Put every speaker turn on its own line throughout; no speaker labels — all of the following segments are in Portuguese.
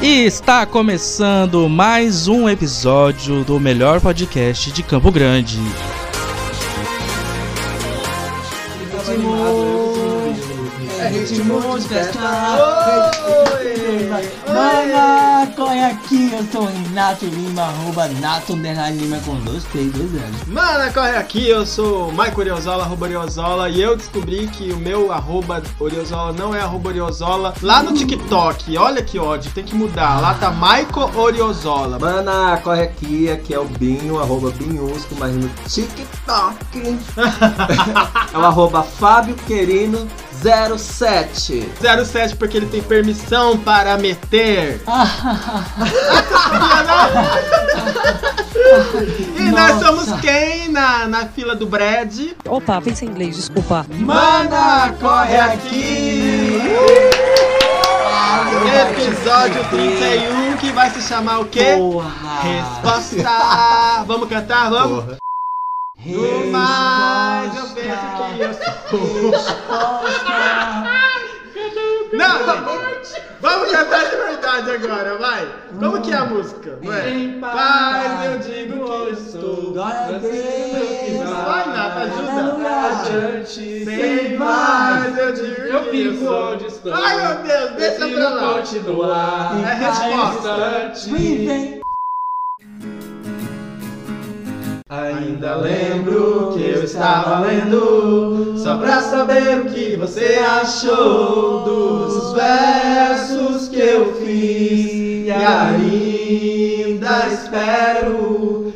E está começando mais um episódio do melhor podcast de Campo Grande.
É ritmo de festa. Mana, qual é aqui? Eu sou o Renato Lima, arroba Nato Underline Lima com dois três dois anos.
Mano, corre aqui, eu sou o Maico Oriozola, arroba Oriozola, e eu descobri que o meu arroba Oriozola não é arroba Oriozola lá no TikTok. Olha que ódio, tem que mudar. Lá tá Maico Oriozola.
Mana, corre aqui, aqui é o Binho, arroba Binhusco, mas no TikTok. é o arroba Fábio Querino 07.
07 porque ele tem permissão para meter. E nós
Nossa.
somos quem na, na fila do Brad?
Opa, pensei em inglês, desculpa.
Mana, corre aqui! Episódio 31 que vai se chamar o quê?
Porra!
Resposta! Vamos cantar? Vamos?
Porra.
No mais, eu penso que eu sou. Não, gente, vamos cantar de verdade agora, vai! Como que é a música? Vai.
Em paz
eu digo que eu estou.
Glória a Deus.
Vai, Nata, ajuda!
Adiante,
Sem paz, eu digo
eu
que eu
fico
sou.
onde estou.
Ai meu Deus, deixa pra
Prefiro
lá!
continuar.
É resposta!
Distante.
Vivem.
Ainda lembro que eu estava lendo Só pra saber o que você achou Dos versos que eu fiz E ainda espero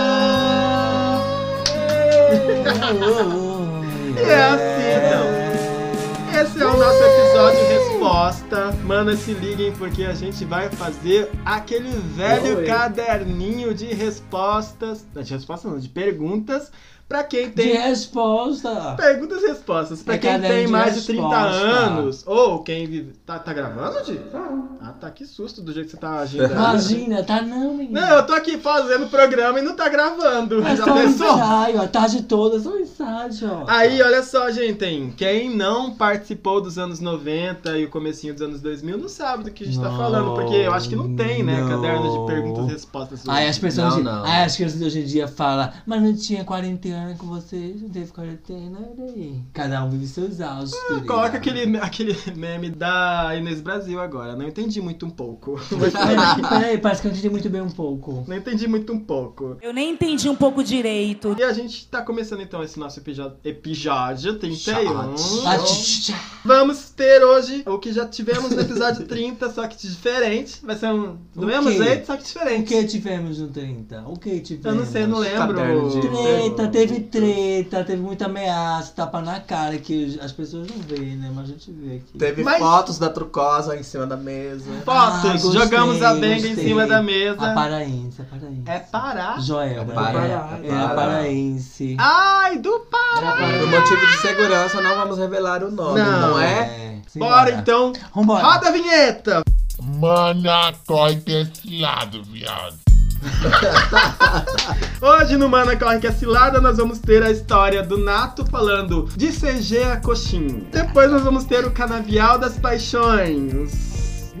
resposta É assim, não. Esse é o nosso episódio resposta. Mano, se liguem porque a gente vai fazer aquele velho
Oi.
caderninho de respostas, não, de respostas não, de perguntas pra quem
De
tem
resposta.
perguntas e respostas, pra
É
quem
caderno
tem
de
mais de 30
resposta.
anos ou quem vive tá, tá gravando, Di? Ah, tá que susto do jeito que você tá agindo.
Imagina, tá não, menino.
Não, eu tô aqui fazendo o programa e não tá gravando.
É
Já
só um
pensou? Ah,
ensaio, a tarde toda, só um ensaio.
Aí, olha só, gente, hein? quem não participou dos anos 90 e o comecinho dos anos 2000 não sabe do que a gente tá
Não,
falando, porque eu acho que não tem, né?
não.
Caderno de perguntas e respostas.
Aí Ah, é, as pessoas,
Não,
de-
não.
Aí as crianças de hoje em dia falam, mas não tinha quarentena com vocês, não teve quarentena, olha aí. Cada um vive seus autos. querida.
Ah, Coloca aquele, aquele meme da Inês Brasil agora, não entendi muito um pouco. Mas peraí,
Peraí, peraí, parece que eu entendi muito bem um pouco.
não entendi muito um pouco.
Eu nem entendi um pouco direito.
E a gente tá começando então esse nosso episódio, episódio 31.
Chat.
Ah, tch, tch, tch.
Vamos ter hoje o que já tivemos no episódio 30, só que diferente. Vai ser um, do
O
mesmo
quê?
jeito, só que
O
diferente.
que tivemos no 30? O que tivemos?
Eu não sei, não lembro.
Caderno de-
Treta, teve treta, teve muita ameaça, tapa na cara que as pessoas não veem, né? Mas a gente vê aqui.
Teve
Mas-
fotos da trucosa em cima da mesa.
Fotos,
Ah, gostei,
jogamos a benga em
gostei.
cima da
A
mesa.
paraense, a paraense.
É Pará.
Joel,
É Pará,
é, é
é
a
Pará.
paraense. é
Ai, do Pará.
Por motivo de segurança, não vamos revelar o nome,
Ah, Não.
não, é?
Bora
Simbora.
então.
Vambora.
Roda a vinheta.
Mana, corre desse lado, viado.
Hoje no Mana Corre Que É Cilada nós vamos ter a história do Nato falando de CG a coxinha. Depois nós vamos ter o Canavial das Paixões.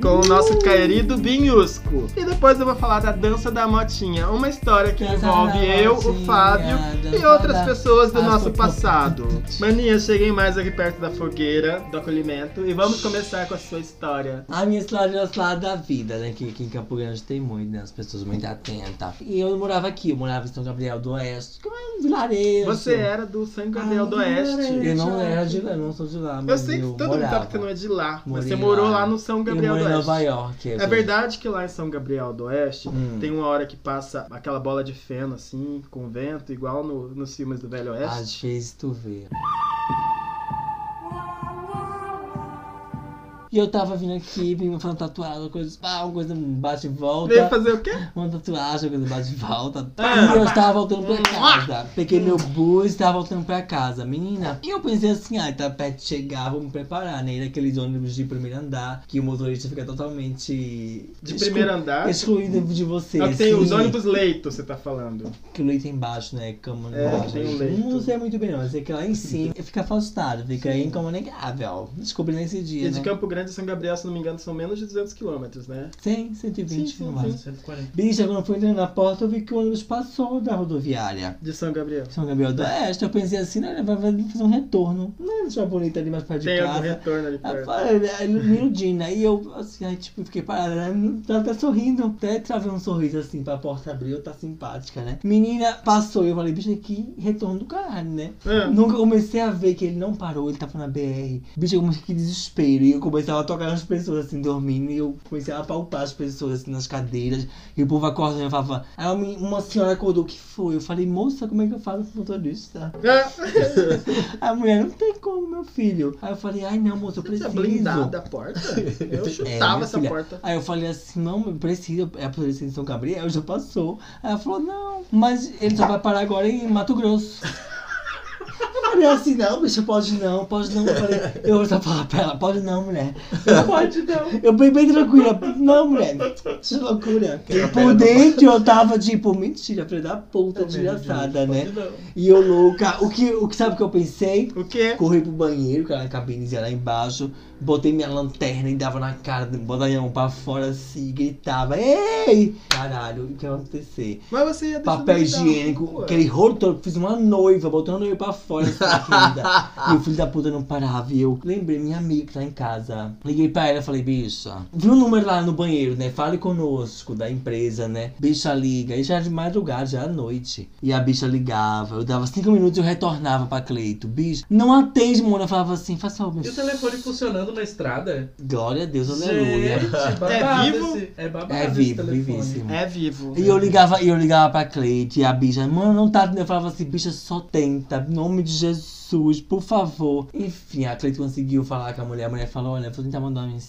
Com o nosso querido Binhusco. E depois eu vou falar da Dança da Motinha. Uma história que
Dança
envolve
da
eu, o
Motinha,
Fábio e
dança
outras
é da-
pessoas do
Ah,
nosso
sou-
passado. Maninha, cheguem mais aqui perto da fogueira, do acolhimento, e vamos começar com a sua história.
A minha história é o lado da vida, né? Que aqui em Campo Grande tem muito, né? As pessoas muito atentas. E eu morava aqui, eu morava em São Gabriel do Oeste, que é um vilarejo.
Você é era do São Gabriel do
Ah,
Oeste.
Eu não era de lá, eu não sou de lá.
Eu
mas
sei que todo mundo
morava.
sabe que você não é de lá, mas
Morei
você morou
lá.
lá no São
eu
Gabriel do
moro em Nova
Oeste.
York.
É verdade que lá em São Gabriel do Oeste
Hum.
tem uma hora que passa aquela bola de feno assim, com vento, igual no- nos filmes do Velho Oeste.
Às vezes tu vê. E eu tava vindo aqui, vim fazer uma tatuagem, uma coisa, pá, uma coisa bate e
Veio
volta.
fazer o quê?
Uma tatuagem, uma coisa bate e volta.
Ah.
E eu estava voltando pra casa. Peguei meu bus e estava voltando pra casa, menina. E eu pensei assim, ai, tá perto de chegar, vou me preparar, né? E daqueles ônibus de primeiro andar, que o motorista fica totalmente.
De
exclu-
primeiro andar?
Excluído de você.
É o que tem os
assim.
ônibus leito, você tá falando.
Que o leito é embaixo, né? Cama
É,
embaixo.
tem um leito.
Não sei muito bem, não. Mas é que lá em cima fica afastado, fica incomunicável. Descobri nesse
E
dia.
de
né?
Campo Grande a São Gabriel, se não me engano, são menos de 200 quilômetros, né?
Tem 120
Sim, sim,
no máximo.
sim.
140.
Bicha, quando eu fui entrando na porta, eu vi que o ônibus passou da rodoviária.
De São Gabriel.
São Gabriel do Oeste, eu pensei assim, né, vai vai fazer um retorno. Não é só bonita ali mais perto de
Tem algum
casa.
retorno ali
Aí eu
perto.
falei, aí eu me iludi, né? E eu, assim, aí, tipo, fiquei parada, né? Ela tá sorrindo, até travei um sorriso, assim, pra porta abrir, eu tá simpática, né? Menina passou, eu falei, bicho, que retorno do caralho, né?
Ah.
Nunca comecei a ver que ele não parou, ele tava na BR. Bicho, eu comecei que desespero. E eu começava a tocar nas pessoas, assim, dormindo. E eu comecei a palpar as pessoas, assim, nas cadeiras. E o povo acordando, eu falava... Aí uma, men- uma senhora acordou, o que foi? Eu falei, moça, como é que eu faço pro motorista? A mulher, não tem como, meu filho. Aí eu falei, ai, não, moça, eu
Você
preciso.
tinha blindado Tá a porta? Eu
É,
chutava
minha
essa
filha.
porta.
Aí eu falei assim, não, eu preciso, é a polícia de São Gabriel, já passou. Aí ela falou, não, mas ele só vai parar agora em Mato Grosso. Eu falei assim, não, bicho, pode não, pode não. Eu falei, eu vou só falar pra ela, pode não, mulher. Não pode não. Eu bem, bem tranquila, não, mulher. Que loucura. Por dentro eu tava tipo, mentira, filha da puta, desgraçada, né? E eu louca, o que, o que sabe o que eu pensei?
O quê?
Corri pro banheiro, que era na cabinezinha lá embaixo, botei minha lanterna e dava na cara, botava a mão pra fora assim, gritava, ei! Caralho, o que ia acontecer?
Mas você ia deixar um
Papel
blindado,
higiênico,
então,
pô.
aquele rolo todo, fiz uma noiva, botando a noiva pra fora assim, linda. E o filho da puta não parava, e eu lembrei minha amiga que tá em casa. Liguei pra ela e falei, bicha, viu o número lá no banheiro, né? Fale conosco, da empresa, né? Bicha liga, e já era de madrugada, já era noite. E a bicha ligava, eu dava cinco minutos e eu retornava pra Cleito. Bicho, não atende, mona, eu falava assim, faça o meu.
E o telefone funcionando na estrada?
Glória a Deus, aleluia.
Gente, babado
É vivo?
esse- é babado
É
esse
vivo,
telefone.
vivíssimo.
É vivo.
E eu ligava, e eu ligava pra Cleide e a bicha, mano, não tá. Eu falava assim, bicha, só tenta, em nome de Jesus, por favor. Enfim, a Cleide conseguiu falar com a mulher. A mulher falou: olha, vou tentar mandar uma mensagem.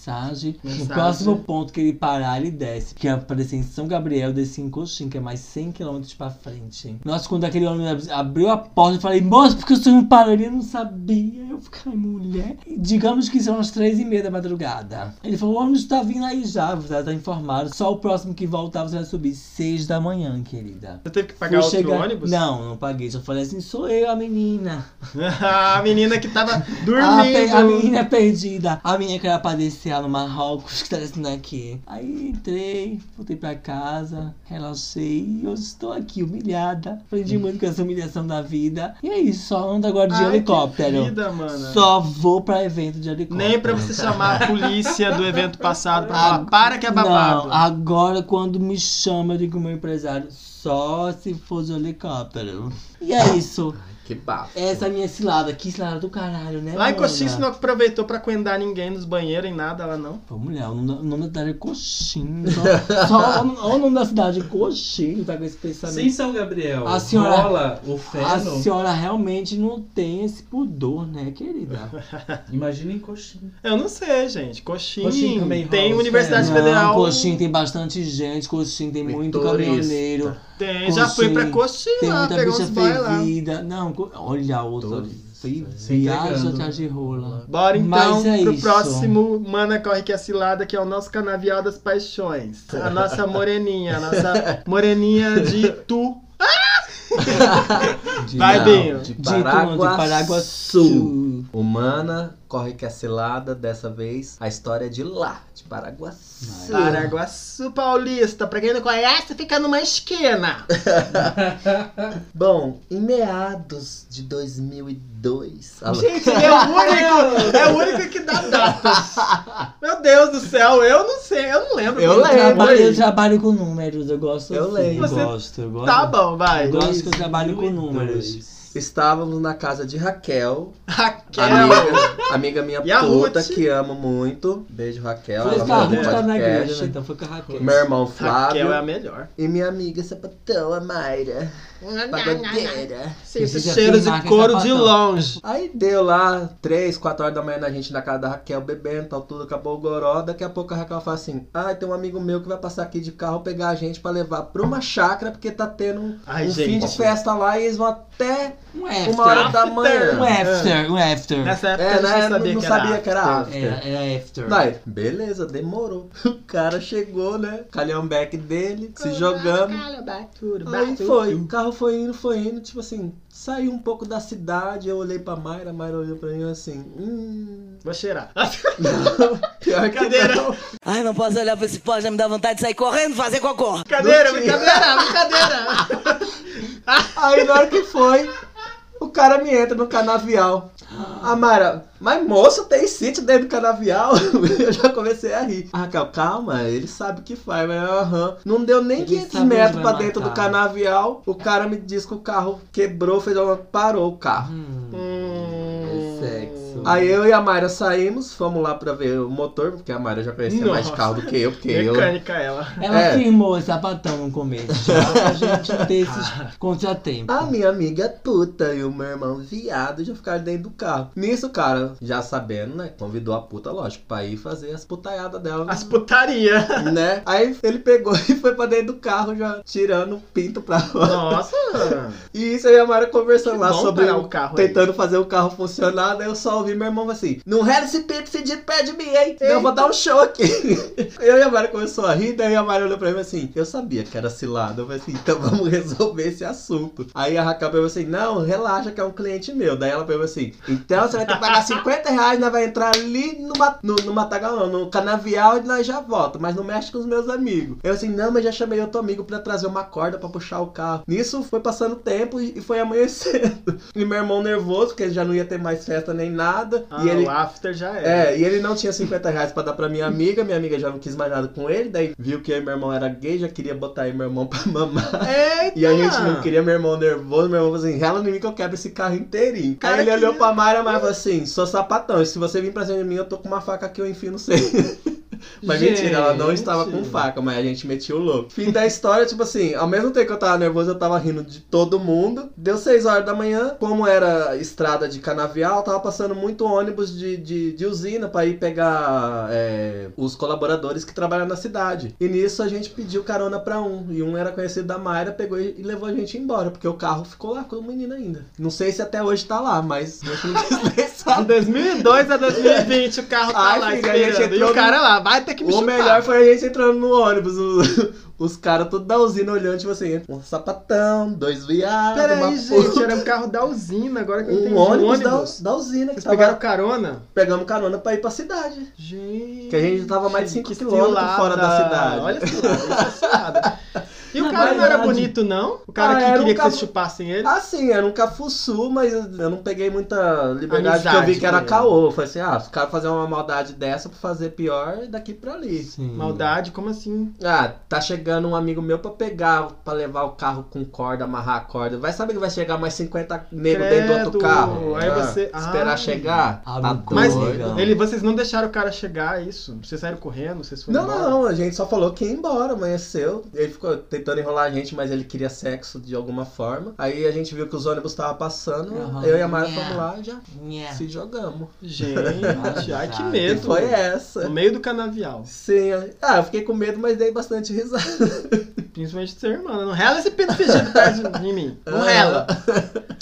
Mensagem.
No próximo ponto que ele parar, ele desce. Que ia aparecer em São Gabriel, desci em Coxim, que é mais 100km pra frente. Nossa, quando aquele homem ab- abriu a porta, eu falei, moço, porque o senhor não parou? Ele não sabia. Eu fiquei, mulher. E digamos que são as três e meia da madrugada. Ele falou, o ônibus tá vindo aí já, você já tá informado. Só o próximo que voltar, você vai subir seis da manhã, querida.
Você teve que pagar
Fui
outro
chegar-
ônibus?
Não, não paguei. Só falei assim, sou eu, a menina.
a menina que tava
Ah, pe-
dormindo.
a menina é perdida. A menina que era pra descer lá no Marrocos, que tá descendo aqui. Aí entrei, voltei pra casa, relaxei e hoje estou aqui, humilhada. Aprendi muito com essa humilhação da vida. E é isso, só ando agora de
Ai, que
helicóptero.
vida, mana.
Só vou pra evento de helicóptero.
Nem pra você chamar a polícia do evento passado pra
Ah,
falar, para que é babado.
Não, agora quando me chama, eu digo meu empresário, só se for de helicóptero. E é isso.
Que bafo.
Essa é a minha cilada. Que cilada do caralho, né?
Lá em
mana?
Coxim você não aproveitou pra coendar ninguém nos banheiros, em nada lá não.
Pô, mulher, o nome o nome da cidade é Coxim. Só, só o- o nome da cidade é Coxim, tá com esse
Sim,
pensamento.
São Gabriel.
A senhora-
Rola o
A
feno.
senhora realmente não tem esse pudor, né, querida?
Imagina em coxinha.
Eu não sei, gente. Coxim,
Coxim também
tem
rola,
Universidade
não,
Federal.
Coxim tem bastante gente, Coxim tem muito
Motorista.
caminhoneiro,
Tem, já fui
Coxim.
pra Coxim
tem
lá,
muita
pegar
bicha
uns boy lá.
fervida. Não, co- olha a outra.
Motorista.
Fe-
Se
Viaja
entregando.
atrás de rola.
Bora então
Mas é
pro
isso.
próximo Mana Corre Que é Cilada, que é o nosso canavial das paixões. A nossa moreninha, a nossa moreninha de Itu. Vai,
Não,
Binho.
De
Dito, Ah! não,
Paraguaçu.
de Paraguaçu.
Humana, corre que é cilada. Dessa vez, a história é de lá, de Paraguaçu.
Paraguaçu Paulista. Pra quem não conhece, fica numa esquina.
Bom, em meados de 2002... a-
Gente, ele é o único, é o único que dá datas. Meu Deus do céu, eu não sei, eu não lembro.
Eu
quando
lembro.
tava
Trabalho-
aí.
eu trabalho com números, eu gosto.
Eu
assim,
lembro.
Você-
gosto, eu gosto.
Tá bom, vai.
Eu gosto que eu trabalho com números.
Estávamos na casa de Raquel,
Raquel.
amiga, amiga minha
é E a
puta,
Ruth.
que amo muito. Beijo, Raquel.
Foi
ela
com "Tá, a
manda um
Ruth tava na
podcast.
igreja, né? Então foi com a Raquel.
Meu irmão
Raquel
Flávio
é a melhor.
e minha amiga sapatão, a Mayra.
Pagodeira.
Sinto
Esse já
cheiro
tem
de
marca
tá
couro de
sapatão.
longe.
Aí deu lá 3, 4 horas da manhã na gente na casa da Raquel bebendo, tal, tudo, acabou o goró. Daqui a pouco a Raquel fala assim: Ah, tem um amigo meu que vai passar aqui de carro pegar a gente pra levar pra uma chácara, porque tá tendo um,
Ai,
um fim
gente.
de festa lá e eles vão até
Um
uma hora
after.
da manhã.
Um after, um after.
É. Nessa época
É,
eu
né?
não
Não-
sabia
não
que
sabia
era.
que era
after.
Era, era
É.
after.
Daí, beleza, demorou. O cara chegou, né? Calhambeck dele, se jogando. Aí foi, o carro foi indo, foi indo, tipo assim, saiu um pouco da cidade, eu olhei pra Mayra, a Mayra olhou pra mim assim, hum.
Vou cheirar.
Pior que
Brincadeira.
não.
Ai, não posso olhar pra esse pó, já me dá vontade de sair correndo, fazer cocô.
Brincadeira,
Não tinha.
brincadeira, brincadeira.
Aí na hora que foi, o cara me entra no canavial. A Mayra, mas moço, tem sítio dentro do canavial. Eu já comecei a rir. Ah, Raquel, calma, ele sabe o que faz, mas aham. Não deu nem
Ele
500
sabe onde vai
metros pra dentro do
matar.
canavial. O cara me diz que o carro quebrou, fez uma... parou o carro.
Hum.
Hum.
É sexo.
Aí eu e a Mayra saímos, fomos lá pra ver o motor, porque a Mayra já conhecia mais de
Nossa.
carro do que eu, porque eu. né?
Mecânica ela.
Ela
É.
firmou esse sapatão no começo, já pra gente não ter
Ah.
esses contratempos.
A minha amiga puta e o meu irmão viado já ficaram dentro do carro. Nisso, cara, já sabendo, né? Convidou a puta, lógico, pra ir fazer as putaiadas dela,
As putaria.
né? Aí ele pegou e foi pra dentro do carro, já tirando o pinto pra fora.
Nossa.
E isso aí a Mara conversando lá
Vamos
sobre
parar o carro aí.
tentando fazer o carro funcionar, daí eu só ouvi meu irmão assim: Não rela esse pinto fedido pé de mim, hein? Eu vou dar um show aqui. eu e a Mari começou a rir, daí a Mari olhou pra mim assim: Eu sabia que era cilada. Eu falei assim: Então vamos resolver esse assunto. Aí a Raquel pegou assim: Não, relaxa, que é um cliente meu. Daí ela pegou assim: Então você vai ter que pagar 50 reais, nós vai entrar ali no, ma- no, no Matagal, não, no canavial e nós já volta, mas não mexe com os meus amigos. Eu assim: Não, mas já chamei outro amigo pra trazer uma corda pra puxar o carro. Nisso foi passando tempo e e foi amanhecendo. E meu irmão nervoso, porque ele já não ia ter mais festa nem nada.
Ah,
e ele.
o after já era.
É, e ele não tinha 50 reais pra dar pra minha amiga, minha amiga já não quis mais nada com ele, daí viu que eu e meu irmão era gay, já queria botar aí meu irmão pra mamar.
Eita.
E a gente
Ah.
não queria meu irmão nervoso, meu irmão falou assim, rela em mim que eu quebro esse carro inteirinho.
Cara,
aí ele
que
olhou
lindo.
pra Mayra e Mayra falou assim, sou sapatão, e se você vir pra cima de mim, eu tô com uma faca que eu enfio no seio. Mas mentira, ela não estava com
Gente.
faca, mas a gente metia o louco. Fim da história, tipo assim, ao mesmo tempo que eu tava nervoso, eu tava rindo de todo mundo. Deu 6 horas da manhã, como era estrada de canavial, tava passando muito ônibus de, de, de usina pra ir pegar é, os colaboradores que trabalham na cidade. E nisso a gente pediu carona pra um. E um era conhecido da Mayra, pegou e, e levou a gente embora, porque o carro ficou lá com o menino ainda. Não sei se até hoje tá lá, mas a gente não quis nem
De
saber.
2002 a 2020 o carro tá
Ai,
lá
filho, a gente
esperando. E
entrou
o
no-
cara lá, vai ter que me
O
chupar.
melhor foi a gente entrando no ônibus. o- Os caras tudo da usina olhando, tipo assim, um sapatão, dois viados, uma
Peraí,
puta.
gente, era um carro da usina, agora que eu entendi.
Um ônibus, Da, da usina que
Vocês
tava,
pegaram carona?
pegamos carona pra ir pra cidade.
Gente.
Que a gente tava mais de cinco
que
quilômetros
cilada.
fora da cidade.
Olha a cilada, isso é cilada. E o
Na
cara não era
verdade-
bonito, não? O cara
Ah,
que
era um
queria que
cabo-
vocês chupassem ele?
Assim, era um cafuçu, mas eu não peguei muita liberdade, porque eu
Amizade né?
vi que era
com ele.
caô. Eu Falei assim, ah, os caras fazer uma maldade dessa pra fazer pior daqui pra ali.
Sim.
Maldade, como assim?
Ah, tá chegando um amigo meu pra pegar, pra levar o carro com corda, amarrar a corda. Vai saber que vai chegar mais 50 negros dentro do outro
Credo.
carro. Ah,
Aí você-
Esperar
Ai.
chegar.
Ah,
tá
meu Deus.
Mas
doido.
Doido.
ele, vocês não deixaram o cara chegar, é isso? Vocês saíram correndo? Vocês foram
Não, não,
embora?
não, a gente só falou que ia embora, amanheceu. Ele ficou tentando enrolar a gente, mas ele queria sexo de alguma forma. Aí a gente viu que os ônibus estavam passando,
Aham.
eu e a Mara
Yeah.
fomos lá e já
Nha.
se jogamos.
Gente, ai que
Maldade.
E
medo.
Ah, foi
No
essa.
meio do canavial.
Sim, ah, eu fiquei com medo, mas dei bastante risada.
Principalmente do ser humano. Não rela esse pinto fedido perto de mim. Não
Ah.
rela.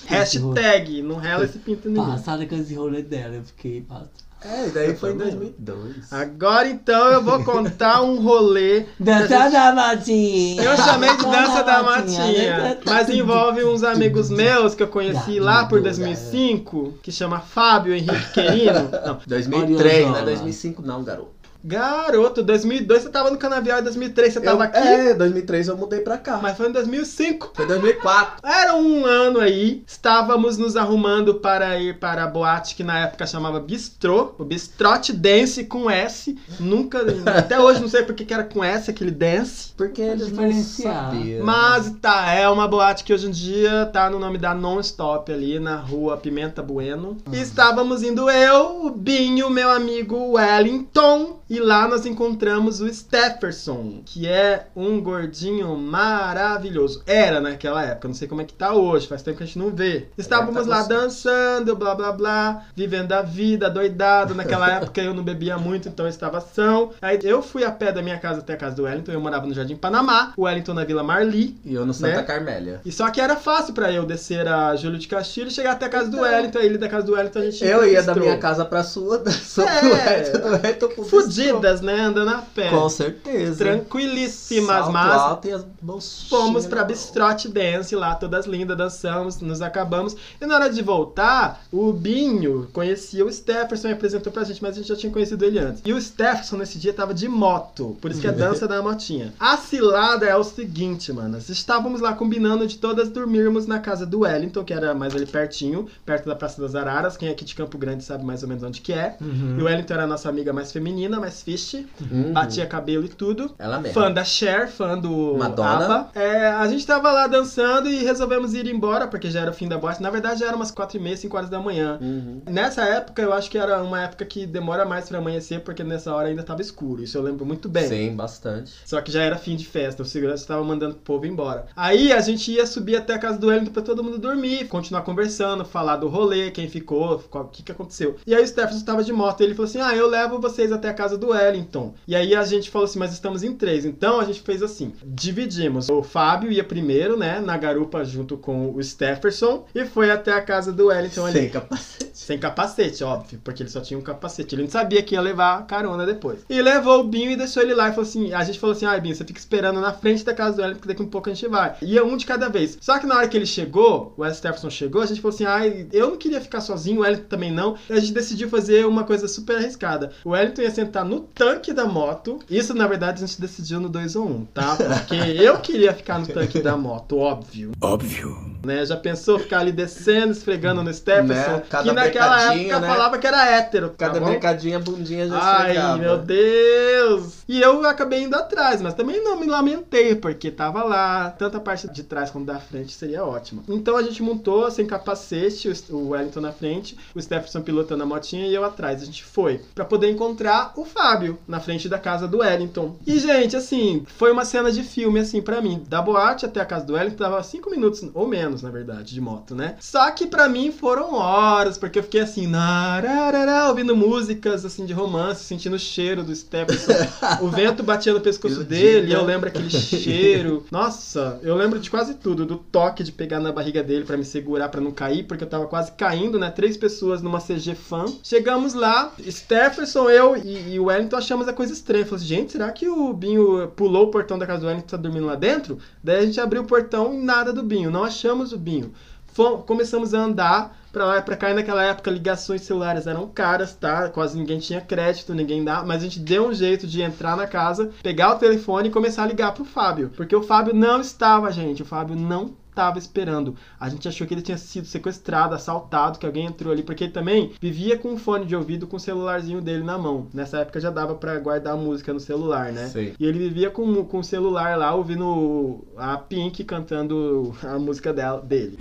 Hashtag, não rela esse pinto em mim.
Passada com esse rolê dela, eu fiquei passada.
É, e daí
Eu
foi Ah, em
também.
2002.
Agora então eu vou contar um rolê.
Dança da matinha!
Eu chamei de dança da
dança
né? É
matinha,
da-
mas envolve uns amigos meus que eu conheci lá por 2005, que chama Fábio Henrique Querino. Não,
2003, né?
Oriola.
2005 não, garoto.
garoto, 2002 você tava no canavial, em 2003 você tava
Eu-
aqui,
É, 2003 eu mudei pra cá.
mas foi em 2005.
Foi 2004.
Era um ano aí, estávamos nos arrumando para ir para a boate que na época chamava Bistrô, o Bistrote Dance com S. Nunca, até hoje não sei porque que era com S aquele dance.
Porque
Pra
eles não
diferenciar.
sabiam.
Mas tá, é uma boate que hoje em dia tá no nome da Non-Stop ali na rua Pimenta Bueno. E estávamos indo eu, o Binho, meu amigo Wellington E lá nós encontramos o Stefferson, que é um gordinho maravilhoso. Era naquela época, não sei como é que tá hoje, faz tempo que a gente não vê. Estávamos lá dançando, blá blá blá, vivendo a vida, doidado. Naquela época eu não bebia muito, então eu estava são. Aí eu fui a pé da minha casa até a casa do Wellington, eu morava no Jardim Panamá, o Wellington na Vila Marli.
E eu no Santa
Né?
Carmélia.
E só que era fácil pra eu descer a Júlio de Castilho e chegar até a casa do Wellington, aí ele da casa do Wellington a gente
Então. Eu ia da
encontrou.
minha casa pra sua, da sua
É.
pro Elton, do Elton pro
Fudidas, né? Andando a pé.
bistrô. Com certeza.
Tranquilíssimas,
Salto
mas
alto e as bolsinhas
fomos pra
na mão.
Bistrote Dance lá, todas lindas, dançamos, nos acabamos. E na hora de voltar, o Binho conhecia o Stefferson e apresentou pra gente, mas a gente já tinha conhecido ele antes. E o Stefferson nesse dia tava de moto, por isso que é dança da motinha. A cilada é o seguinte, manas. Estávamos lá combinando de todas dormirmos na casa do Wellington, que era mais ali pertinho, perto da Praça das Araras. Quem é aqui de Campo Grande sabe mais ou menos onde que é.
Uhum.
E o Wellington era a nossa amiga mais feminina, mais fish,
Uhum.
batia cabelo e tudo.
Ela mesmo.
Fã da Cher, fã do
Madonna.
ABBA. É, a gente tava lá dançando e resolvemos ir embora, porque já era o fim da bosta. Na verdade, já era umas 4 e meia, 5 horas da manhã.
Uhum.
Nessa época, eu acho que era uma época que demora mais pra amanhecer, porque nessa hora ainda tava escuro. Isso eu lembro muito bem.
Sim, bastante.
Só que já era fim de festa, o segurança tava mandando o povo embora. Aí a gente ia subir até a casa do Wellington pra todo mundo dormir, continuar conversando, falar do rolê, quem ficou, qual- o que, que aconteceu. E aí o Stefferson tava de moto, e ele falou assim: Ah, eu levo vocês até a casa do Wellington. E aí a gente falou assim: Mas estamos em três. Então a gente fez assim: dividimos. O Fábio ia primeiro, né, na garupa junto com o Stefferson, e foi até a casa do Wellington ali.
Sem capacete.
Sem capacete, óbvio, porque ele só tinha um capacete. Ele não sabia que ia levar carona depois. E levou o Binho e deixou ele lá e falou assim: a gente falou assim, ai Binho, você fica esperando na frente da casa do Wellington, porque daqui a um pouco a gente vai. Ia um de cada vez. Só que na hora que ele chegou, o Wes Stephenson chegou, a gente falou assim: ai, eu não queria ficar sozinho, o Wellington também não. E a gente decidiu fazer uma coisa super arriscada. O Wellington ia sentar no tanque da moto. Isso, na verdade, a gente decidiu no 2 ou 1, tá? Porque eu queria ficar no tanque da moto, óbvio. Óbvio. Né? Já pensou ficar ali descendo, esfregando no Stephenson?
Né? Cada
que naquela
brincadinha,
época
né?
falava que era hétero.
Cada
tá bom?
brincadinha, a bundinha já
Ai,
esfregava.
meu Deus! E eu acabei indo atrás, mas também não me lamentei, porque tava lá, tanto a parte de trás como da frente seria ótima. Então a gente montou sem capacete, o- o Wellington na frente, o Stephenson pilotando a motinha e eu atrás. A gente foi pra poder encontrar o Fábio na frente da casa do Wellington. E, gente, assim, foi uma cena de filme, assim, pra mim. Da boate até a casa do Wellington dava cinco minutos, ou menos, na verdade, de moto, né? Só que pra mim foram horas, porque eu fiquei assim, nararará, ouvindo músicas, assim, de romance, sentindo o cheiro do Stephenson. o vento batia no pescoço
Iludido.
dele, eu lembro aquele cheiro. Nossa, eu lembro de quase tudo, do toque de pegar na barriga dele pra me segurar pra não cair, porque eu tava quase caindo, né? Três pessoas numa CG fan. Chegamos lá, Stephenson, eu e, e o Wellington achamos a coisa estranha. Falei assim, gente, será que o Binho pulou o portão da casa do Wellington e tá dormindo lá dentro? Daí a gente abriu o portão e nada do Binho, não achamos o Binho. Fom- começamos a andar pra lá e pra cá, e naquela época ligações celulares eram caras, tá? Quase ninguém tinha crédito, ninguém dá, mas a gente deu um jeito de entrar na casa, pegar o telefone e começar a ligar pro Fábio, porque o Fábio não estava, gente, o Fábio não estava esperando. A gente achou que ele tinha sido sequestrado, assaltado, que alguém entrou ali, porque ele também vivia com um fone de ouvido com o celularzinho dele na mão. Nessa época já dava pra guardar música no celular, né?
Sei.
E ele vivia com, com o celular lá, ouvindo a Pink cantando a música dela, dele.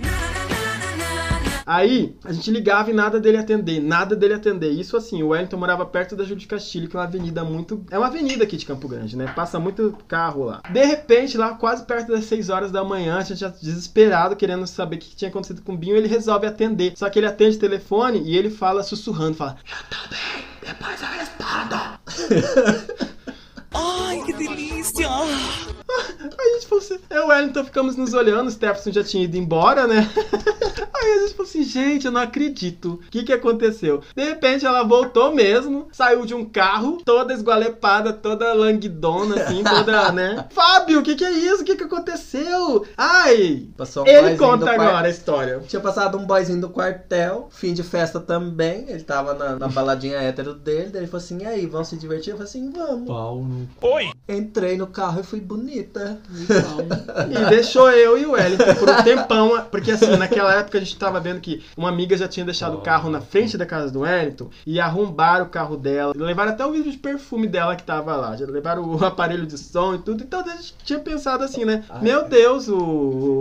Aí, a gente ligava e nada dele atender, nada dele atender. Isso assim, o Wellington morava perto da Júlio de Castilho, que é uma avenida muito. É uma avenida aqui de Campo Grande, né? Passa muito carro lá. De repente, lá quase perto das 6 horas da manhã, a gente já desesperado, querendo saber o que tinha acontecido com o Binho, ele resolve atender. Só que ele atende o telefone e ele fala sussurrando, fala.
Ai, que delícia!
Aí a gente falou assim, eu e o Wellington ficamos nos olhando, o Stephenson já tinha ido embora, né? Aí a gente falou assim, gente, eu não acredito. O que que aconteceu? De repente ela voltou mesmo, saiu de um carro, toda esgualepada, toda languidona, assim, toda, né? Fábio, o que que é isso? O que que aconteceu? Ai!
Passou um
Ele
boyzinho do
conta
quartel.
agora a história.
Tinha passado um boyzinho do quartel, fim de festa também. Ele tava na, na baladinha hétero dele. Daí ele falou assim: e aí, vamos se divertir? Eu falei assim: vamos.
Pau no
Entrei no carro e fui bonita.
E deixou eu e o Wellington por um tempão, porque assim, naquela época a gente tava vendo que uma amiga já tinha deixado o carro na frente da casa do Wellington e arrombaram o carro dela. Levaram até o vidro de perfume dela que tava lá, já levaram o aparelho de som e tudo. Então a gente tinha pensado assim, né?
Ai,
Meu
ai.
Deus, o,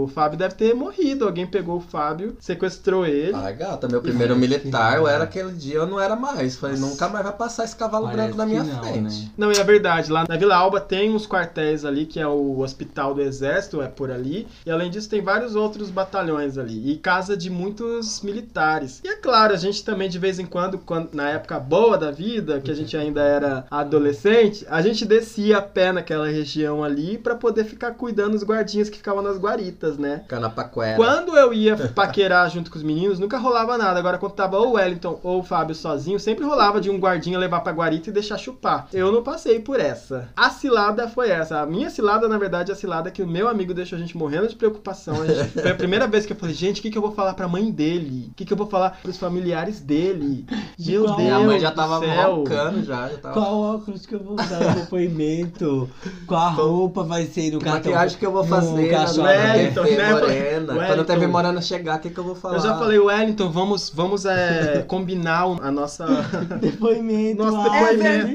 o Fábio deve ter morrido. Alguém pegou o Fábio, sequestrou ele.
Ah, gata, meu primeiro militar, eu era aquele dia, eu não era mais. Falei, nunca mais vai passar esse cavalo
Parece
branco na minha
que não,
frente.
né?
Não, e é verdade, lá na Vila Alba tem uns quartéis ali, que é o Hospital do Exército, é por ali. E além disso, tem vários outros batalhões ali. E casa de muitos militares. E é claro, a gente também, de vez em quando, quando- na época boa da vida, que a gente ainda era adolescente, a gente descia a pé naquela região ali pra poder ficar cuidando dos guardinhas que ficavam nas guaritas, né?
Ficar na paquera.
Quando eu ia paquerar junto com os meninos, nunca rolava nada. Agora, quando tava ou o Wellington ou o Fábio sozinho, sempre rolava de um guardinha levar pra guarita e deixar chupar. Eu não passei por essa. A cilada foi essa. A minha cilada, na verdade, é a cilada que o meu amigo deixou a gente morrendo de preocupação. A gente- Foi a primeira vez que eu falei, gente, o que, que eu vou falar pra mãe dele? O que, que eu vou falar pros familiares dele? Meu
Qual-
Deus
Minha mãe já
do
tava
céu.
roncando já, já tava.
Qual óculos que eu vou usar no depoimento? Qual a roupa vai ser no
Que
cartão?
maquiagem que eu vou
no
fazer né? na
caixote.
TV
um Wellington, né?
Morena? Quando a TV
Wellington.
Morena chegar, o que, que eu vou falar?
Eu já falei, Wellington, vamos, vamos é, combinar a nossa.
Depoimento.
Nosso
ah,
depoimento.
é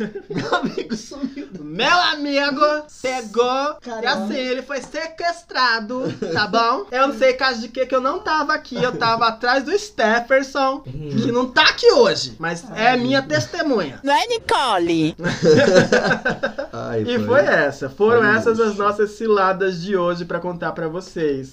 Meu amigo sumiu.
Meu amigo pegou e assim, ele foi sequestrado, tá bom? Eu não sei caso de que que eu não tava aqui, eu tava atrás do Stefferson,
Uhum.
que não tá aqui hoje, mas é minha testemunha.
Não é, Nicole?
Ai,
E foi essa, foram
Foi
essas as
isso.
nossas ciladas de hoje pra contar pra vocês.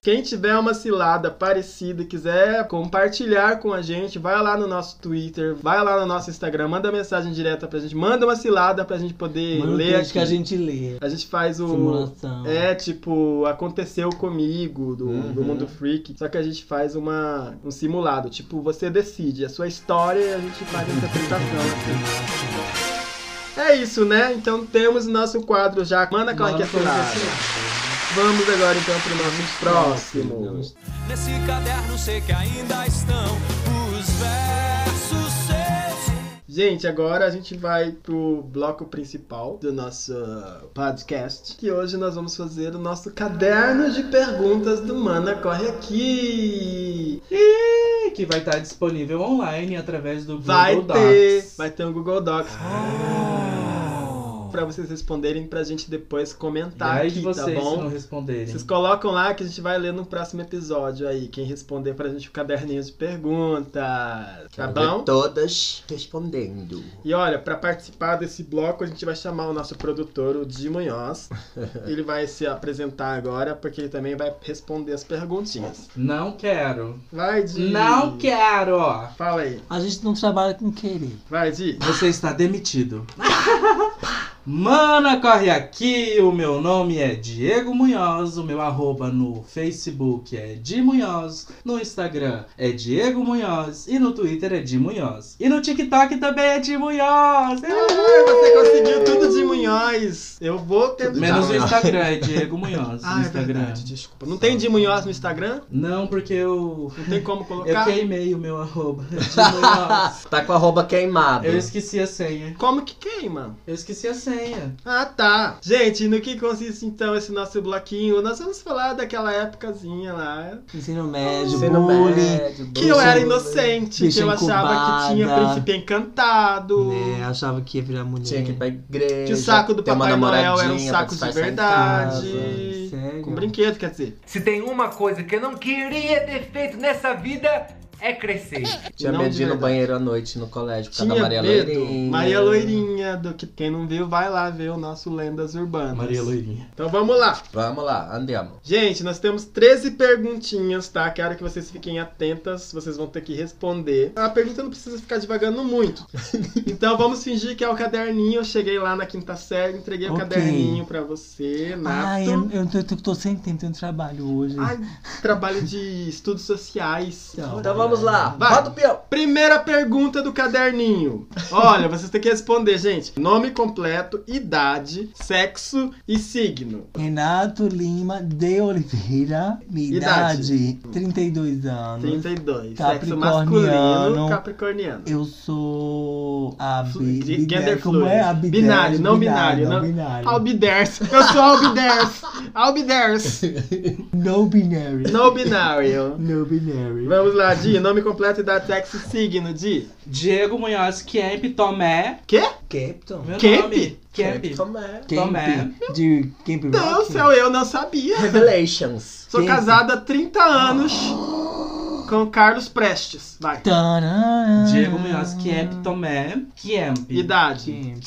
Quem tiver uma cilada parecida e quiser compartilhar com a gente, vai lá no nosso Twitter, vai lá no nosso Instagram, manda mensagem direta pra gente, manda uma cilada pra gente poder
Manda o
ler
texto
aqui.
que a gente lê.
A gente faz o.
Simulação.
É, tipo, aconteceu comigo do,
Uhum.
do Mundo Freak. Só que a gente faz uma, um simulado. Tipo, você decide a sua história e a gente faz a interpretação. Assim. É isso, né? Então temos o nosso quadro já. Manda qual é que é a sua história. Vamos agora então pro nosso próximo.
Nesse caderno sei que ainda estão os versos seus.
Gente, agora a gente vai pro bloco principal do nosso uh, podcast. Que hoje nós vamos fazer o nosso caderno de perguntas do Mana Corre Aqui.
E que vai estar disponível online através do Google
Vai
Docs. Ah.
ter, vai ter um Google Docs. Pra vocês responderem pra gente depois
E
comentar
aí de
aqui, tá
vocês se não
bom?
responderem.
Vocês colocam lá que a gente vai ler no próximo episódio aí. Quem responder pra gente o caderninho de perguntas. Tá
Quero
bom?
ver Todas respondendo.
E olha, pra participar desse bloco, a gente vai chamar o nosso produtor, o Di Munhoz. Ele vai se apresentar agora, porque ele também vai responder as perguntinhas.
Não quero.
Vai, Di!
Não quero, ó.
Fala aí.
A gente não trabalha com querer.
Vai, Di.
Você está demitido. Mana, corre aqui. O meu nome é Diego Munhoz. O meu arroba no Facebook é Di Munhoz. No Instagram é Diego Munhoz. E no Twitter é Di Munhoz. E no TikTok também é Di Munhoz.
Ai, você conseguiu tudo de Munhoz. Eu vou tentar.
Menos o Instagram, é Diego Munhoz.
Tá Ah,
no
é
Instagram.
verdade, desculpa. Não tem Di Munhoz no Instagram?
Não, porque eu.
Não tem como
Eu
colocar?
queimei o meu arroba. Di Munhoz.
Tá com a roupa queimada.
Eu esqueci a senha.
Como que queima?
Eu esqueci a senha.
Ah, tá. Gente, no que consiste então esse nosso bloquinho? Nós vamos falar daquela épocazinha lá.
Ensino médio,
Ensino
bullying.
médio,
Que eu
bullying.
era inocente,
Bicha
que eu achava que tinha
incubada.
príncipe encantado.
Né? Achava que ia virar mulher.
Tinha que ir pra igreja.
Que o saco do
ter Né. uma
Papai Noel era um
namoradinha pra
saco de
disfarçar em
verdade.
casa.
Sério?
Com brinquedo, quer dizer.
Se tem uma coisa que eu não queria ter feito nessa vida, é crescer.
Tinha
Não
medo
de
de ir no
verdade.
banheiro à noite no colégio por causa da
Tinha
Maria
medo.
Loirinha.
Maria Loirinha, do que quem não viu, vai lá ver o nosso Lendas Urbanas.
Maria Loirinha.
Então vamos lá.
Vamos lá, andemos.
Gente, nós temos 13 perguntinhas, tá? Quero que vocês fiquem atentas, vocês vão ter que responder. A pergunta não precisa ficar devagando muito. Então vamos fingir que é o caderninho. Eu cheguei lá na quinta série, entreguei o
Ok.
caderninho pra você, Nato.
Ai, é eu, eu, tô- eu tô sem tempo, eu não trabalho hoje.
um Ai, trabalho de estudos sociais.
Então.
Então vamos lá,
Vai.
roda o peão.
Primeira pergunta do caderninho. Olha, vocês têm que responder, gente. Nome completo, idade, sexo e signo.
Renato Lima de Oliveira, minha
Idade.
idade, 32 anos.
32. Sexo
Capricorniano.
masculino, capricorniano.
Eu sou sou a bi,
De-
binário,
gender
como é? A
fluid.
bi-
Binário, não binário.
Não
não-
binário.
Albiders. Eu sou albiders. Albiders.
No binary.
Não binário.
No binary.
Vamos lá, Di. Nome completo e data sexo e signo, Di.
Diego Munhoz Kemp Tomé.
Quê?
Captain.
Meu
Kemp?
nome.
é,
Kemp.
Tomé.
Tomé.
Camp. De Camp
Não,
Rock?
céu, eu não sabia.
Revelations.
Sou
Quem?
casada há 30 anos com Carlos Prestes. Vai.
Tanana.
Diego é Munhoz Kemp Tomé. Kemp.
Idade.
Camp.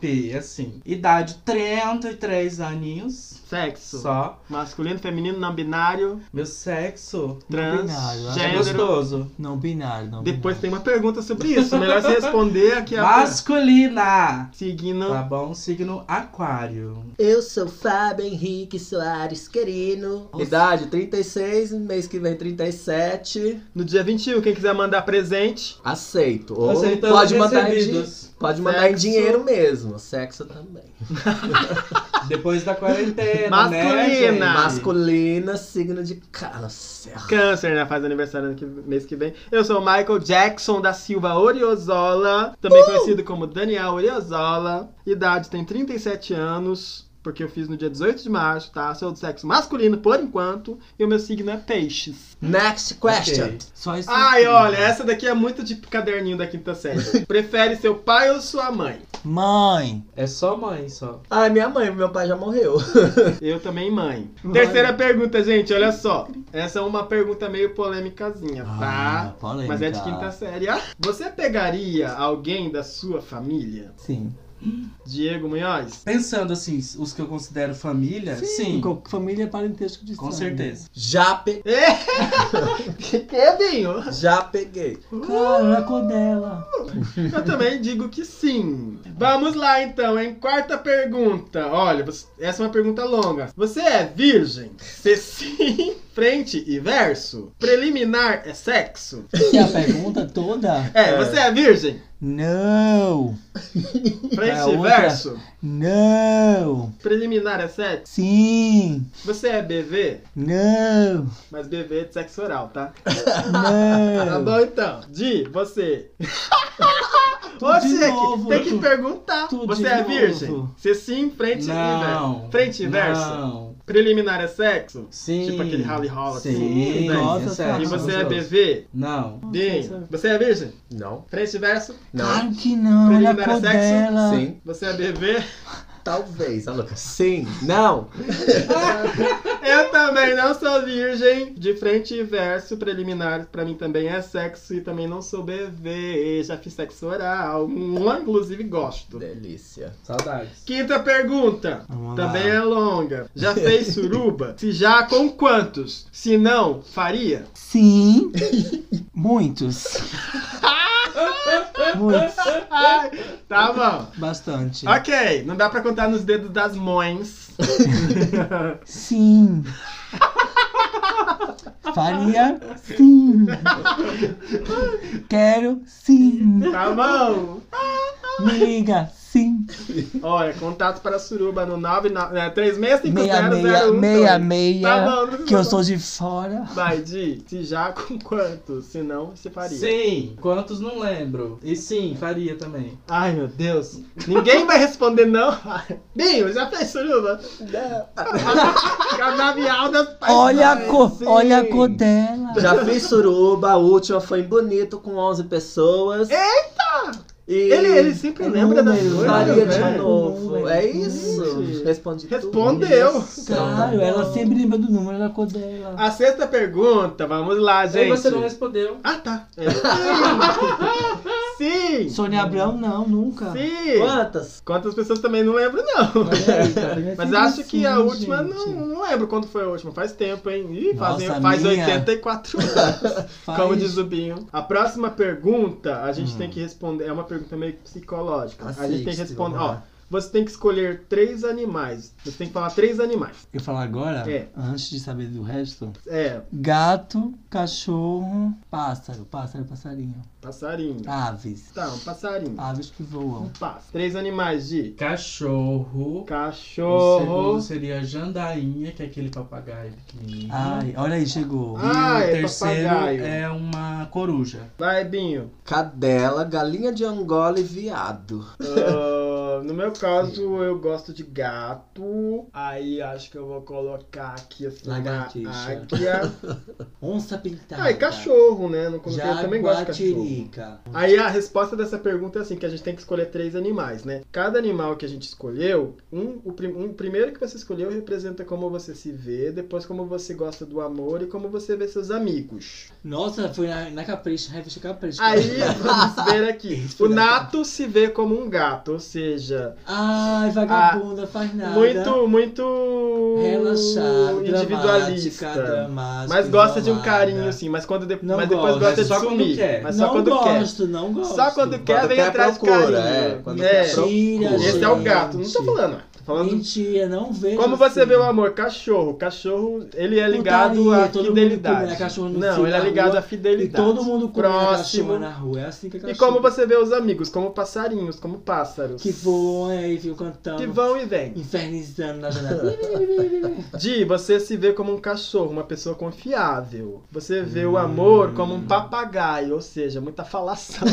Kemp. Assim. Idade 33 aninhos.
Sexo.
Só.
Masculino, feminino, não binário,
Meu sexo.
binário,
É
transgênero.
gostoso.
Não binário, não
Depois tem
binário.
uma pergunta sobre isso. Melhor você responder aqui agora.
Masculina.
Signo.
Tá bom, signo aquário.
Eu sou Fábio Henrique Soares Querino. Idade 36, mês que vem 37.
No dia 21, quem quiser mandar presente.
Aceito. Ou
Aceitando
pode mandar, em, di-
recebidos.
pode mandar em
Sexo.
dinheiro mesmo. Sexo também.
Depois da quarentena, né, gente?
Masculina.
Masculina, signo de câncer.
Câncer, né? Faz aniversário ano que- mês que vem. Eu sou o Michael Jackson da Silva Oriozola,
Uh!
também conhecido como Daniel Oriozola. Idade tem 37 anos, porque eu fiz no dia 18 de março, tá? Sou do sexo masculino por enquanto, e o meu signo é peixes.
Next question.
Ok.
Só isso.
Ai,
aqui.
olha, essa daqui é muito de caderninho da quinta série. Prefere seu pai ou sua mãe?
Mãe.
É só mãe, só.
Ai, minha mãe, meu pai já morreu.
Eu também, mãe.
Mãe.
Terceira pergunta, gente, olha só. Essa é uma pergunta meio polêmicazinha, tá?
Ah, polêmica.
Mas é de quinta série. Ah, Você pegaria alguém da sua família?
Sim.
Diego Munhoz?
Pensando assim, os que eu considero família, sim.
Com- Família é parentesco de
com
sangue.
certeza.
Já, pe...
Que que, Binho?
já peguei.
Cara, Codela.
Eu também digo que sim. Vamos lá então, hein? Quarta pergunta. Olha, você- essa é uma pergunta longa. Você é virgem? Se sim, frente e verso? Preliminar é sexo?
Que é a pergunta toda?
É, você é virgem?
Não.
Frente
É
e
outra.
verso?
Não.
Preliminar é sexo?
Sim.
Você é BV?
Não.
Mas BV é de sexo oral, tá? Tá
Não.
bom então. Di, você. você
de
que
novo,
tem que
tu-
perguntar.
tu
você
de
é
novo.
virgem? Se sim, frente e verso.
Não.
Frente e verso.
Não.
Preliminar é sexo?
Sim.
Tipo aquele rally rola
Sim.
assim. né?
Nossa,
é sério.
E
Ah,
você é
gostoso.
BV?
Não.
Dinho, você é virgem?
Não,
Frente e verso?
não.
Claro que não. Olha a
Preliminar é sexo?
Codela.
Sim,
Você é BV?
talvez. Ah, Lucas. Sim, não.
Eu também não sou virgem. De frente e verso, preliminar pra mim também é sexo e também não sou BV. Já fiz sexo oral. Hum, Inclusive gosto.
Delícia.
Saudades.
Quinta pergunta.
Vamos lá.
Também é longa. Já fez suruba? Se já, com quantos? Se não, faria?
Sim. Muitos. Muitos.
Ai, tá bom.
Bastante.
Ok, não dá pra contar nos dedos das mães.
Sim. Faria sim. Quero sim.
Tá bom.
Me liga sim.
Olha, contato para suruba no é,
Meia,
9365001. Tá
meia, meia, meia.
bom, não
Que eu
precisa.
sou de fora.
Vai, Di. Se já, com quantos? Se não, se faria.
Sim. Quantos não lembro. E sim, faria também.
Ai, meu Deus. Ninguém vai responder, não. Binho, já fez suruba? Canavial das paixões.
Olha a cor,
sim.
olha a cor dela.
Já fiz suruba, a última foi em Bonito com 11 pessoas. Eita! E
Ele, ele sempre
É
lembra das
número,
coisas.
faria
né?
de novo.
Número.
É isso.
Gente.
Responde tudo.
Respondeu.
Isso.
Claro, ela sempre lembra do número da cor dela.
A sexta pergunta, vamos lá,
Aí
gente.
você não respondeu.
Ah, tá. É. Sim! Sim!
Sônia Abrão, não, nunca.
Sim!
Quantas?
Quantas pessoas também não lembro, não.
Olha aí, tá vendo? É
Mas
sempre
acho que a
assim,
última,
gente.
não, não lembro quando foi a última. Faz tempo, hein? Ih, fazem-
Nossa,
faz
minha.
84 anos.
Faz-
Como diz o Binho. A próxima pergunta a gente tem que responder. É uma pergunta meio psicológica. a gente tem que
Assiste,
responder.
vamos
Ó,
lá.
Você tem que escolher três animais. Você tem que falar três animais.
Eu falo agora,
É.
antes de saber do resto.
É,
Gato, cachorro, pássaro, pássaro, passarinho.
passarinho.
Ah. Aves.
Tá, um passarinho.
Aves que voam.
Um pássaro. Três animais de
Cachorro. O segundo
cachorro.
seria Jandainha, que é aquele papagaio pequenininho.
Ai, olha aí, chegou.
Ah, E
Ah,
o
é
terceiro
papagaio.
é uma coruja.
Vai, Binho.
Cadela, galinha de Angola e viado.
Ah, no meu caso, eu gosto de gato. Aí acho que eu vou colocar aqui assim, uma
Lagartixa.
águia.
Onça pintada.
Ah, e cachorro, né? Não coloquei, eu também gosto de cachorro.
Jaguatirica.
Aí a resposta dessa pergunta é assim, que a gente tem que escolher três animais, né? Cada animal que a gente escolheu, um, o prim- um primeiro que você escolheu representa como você se vê, depois como você gosta do amor e como você vê seus amigos.
Nossa, foi na, na Capricho, revista Capricho.
Aí, vamos ver aqui. O Nato se vê como um gato, ou seja,
Ai, vagabunda, faz nada.
ah, muito, muito
relaxado,
individualista.
dramática, dramática.
Mas gosta de um
isolada.
carinho, sim, mas, quando de-
Não
mas depois
gosto,
gosta
mas
de
só quando
sumir.
quer.
Mas
não
só quando quer.
gosto, não gosto.
Só quando quer,
Quando
vem
quer,
atrás de
procura,
carinho.
é, quando
É,
quer, procura.
Mentira,
Esse é o gato, não tô
gente.
falando. ué. Tô falando
Mentira, não vejo.
como você
assim.
vê o amor, cachorro. Cachorro, ele é ligado
Putaria,
à
todo mundo come,
fidelidade.
né, cachorro no
não,
fio
ele é
da
ligado
rua,
à fidelidade.
E todo mundo come né, a cachorra
próximo.
na rua. É assim que a
E
cachorra-
como você vê os amigos, como passarinhos, como pássaros.
Que voam aí, ficam cantando.
Que vão e vêm.
Infernizando na janela.
Di, você se vê como um cachorro, uma pessoa confiável. Você vê o amor como um papagaio, ou seja, muita falação.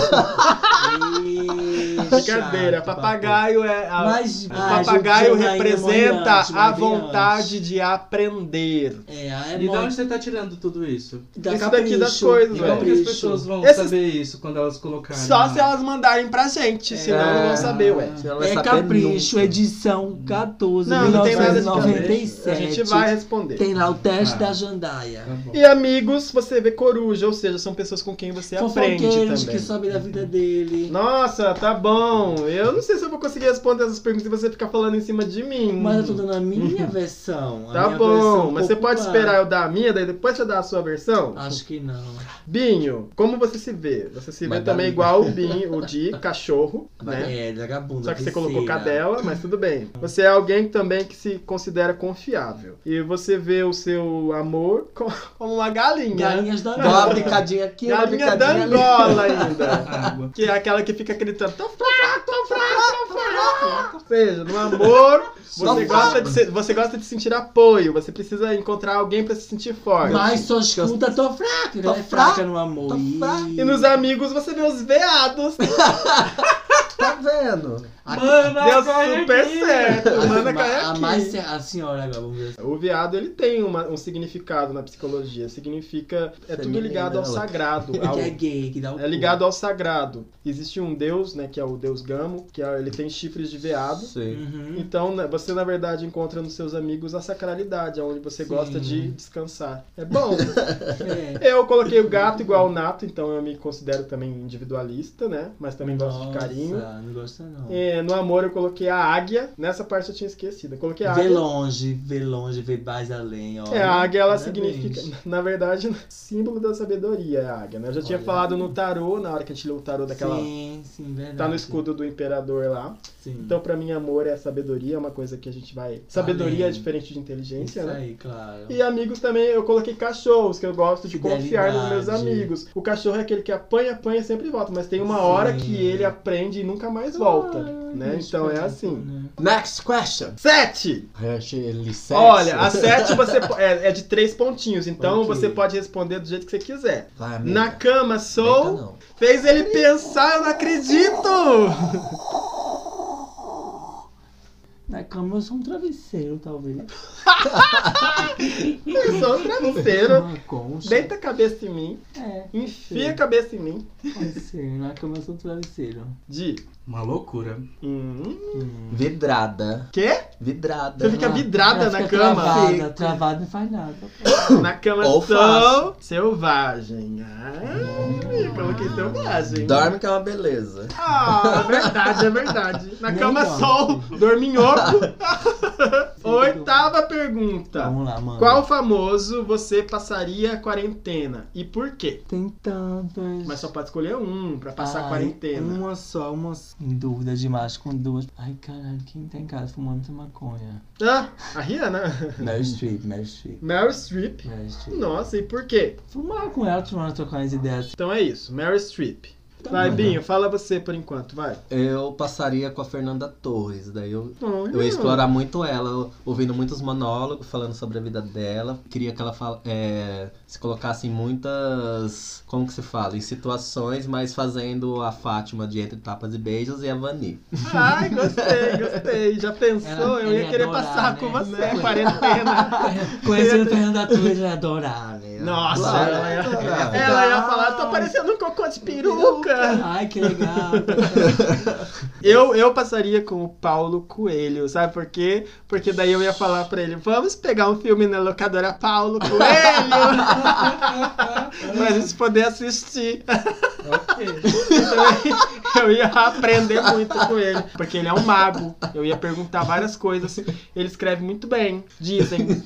Ih,
Brincadeira,
chato,
papagaio é a,
Mas, ah,
O
ai,
papagaio
Janaína
representa
Manhães,
a
Manhães.
vontade de aprender.
É, é
e de
mó-
onde você tá tirando tudo isso?
dá
isso daqui das
capricho,
coisas,
E
Pois
como que
é.
as
capricho.
pessoas vão
Esses-
saber isso quando elas colocarem?
Só
lá?
se elas mandarem pra gente, senão não vão saber, ué.
Você não vai
É
saber
capricho,
nunca.
edição 14,
Não, não tem nada de capricho.
1997.
A gente vai responder.
Tem lá o teste
Ah.
da
Tá
Jandaia.
bom.
E amigos, você vê coruja, ou seja, são pessoas com quem você aprende
Fofoqueiros
também.
que sabem da vida dele.
Nossa, tá bom. Eu não sei se eu vou conseguir responder essas perguntas se você ficar falando em cima de mim.
Mas eu tô dando a minha versão. a
Uhum. Tá
minha
bom,
versão
mas você pode
popular.
esperar um eu dar a minha, daí depois você dá a sua versão?
Acho que não.
Binho, como você se vê? Você se vê
Mas dá
também
minha.
igual o Binho, o de cachorro, né?
É, vagabunda.
Só que você colocou
viceira.
cadela, mas tudo bem. Você é alguém também que se considera confiável. E você vê o seu amor co- como uma galinha.
Galinhas da
Dá uma bicadinha aqui, uma
Galinha
bicadinha
da
ali.
Angola ainda.
Água.
Que é aquela que fica gritando, tô fraco, tô fraco, tô fraco. Ou seja, no amor, você gosta, de se, você gosta de sentir apoio. Você precisa encontrar alguém pra se sentir forte.
Mas só escuta, tô fraca. Ela é fraca no amor.
tô
Ih.
fraca.
E nos amigos você vê os veados.
Tá vendo?
Mano,
Deu
agora é
super
aqui.
certo.
Mas
Manda
ma-
cair
a
aqui.
mais ce- a senhora agora, vamos ver.
O veado ele tem uma- um significado na psicologia. Significa. É tudo
Feminina,
ligado ao
ela.
sagrado. ao-
Que é gay, que dá o
é ligado ao sagrado. Existe um deus, né? Que é o deus Gamo, que é- ele tem chifres de veado.
Sim.
Uhum.
Então né, você, na verdade, encontra nos seus amigos a sacralidade, onde você
Sim.
gosta de descansar. É bom.
É.
eu coloquei o gato igual o nato, então eu me considero também um individualista, né? Mas também gosto de carinho.
Nossa, Não gosta não.
É, no amor eu coloquei a águia. Nessa parte eu tinha esquecido. Eu coloquei a
Vê
é águia.
longe, vê longe, vê mais além, ó.
É, a águia ela
Parabéns.
significa, na verdade, símbolo da sabedoria é a águia, né? Eu já tinha
Olha
falado no tarô, na hora que a gente leu o tarô daquela.
Sim, sim, verdade.
Tá no escudo do imperador lá.
Sim.
Então, pra mim, amor é sabedoria, é uma coisa que a gente vai. Sabedoria é diferente de inteligência,
Isso
né?
aí, claro.
E amigos também, eu coloquei cachorros, que eu gosto de confiar nos meus
Fidelidade.
amigos. O cachorro é aquele que apanha, apanha e sempre volta, mas tem uma
Sim.
hora que ele aprende e nunca mais volta, né? Então é assim.
Next question.
Sete!
Licença.
Olha, a 7 você po- é, é de três pontinhos, então
Ok.
você pode responder do jeito que você quiser.
Vai, amiga.
Na cama
Deita,
sou,
não.
fez ele pensar, eu não acredito!
Na cama eu sou um travesseiro, talvez.
Eu sou um travesseiro.
Uma concha.
Deita a cabeça em mim,
É,
enfia a cabeça em mim.
pode ser. Na cama eu sou um travesseiro.
De.
Uma loucura.
Hum,
Vidrada.
quê?
Vidrada. Ah.
Você fica Tá vidrada
Ela
na
fica
cama?
Travada, travada não faz nada. tá
Na cama
Ou
sou selvagem. Ai, coloquei selvagem.
Dorme que é uma beleza.
Ah, é verdade, é verdade. Na
Nem
cama
dorme.
sol, dorminhoco. Oitava pergunta.
Vamos lá, mano.
Tá. Qual famoso você passaria a quarentena e por quê?
Tem tantas.
Mas só pode escolher um pra passar a
Ai,
um.
quarentena.
Uma só, uma s- em dúvida demais com duas. Ai, caralho, quem tá em casa fumando muita maconha?
Ah, a Rihanna.
Meryl Streep, Meryl Streep.
Meryl Streep.
Meryl Streep.
Nossa, e por quê?
Fumar com ela, tomar trocar as ideias. Tá
Então é isso, Meryl Streep.
Tá
Vai, Binho, fala você por enquanto, vai.
Eu passaria com a Fernanda Torres, daí eu,
Olha.
eu ia explorar muito ela, eu- ouvindo muitos monólogos, falando sobre a vida dela. Queria que ela fala- é, se colocasse em muitas, como que se fala, em situações, mas fazendo a Fátima de Entre Tapas e Beijos e a Vani.
Ai, gostei, gostei. Já pensou?
Ela-
eu
ela
ia
ia
querer
adorar,
passar
né?
com você
Não.
a quarentena.
Ah, Conhecendo o Fernanda Torres, eu ia adorar, velho.
Nossa,
Claro,
ela ia,
claro.
ela ia falar, tô parecendo um cocô de peruca.
Ai, que legal.
Eu, eu passaria com o Paulo Coelho, sabe por quê? Porque daí eu ia falar pra ele, vamos pegar um filme na locadora Paulo Coelho! pra gente poder assistir. Então, eu ia aprender muito com ele, porque ele é um mago. Eu ia perguntar várias coisas. Ele escreve muito bem, dizem.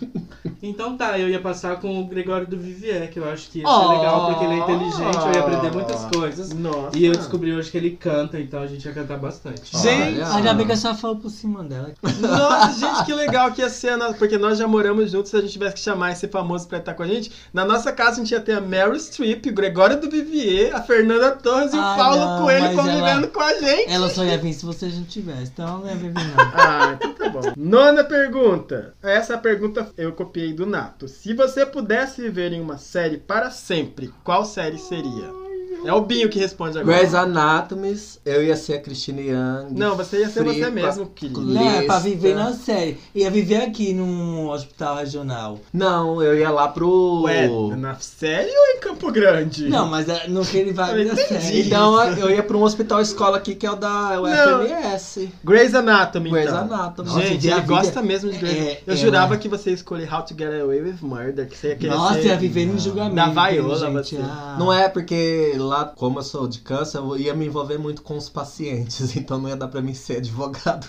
Então tá, eu ia passar com o Gregório do Vivier, que eu acho que ia ser
Oh.
legal porque ele é inteligente, eu ia aprender muitas coisas.
Nossa.
E eu descobri hoje que ele canta, então a gente ia cantar bastante.
Gente,
Olha.
Ainda bem que eu só falo por cima dela.
nossa, gente, que legal que ia ser a nossa. Porque nós já moramos juntos, se a gente tivesse que chamar esse famoso pra estar com a gente. Na nossa casa a gente ia ter a Meryl Streep, o Gregório do Vivier, a Fernanda Torres e o
Ai,
Paulo
não,
Coelho
mas
convivendo
ela-
com a gente.
Ela só ia vir se vocês não tivessem, então não ia vir, não.
Ah, então tá bom. Nona pergunta. Essa pergunta eu copiei do Nato. Se você pudesse viver em uma série para sempre, qual série seria? É o Binho que responde agora.
Grey's Anatomy, eu ia ser a Christine Young.
Não, você ia ser você
Fripa.
mesmo, querido.
Não, é pra
Lista.
viver na série. Ia viver aqui num hospital regional.
Não, eu ia lá pro...
Ué, na série ou em Campo Grande?
Não, mas é, no que ele vai
Eu
vir na
entendi.
série.
Então eu ia pra um hospital escola aqui que é o da UFMS.
Grey's Anatomy,
Grey's
então.
Anatomy.
Gente,
Nossa, e a vida-
ele gosta mesmo de Grey's
é-
Eu
é
jurava
uma-
que você ia escolher How to Get Away with Murder, que você ia querer
Nossa,
ser...
ia viver num julgamento.
Da vaiola, você.
gente. Ah.
Não é porque lá, como eu sou de câncer, eu ia me envolver muito com os pacientes, então não ia dar pra mim ser advogado.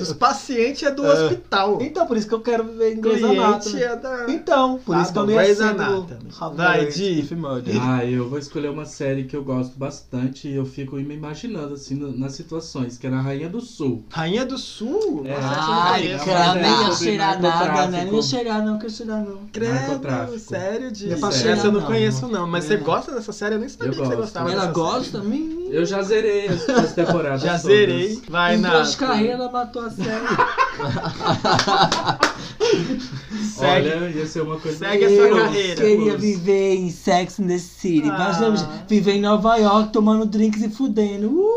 Os pacientes é do hospital.
Então, por isso que eu quero viver em
O
Grey's
cliente
Anatomy.
é da...
Então, por
Tá
isso que eu
bom,
não ia
Grey's
ser
Anatomy.
do...
Vai,
Howard
Di.
Steve Murder.
Ah, eu vou escolher uma série que eu gosto bastante e eu fico me imaginando assim no- nas situações, que era a Rainha do Sul.
Rainha do Sul?
É.
Nossa,
Ai,
essa
cara,
Mas é
nem ia
sobre
cheirar nada, né?
narcotráfico.
Nem ia cheirar, não, quer cheirar, não.
Credo,
Narcotráfico.
sério, Di.
Eu passei
Essa eu não
lá, não.
conheço, não. Mas você
Eu não.
gosta dessa série? Eu nem sabia
Eu
que você
gosto.
gostava
Ela
dessa
gosta? Menino.
Eu já zerei as, as temporadas.
série. Já
todas.
zerei. Vai,
Em duas
Nath.
carreiras, ela matou a série.
Segue.
Olha, ia ser uma coisa.
Segue a sua
Eu
carreira. Ah.
queria viver em Sex and the City. Mas vamos viver em Nova York, tomando drinks e fudendo. Uh!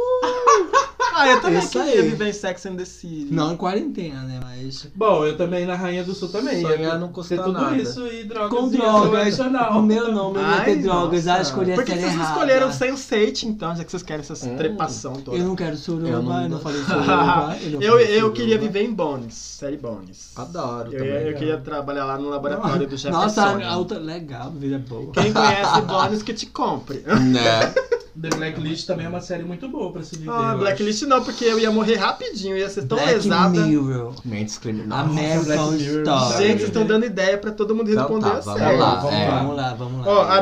Ah, eu também
Isso
queria
aí.
viver em Sex and the City.
Não em quarentena, né? Mas.
Bom, eu também na Rainha do Sul também.
Sonhar
ia
não custa
ter tudo
nada.
isso e drogas.
Com
e
drogas.
emocional.
O meu nome não ia
Ai,
ter drogas. Ah,
nossa.
escolhi a
Por que
série
vocês não
errada.
escolheram Sense8, então, já que vocês querem
Hum.
essa trepação toda?
Eu não quero suruba, eu
Eu
não,
não-
falei suruba. não
eu,
falei
eu
suruba.
né?
queria viver em Bones, série Bones.
Adoro
Eu,
também.
eu queria trabalhar lá no laboratório do Jefferson.
né? Nossa, a outra legal, vida é boa.
Quem conhece Bones que te compre.
Né?
The Blacklist também é uma série muito boa pra se viver.
Ah,
eu
Blacklist não, porque eu ia morrer rapidinho, ia ser tão
Black
lesada.
Mirror.
Mente criminal.
American
Black Mirror.
Story.
Gente, vocês estão dando ideia pra todo mundo
Então
responder
tá,
a
vamos
série.
lá.
Vamos
é.
lá.
Vamos lá, vamos lá.
Ó, a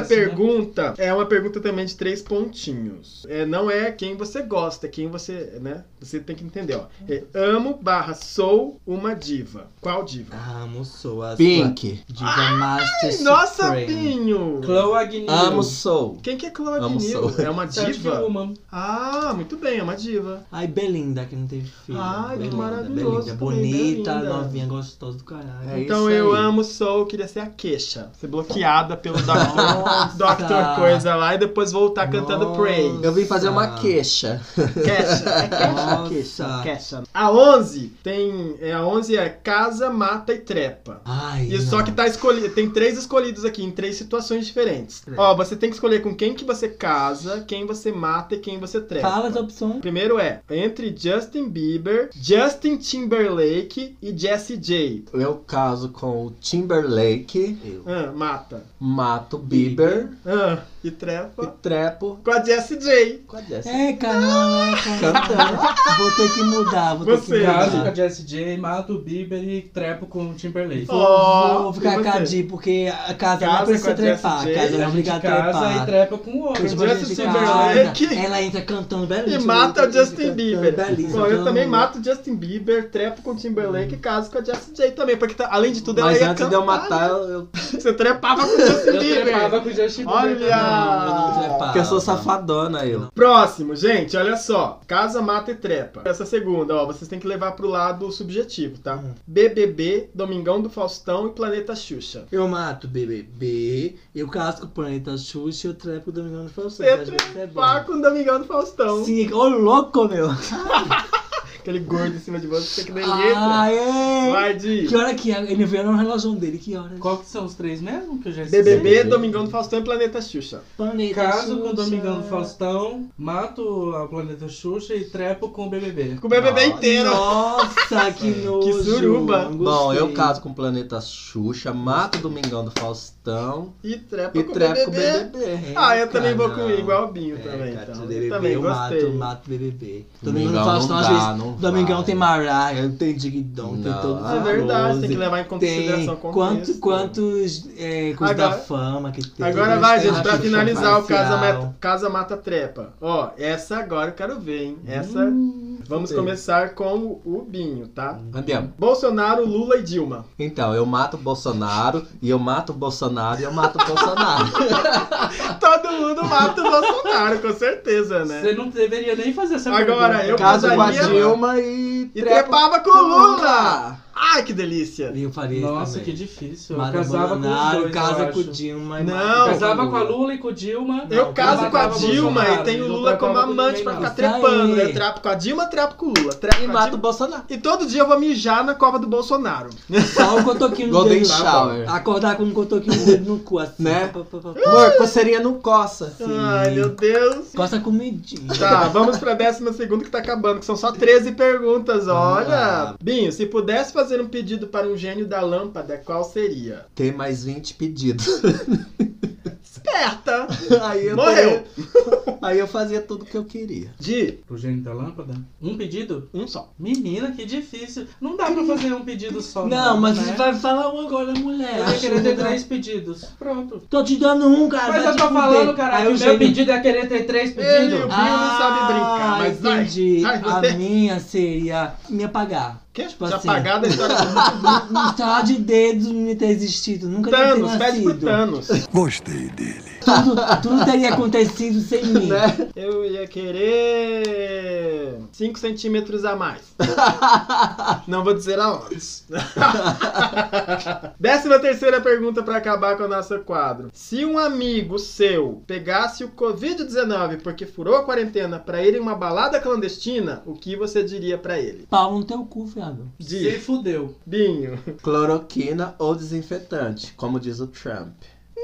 Décima.
né?
pergunta é uma pergunta também de três pontinhos. É, não é quem você gosta, é quem você, né? Você tem que entender, ó. É, amo barra sou uma diva. Qual diva?
Amo, sou a
Pink.
sua diva
É
Master
Nossa,
Supreme.
Pinho!
acho. Chloe Agnew.
Amo Soul.
Quem que é Chloe
Amo
Agnew?
sou.
É uma
Sérgio
diva?
Woman.
Ah, muito bem, é uma diva.
Ai, Belinda, que não teve filho.
Ai, que
Belinda,
maravilhoso
Belinda, é
também,
bonita,
Belinda.
novinha, gostosa do caralho.
É
Então
isso
eu
aí.
amo Soul, queria ser a queixa. Ser bloqueada pelo Dr.
Nossa.
Dr. Coisa lá e depois voltar cantando
Nossa.
Pray.
Eu vim fazer uma
Nossa.
queixa.
Queixa, é
Nossa.
queixa, queixa, queixa. A 11 tem. É, a 11 é casa, mata e trepa.
Ai,
E só
não.
que tá escolhido. Tem três escolhidos aqui, em três situações diferentes. Ó, você tem que escolher com quem que você casa, quem você mata e quem você trepa.
Fala as opções.
Primeiro é entre Justin Bieber, Justin Timberlake e Jessie J.
Eu caso com o Timberlake, eu
Ah, mata.
mato o Bieber
Ah, e
e
trepa
trepo
com a Jessie J.
com a Jessie.
É, caraca. Vou ter que mudar, vou ter
Você, é
que
Caso com a
mudar.
Jessie J, mato o Bieber e trepo com o Timberlake.
Ó,
vou ficar
e
com a
você?
Di, porque a casa,
Casa
não precisa
com a Jessie
trepar. A
J,
casa
A
não é
gente
obrigada a
casa e
trepar.
trepa com o outro.
Então, tipo, a
Justin
gente
Timberlake.
casa, Ela entra cantando
E
belíssima.
mata o
entra
Justin
cantando
Bieber.
belíssima,
Bom, eu
todo
também
mundo.
mato o Justin Bieber, trepo com o Timberlake e caso com a Jessie J também. Porque tá- além de tudo,
Mas
ela ia
antes de eu
cantar,
matar,
né?
eu, eu-
Você trepava com o Justin
Eu
Bieber.
trepava com o Justin Bieber.
Não, eu não
Olha!
trepava.
porque eu sou safadona eu.
Próximo, gente, olha só. Casa, mata e trepa. Essa segunda, ó, vocês têm que levar pro lado subjetivo, tá? BBB, Domingão do Faustão e Planeta Xuxa.
Eu mato BBB, eu caso com o planeta Xuxa e eu trepo o Domingão do Faustão.
Você
que às vezes é bom.
trepar com o Domingão do Faustão.
Sim, ô louco, meu.
Aquele gordo em cima de você, que delícia.
Ah, é.
Vai de
Que hora que é? Ele veio no relógio dele, que hora?
Qual que são os três mesmo que eu já esqueci?
BBB, Domingão do Faustão e Planeta Xuxa.
Planeta
Caso com o
Xuxa.
Domingão do Faustão, mato a Planeta Xuxa e trepo com o BBB.
Com o BBB inteiro. É,
Nossa, que nojo.
suruba.
Não
Bom, eu
gostei.
caso com o Planeta Xuxa, mato o Domingão do Faustão
E trepa
e
com o
trepo com o
BBB.
BBB.
Ah, eu também vou
Caramba.
com igual o Binho
É,
também.
cara,
então.
esse
Eu
BBB
também
eu
gostei.
mato, mato BBB.
Domingão
Domingão do Faustão,
não
às
dá, não
vezes. Domingão
vai.
tem Mariah, tem Dig Dong, tem
Não.
todos os
É verdade,
famosos.
tem que levar em consideração
Tem
o
quantos,
contexto.
quantos é, cursos
Agora-
da fama que tem.
Agora vai, gente, pra
Racha
finalizar o Casa
facial.
Mata, casa Mata Trepa. Ó, essa agora eu quero ver, hein? Essa. Vamos começar com o Binho, tá?
Andiamo.
Bolsonaro, Lula e Dilma.
Então, eu mato o Bolsonaro, e eu mato o Bolsonaro, e eu mato o Bolsonaro.
Todo mundo mata o Bolsonaro, com certeza, né?
Você não deveria nem fazer essa
Agora, eu
pergunta.
Caso com a
Casaria-
Dilma e.
E
trepo
trepava com o Lula! Ai, que delícia!
Eu faria
Nossa,
isso
que
também.
difícil. Eu
Mata
casava com os
Bolsonaro,
dois,
casa
eu
com
acho.
Dilma. e
Não,
mata
Casava com a Lula e com o Dilma.
Não,
eu caso
eu
com a
matava o
Dilma e
Bolsonaro,
tenho o
não
Lula como
trepava com
amante
ninguém,
pra
não.
ficar
Isso aí.
trepando. Eu trapo com a Dilma, trapo com o Lula. Trepo
E
com a
mato o
tipo,
Dilma.
Bolsonaro.
E todo dia eu vou mijar na cova do Bolsonaro.
Só o cotoquinho no
Golden
dedo.
Shower.
Acordar com um cotoquinho no dedo no cu, assim.
Né?
Pá, pá, pá, pá.
Amor, coceirinha não coça.
Ai, meu Deus.
Costa comidinha.
Tá, vamos pra décima segunda que tá acabando, que são só 13 perguntas,
Ah.
olha. Binho, se pudesse fazer um pedido para um gênio da lâmpada, qual seria?
Tem mais 20 pedidos.
Certa!
Aí eu
Morreu.
teria- Aí eu fazia tudo que eu queria.
De
Pro gênio da lâmpada. Um pedido?
um só.
Menina, que difícil. Não dá pra fazer um pedido só.
Não, mas
né?
você vai falar um agora, mulher.
Eu ia querer ter
Ajuda.
três pedidos. Pronto.
Tô te dando um, cara.
Mas
vai
eu
te
tô
fuder.
falando, cara,
Aí
que
o
o meu
gênio-
pedido é querer ter três
Ele e o Binho
pedidos. Ah,
não sabe brincar,
Ah,
mas vai.
entendi.
Vai,
a
você.
minha seria me apagar.
Que
Tipo
já
assim.
apagada a história do mundo.
Não está de dedo não ter existido, nunca ter
Thanos, pede pro
nascido.
Thanos.
Tudo, tudo teria acontecido sem mim.
Eu ia querer 5 centímetros a mais. Não vou dizer aonde. Décima terceira pergunta pra acabar com o nosso quadro. Se um amigo seu pegasse o Covid-19 porque furou a quarentena pra ir em uma balada clandestina, o que você diria pra ele?
Pau no teu cu, viado.
Se
Diz,
fudeu.
Binho.
Cloroquina ou desinfetante, como diz o Trump.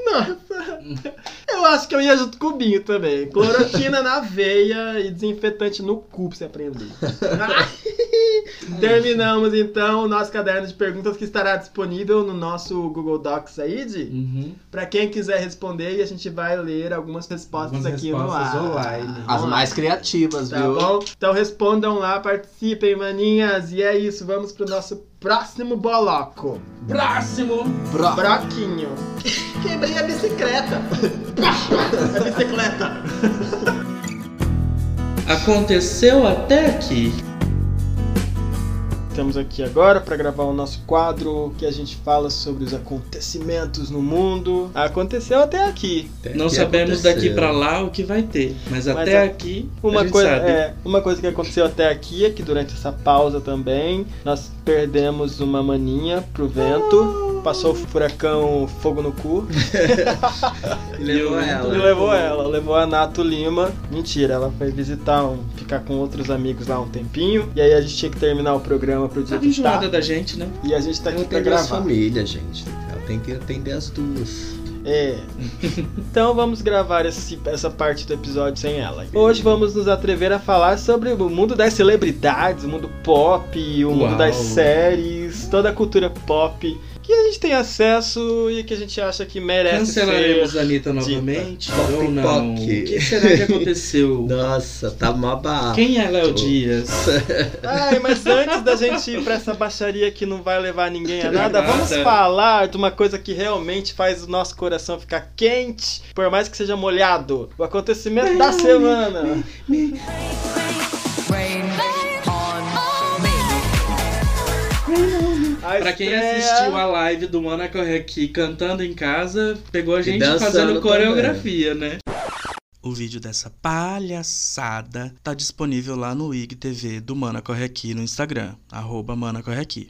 Nossa. Eu acho que eu ia junto com o Binho também. Cloroquina na veia e desinfetante no cu pra você aprender. Terminamos então o nosso caderno de perguntas que estará disponível no nosso Google Docs aí, Di.
Uhum.
Pra quem quiser responder e a gente vai ler algumas respostas
Algumas
aqui
respostas
no ar.
online.
As
Vamos
mais criativas,
Tá
viu?
bom? Então respondam lá, participem, maninhas. E é isso, vamos pro nosso próximo boloco.
Próximo.
Bro.
Broquinho. Quebrei a bicicleta. a bicicleta.
Aconteceu até aqui.
Estamos aqui agora para gravar o nosso quadro que a gente fala sobre os acontecimentos no mundo. Aconteceu até aqui.
Não
que
sabemos
aconteceu.
daqui pra lá o que vai ter, mas, até
a-
aqui a
Uma
gente
coisa,
sabe.
é, uma coisa que aconteceu até aqui é que durante essa pausa também nós perdemos uma maninha pro vento. Passou o furacão fogo no cu
Levou
né?
e
ela.
levou ela, levou a Nato Lima. Mentira, ela foi visitar um, ficar com outros amigos lá um tempinho. E aí a gente tinha que terminar o programa pro dia
Tá
de
enjoada da gente, né?
E a gente tá aqui
Ela
pra
tem duas
gravar.
famílias, gente. Ela tem que atender as duas.
É. então vamos gravar esse- essa parte do episódio sem ela. Hoje vamos nos atrever a falar sobre o mundo das celebridades, o mundo pop, o mundo
Uau.
das séries, toda a cultura pop que a gente tem acesso e que a gente acha que merece ser.
Cancelaremos a Anitta
dita.
novamente?
Pop
Ou não? O
Pock.
que será que aconteceu?
Nossa, tá mó barra.
Quem é Léo Dias?
Ai, mas antes da gente ir pra essa baixaria que não vai levar ninguém a
Nada.
nada, vamos falar de uma coisa que realmente faz o nosso coração ficar quente, por mais que seja molhado. O acontecimento da semana. A
Pra quem
estreia-
assistiu a live do Monaco aqui cantando em casa, pegou a gente
dançando
fazendo
também.
coreografia, né?
O vídeo dessa palhaçada tá disponível lá no IGTV do Mana Corre Aqui no Instagram, arroba Mana Corre Aqui.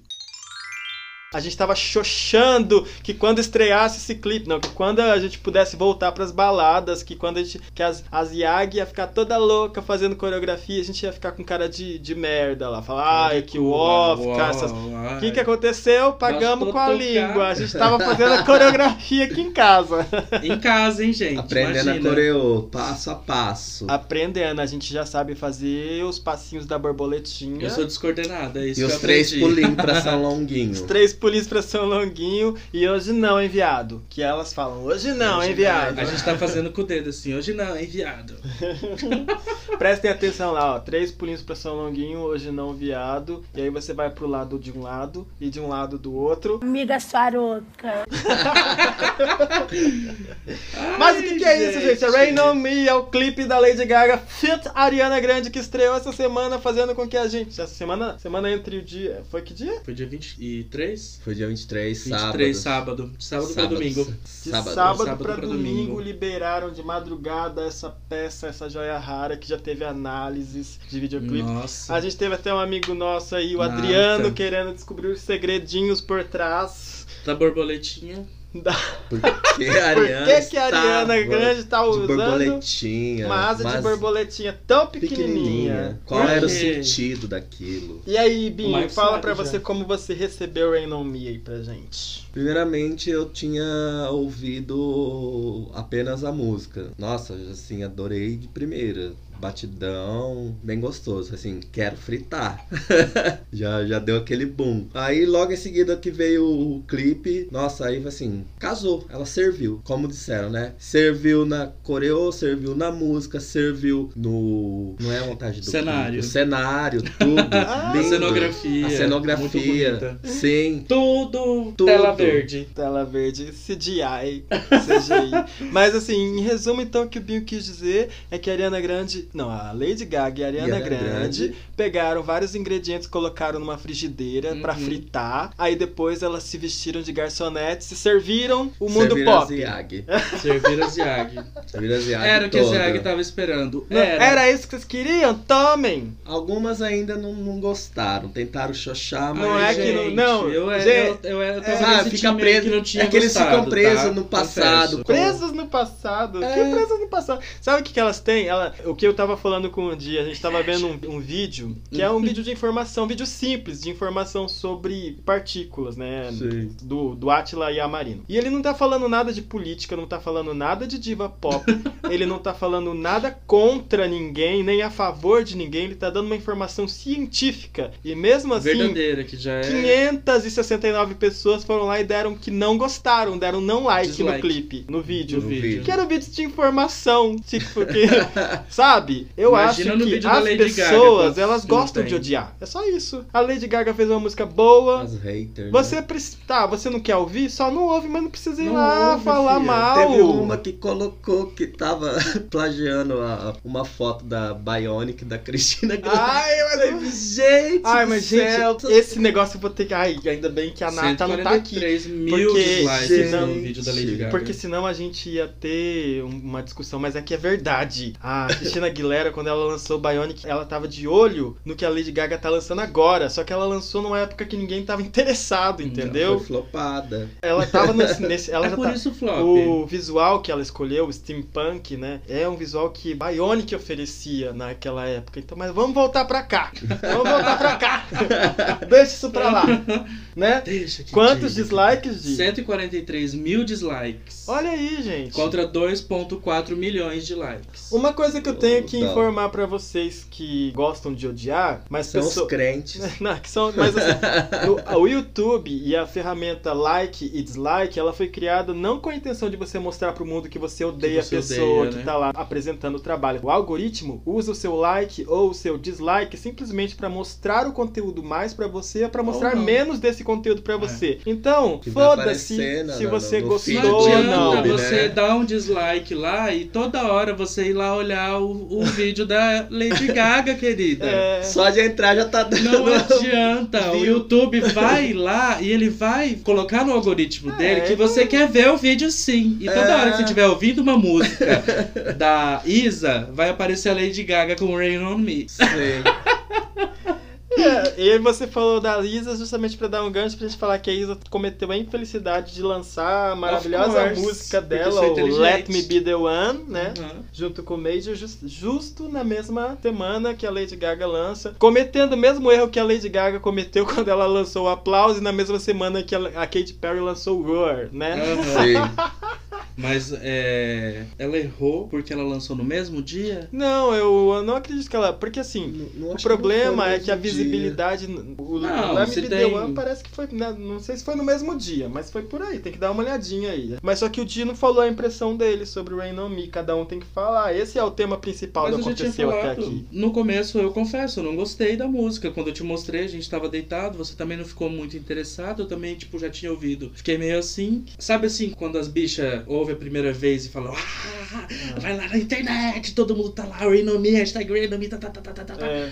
A gente tava xoxando que quando estreasse esse clipe, não, que quando a gente pudesse voltar pras baladas, que quando a gente. que as, as Yag ia ficar toda louca fazendo coreografia, a gente ia ficar com cara de, de merda lá. Falar, ai, que ó, ficar essas. O que, que aconteceu? Pagamos
Nós
com a
tocamos.
língua. A gente tava fazendo a coreografia aqui em casa.
Em casa, hein, gente?
Aprendendo
Imagina.
a coreo, passo a passo.
Aprendendo, a gente já sabe fazer os passinhos da borboletinha.
Eu sou descoordenada, é isso
E
que
os
eu
três
aprendi.
pulinhos pra São
Os
Longuinho.
três pulis pra São Longuinho e hoje não, hein, viado? Que elas falam, hoje não, hein, viado?
A gente tá fazendo com o dedo assim, hoje não, hein, viado?
Prestem atenção lá, ó. Três pulinhos pra São Longuinho, hoje não, viado. E aí você vai pro lado de um lado e de um lado do outro.
Amiga Saroca.
Mas o
Ai,
que, que é isso, gente? Rain On Me é o clipe da Lady Gaga Fit Ariana Grande que estreou essa semana, fazendo com que a gente. Essa semana, semana entre o dia. Foi que dia?
Foi dia 23?
Foi dia 23, sábado.
23, sábado. Sábado, pra
Sábado.
domingo.
De
Sábado.
sábado,
Sábado
pra,
pra
domingo,
domingo.
liberaram de madrugada essa peça, essa joia rara que já teve análises de videoclipe.
Nossa.
A gente teve até um amigo nosso aí, o
Nada.
Adriano, querendo descobrir os segredinhos por trás.
Da tá borboletinha.
Da...
Porque a
Por
Ariana
que, que a Ariana
estava
Grande tá
de
usando
borboletinha.
uma asa de
mas
borboletinha tão pequenininha?
pequenininha. Qual era o
quê?
sentido daquilo?
E aí,
O
Binho,
Mike
fala
sabe
pra
já.
você como você recebeu o Rain On Me aí pra gente.
Primeiramente, eu tinha ouvido apenas a música. Nossa, assim, adorei de primeira. Batidão, bem gostoso, assim, quero fritar. já, já deu aquele boom. Aí logo em seguida que veio o clipe, nossa, aí assim, casou, ela serviu, como disseram, né? Serviu na coreo, serviu na música, serviu no. Não é a montagem do
Cenário.
clipe, o cenário, tudo.
Ah,
A
lindo.
cenografia.
A
Muito
cenografia.
bonita.
Sim.
Tudo,
Tudo.
tela verde.
Tela verde, CGI, CGI. Mas assim, em resumo, então, o que o Binho quis dizer é que a Ariana Grande. Não, a Lady Gaga e a Ariana,
Ariana
Grande, pegaram vários ingredientes, colocaram numa frigideira pra
Uhum.
fritar. Aí depois elas se vestiram de garçonetes e serviram o mundo
Serviram a
pop. É.
Ziag.
Servir a Ziag.
Serviram a Ziag
Era o que a
toda.
tá-
Ziag tava esperando.
Não, era. isso que vocês queriam? Tomem!
Algumas ainda não, não gostaram, tentaram xoxar, mas.
Não é
Ai,
que não-
gente,
não,
Eu era.
gente,
eu, eu era
É,
talvez
ah,
esse
fica
time
preso.
que não tinha
é que eles
gostado,
ficam presos
tá?
no passado.
Confesso.
Presos no passado. Que presos no passado? Sabe o que, que elas têm? Ela, o que eu tava falando com um dia, a gente tava vendo um, um vídeo, que é um vídeo de informação, um vídeo simples de informação sobre partículas, né?
Sim.
do, do Atila Yamarino. E ele não tá falando nada de política, não tá falando nada de diva pop, ele não tá falando nada contra ninguém, nem a favor de ninguém, ele tá dando uma informação científica. E mesmo assim,
Verdadeira, que já é.
569 pessoas foram lá e deram que não gostaram, deram não like no
Dislike. Uhum.
clipe, no vídeo.
No vídeo.
Que era vídeo de informação, tipo, que, sabe? Eu
Imagina
acho
no
que
vídeo da
as
Lady Gaga,
pessoas,
quantos
elas
não
gostam de
tem? Uhum.
odiar. É só isso. A Lady Gaga fez uma música boa,
As haters.
você
né?
precisa. Tá, você não quer ouvir? Só não ouve, mas não precisa ir
Não
lá
ouve,
falar
filha.
mal.
Teve uma que colocou que tava plagiando a- uma foto da Bionic da
Ah,
Cristina Aguilera.
Ai, mas.
gente!
Ai,
do
mas,
céu,
gente, esse negócio eu vou ter que. Ai, ainda bem que a Nata não tá aqui.
143 mil
Porque,
dislikes no
gente,
vídeo da Lady Gaga.
Porque senão a gente ia ter um- uma discussão, mas é que é verdade. A Cristina Aguilera, quando ela lançou Bionic, ela tava de olho no que a Lady Gaga tá lançando agora. Só que ela lançou numa época que ninguém tava interessado, entendeu?
Foi flopada.
Ela tava nesse. nesse- ela
é
já
por
tá-
isso flop.
O visual que ela escolheu, o steampunk, né? É um visual que Bionic oferecia naquela época. Então, mas vamos voltar pra cá. Vamos voltar pra cá. Deixa isso pra lá. Né?
Deixa que
Quantos
diga.
dislikes, Di?
143 mil dislikes.
Olha aí, gente.
Contra 2.4 milhões de likes.
Uma coisa que eu tenho que
Não.
informar pra vocês que gostam de odiar, mas
São os
pessoas.
crentes.
Não, que são, mas assim, no- o YouTube e a ferramenta like e dislike, ela foi criada não com a intenção de você mostrar pro mundo que você odeia
você
a pessoa
odeia,
que
né?
tá lá apresentando o trabalho. O algoritmo usa o seu like ou o seu dislike simplesmente pra mostrar o conteúdo mais pra você, ou pra mostrar
não.
menos desse conteúdo pra você. Então,
É. Que vai
foda-se
aparecer
se
no-
você
no feed
Não
gostou
do
ou
adianta
não.
YouTube,
você
né?
dar um dislike lá e toda hora você ir lá olhar o, o vídeo da Lady Gaga, querida.
É,
Só de entrar já tá dando.
Não adianta, o
Viu?
YouTube vai lá e ele vai colocar no algoritmo dele que
então-
você quer ver o vídeo sim. E toda
É.
hora que você estiver ouvindo uma música da Isa, vai aparecer a Lady Gaga com Rain On Me.
Sei.
é, e aí você falou da Isa justamente pra dar um gancho pra gente falar que a Isa cometeu a infelicidade de lançar a maravilhosa
course,
música
porque
dela,
sou
o Let
inteligente.
Me Be The One, né?
Uhum.
junto com o Major, jus- justo na mesma semana que a Lady Gaga lança, cometendo o mesmo erro que a Lady Gaga cometeu quando ela lançou o Aplauso e na mesma semana que a, a Katy Perry lançou o Roar, né?
Uhum.
Sei.
Mas é, ela errou porque ela lançou no mesmo dia?
Não, eu, eu não acredito que ela. Porque assim.
Não- não
O
acho
problema
foi
é que a
hoje em
visibilidade. O
Não,
Lame
se
Be
tem-
One parece que foi. né, Não sei se foi no mesmo dia, mas foi por aí. Tem que dar uma olhadinha aí. Mas só que o Dino falou a impressão dele sobre o Rain on Me. Cada um tem que falar. Esse é o tema principal
Mas
do
eu já tinha
aconteceu até aqui.
falado. No começo, eu confesso, eu não gostei da música. Quando eu te mostrei, a gente tava deitado, você também não ficou muito interessado. Eu também, tipo, já tinha ouvido. Fiquei meio assim. Sabe assim, quando as bichas ouvem a primeira vez e falam, ah, vai lá na internet, todo mundo tá lá, Renomi, hashtag Renomi, tá, tá, tá, tá, tá, tá.
É.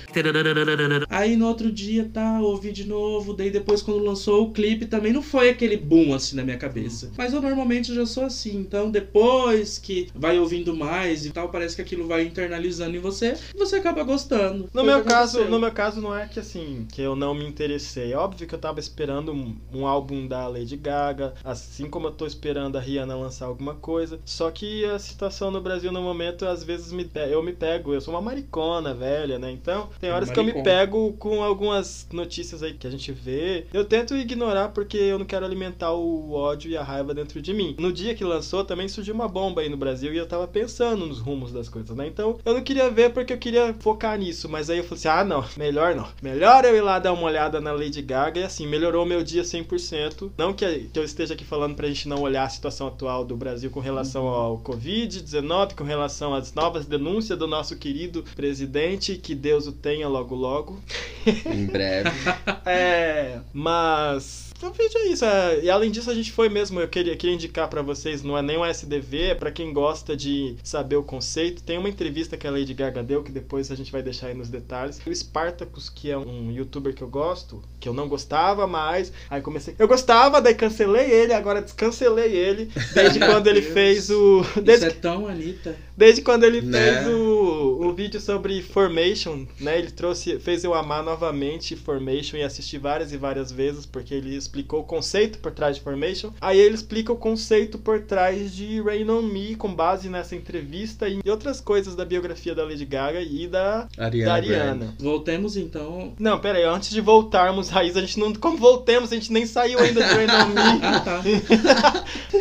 Aí no outro dia, tá, ouvi de novo. Daí depois, quando lançou o clipe, também não foi aquele boom assim na minha cabeça. Mas eu normalmente já sou assim. Então, depois que vai ouvindo mais e tal, parece que aquilo vai internalizando em você e você acaba gostando. Foi
No
o
meu,
que
caso,
aconteceu.
no meu caso, não é que assim, que eu não me interessei. É Óbvio que eu tava esperando um, um álbum da Lady Gaga, assim como eu tô esperando a Rihanna lançar alguma coisa. Só que a situação no Brasil no momento, às vezes me, pe- eu me pego. Eu sou uma maricona velha, né? Então, tem horas que eu me
Maricona.
pego com algumas notícias aí que a gente vê. Eu tento ignorar porque eu não quero alimentar o ódio e a raiva dentro de mim. No dia que lançou, também surgiu uma bomba aí no Brasil e eu tava pensando nos rumos das coisas, né? Então, eu não queria ver porque eu queria focar nisso. Mas aí eu falei assim: ah, não, melhor não. Melhor eu ir lá dar uma olhada na Lady Gaga e assim, melhorou meu dia 100%. Não que, que eu esteja aqui falando pra gente não olhar a situação atual do Brasil com relação ao Covid-19, com relação às novas denúncias do nosso querido presidente, que Deus o tenha logo logo.
dia. Em breve.
É, mas. O vídeo é isso. é. E além disso, a gente foi mesmo. Eu queria, queria indicar pra vocês, não é nem um SDV, é pra quem gosta de saber o conceito. Tem uma entrevista que a Lady Gaga deu, que depois a gente vai deixar aí nos detalhes. O Spartacus, que é um youtuber que eu gosto, que eu não gostava mais. Aí comecei. Eu gostava, daí cancelei ele, agora descancelei ele. Desde
Meu
quando ele
Deus.
fez o.
Isso
Desde
é tão Anitta.
Desde quando ele
Né?
fez o, o vídeo sobre Formation, né? Ele trouxe, fez eu amar novamente Formation e assisti várias e várias vezes, porque ele explicou o conceito por trás de Formation. Aí ele explica o conceito por trás de Rain On Me, com base nessa entrevista e outras coisas da biografia da Lady Gaga e da,
Ariana.
da
Grande.
Ariana.
Voltemos então.
Não, pera aí, antes de voltarmos, Raiz, a gente não. Como voltemos, a gente nem saiu ainda de Rain On Me.
Ah, tá.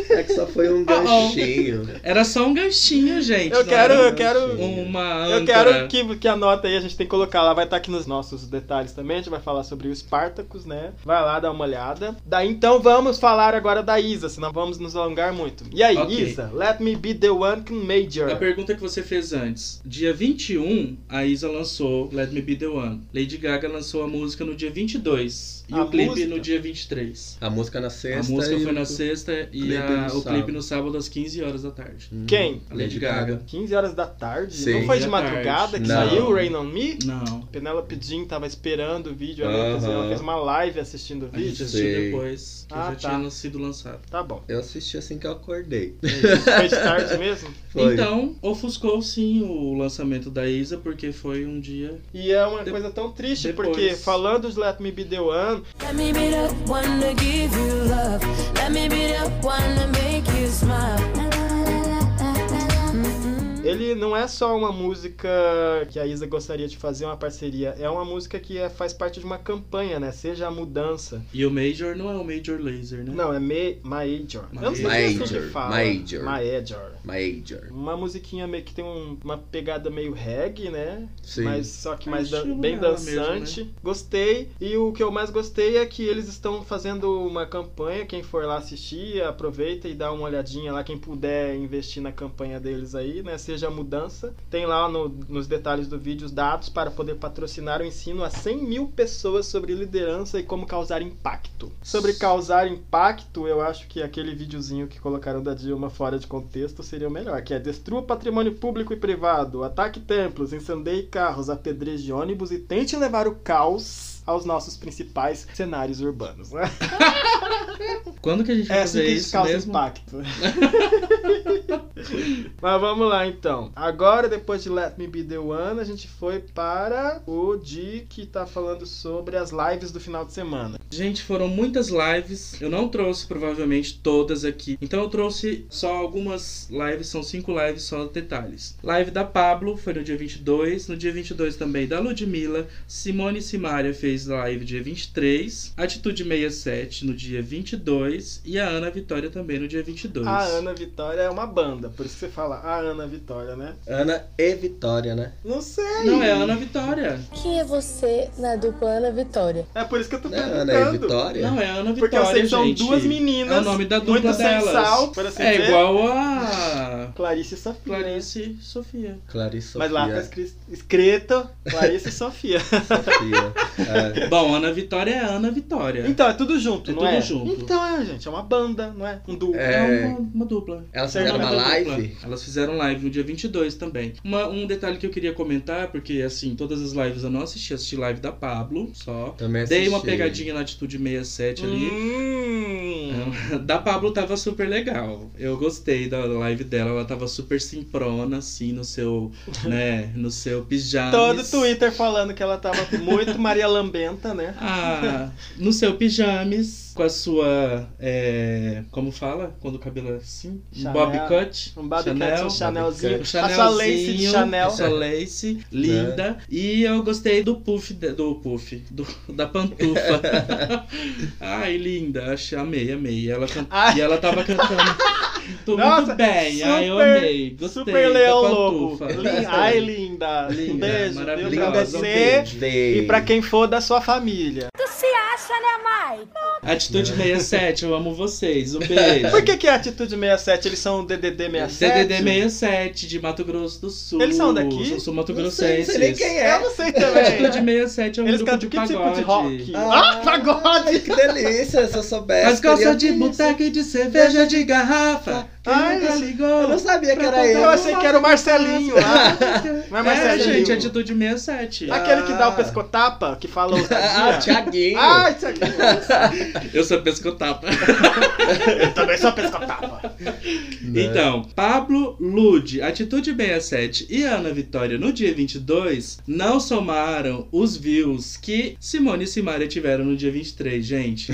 É que só foi um
Ah,
ganchinho.
Era só um ganchinho, gente.
Eu
não
quero,
era
eu quero.
Uma
Eu
âncora.
quero que, que anota aí, a gente tem que colocar lá, vai estar aqui nos nossos detalhes também, a gente vai falar sobre o Spartacus, né? Vai lá dar uma olhada. Daí então vamos falar agora da Isa, senão vamos nos alongar muito. E aí,
Ok.
Isa, let me be the one can major.
A pergunta que você fez antes. Dia 21, a Isa lançou Let Me Be The One. Lady Gaga lançou a música no dia 22. E
A
o clipe
música?
no dia 23.
A música na sexta.
a música
e
foi
o-
na sexta e
clipe no
a- o clipe
sábado.
no sábado às 15 horas da tarde.
Hum,
Quem?
A Lady Gaga.
15 horas da tarde?
Sim.
Não foi de
Da tarde.
madrugada cagada que
Não.
saiu, Rain On Me?
Não.
Penélope Jean tava esperando o vídeo, ela, fez,
Aham.
ela fez uma live assistindo o
A gente
vídeo.
assistiu
Sei.
depois, que
Ah,
já
tá.
tinha sido lançado.
Tá bom.
Eu assisti assim que eu acordei.
Foi de tarde mesmo?
Foi.
Então, ofuscou sim o lançamento da Isa, porque foi um dia.
E é uma
De-
coisa tão triste,
depois.
porque falando de Let Me Be The One,
Let me be the one to give you love. Let me be the one to make you smile. La,
Ele não é só uma música que a Isa gostaria de fazer uma parceria, é uma música que é- faz parte de uma campanha, né? Seja a mudança.
E o Major não é o Major Laser, né?
Não, é me, Major. Eu não sei se é assim que
Major,
fala.
Major.
Major.
Major.
Uma musiquinha meio que tem um- uma pegada meio reggae, né?
Sim.
Mas só que
É
mais dan-
estilo
bem
dela
dançante. Gostei. E o que eu mais gostei é que eles estão fazendo uma campanha. Quem for lá assistir, aproveita e dá uma olhadinha lá. Quem puder investir na campanha deles aí, né? Seja a mudança. Tem lá no- nos detalhes do vídeo os dados para poder patrocinar o ensino a 100 mil pessoas sobre liderança e como causar impacto. Sobre causar impacto, eu acho que aquele videozinho que colocaram da Dilma fora de contexto seria o melhor, que é destrua patrimônio público e privado, ataque templos, incendeie carros, apedreje ônibus e tente levar o caos aos nossos principais cenários urbanos. Né?
Quando que a gente vai
É assim
fazer
que isso
isso
causa
mesmo?
impacto. Mas vamos lá então. Agora, depois de Let Me Be The One, a gente foi para o Di que tá falando sobre as lives do final de semana.
Gente, foram muitas lives. Eu não trouxe provavelmente todas aqui. Então eu trouxe só algumas lives, são cinco lives só detalhes. Live da Pablo foi no dia 22, no dia 22 também da Ludmilla, Simone Simaria fez live dia 23, Atitude 67 no dia 22 e a Ana Vitória também no dia 22.
A Ana Vitória é uma banda, por isso você fala a Ana Vitória, né?
Ana e Vitória, né?
Não sei.
Não é a Ana Vitória.
Quem é você na dupla Ana Vitória?
É por isso que eu tô
Não é Ana e
perguntando.
Vitória?
Não é a Ana Vitória,
Porque eu sei que são
gente.
duas meninas.
É o nome da dupla
muito
delas.
sem sal, por assim
É
dizer.
igual a
Clarice e Sofia.
Clarice e Sofia.
Clarice
Mas
Sofia.
lá tá escri- escrito Clarice e Sofia.
Sofia. É.
Bom, Ana Vitória é a Ana Vitória.
Então, é tudo junto,
É
não
tudo
é?
junto.
Então é, gente, é uma banda, não é? Um duo.
É.
É uma, uma dupla.
Elas
É
fizeram uma
dupla.
live?
Elas fizeram live no dia 22 também. Uma- um detalhe que eu queria comentar, porque assim, todas as lives eu não assisti, assisti live da Pablo só.
Também
Dei uma
assisti.
pegadinha na atitude 67 ali. É um
Hum.
Da Pablo tava super legal. Eu gostei da live dela, ela tava super simprona, assim, no seu, né, no seu pijama.
Todo o Twitter falando que ela tava muito Maria Lambenta, né?
Ah, no seu pijames, com a sua. é, como fala? Quando o cabelo é assim?
Chanel.
Bob cut.
Um Bobcat, um Chanelzinho,
O
a sua lace de Chanel.
a sua lace, linda. E eu gostei do puff, de- do puff, do- da pantufa. Ai, linda, achei, amei, amei. Ela can-
Ai.
E ela tava cantando. Tô
Nossa,
muito bem, ai, eu
super-
amei. Gostei tá
Super
da
Leão Lobo.
pantufa.
Lin- Ai, linda. Um
Linda,
beijo, viu, pra
maravilhosa, um
você
beijo.
e pra quem for da sua família.
Tu se acha, né, mãe?
Atitude 67, eu amo vocês, um beijo.
Por que que a Atitude 67, eles são o DDD 67?
DDD 67 de Mato Grosso do Sul.
Eles são daqui?
São sul
Não sei, não
mato-grossenses.
sei nem quem
Eu
é.
não sei
Atitude
também.
67 é um
Eles
grupo de
cantam que
pagode.
tipo de rock?
Ah,
pagode!
Que delícia, se eu
É,
soubesse.
As calças de
queria ter isso.
boteca e de cerveja de garrafa. Quem
Ai,
nunca
eu-
ligou?
Eu não sabia que era
Pra
Eu
eu.
achei que era o Marcelinho lá. Não é
É,
Marcelinho.
gente, atitude 67.
Aquele que dá o pescotapa, que fala o
Ah, Thiaguinho.
Ai, Thiaguinho.
Eu sou pescotapa.
Eu também sou pescotapa.
Né?
Né?
Então, Pablo Lude, Atitude 67 e Ana Vitória no dia 22 não somaram os views que Simone e Simaria tiveram no dia 23, gente.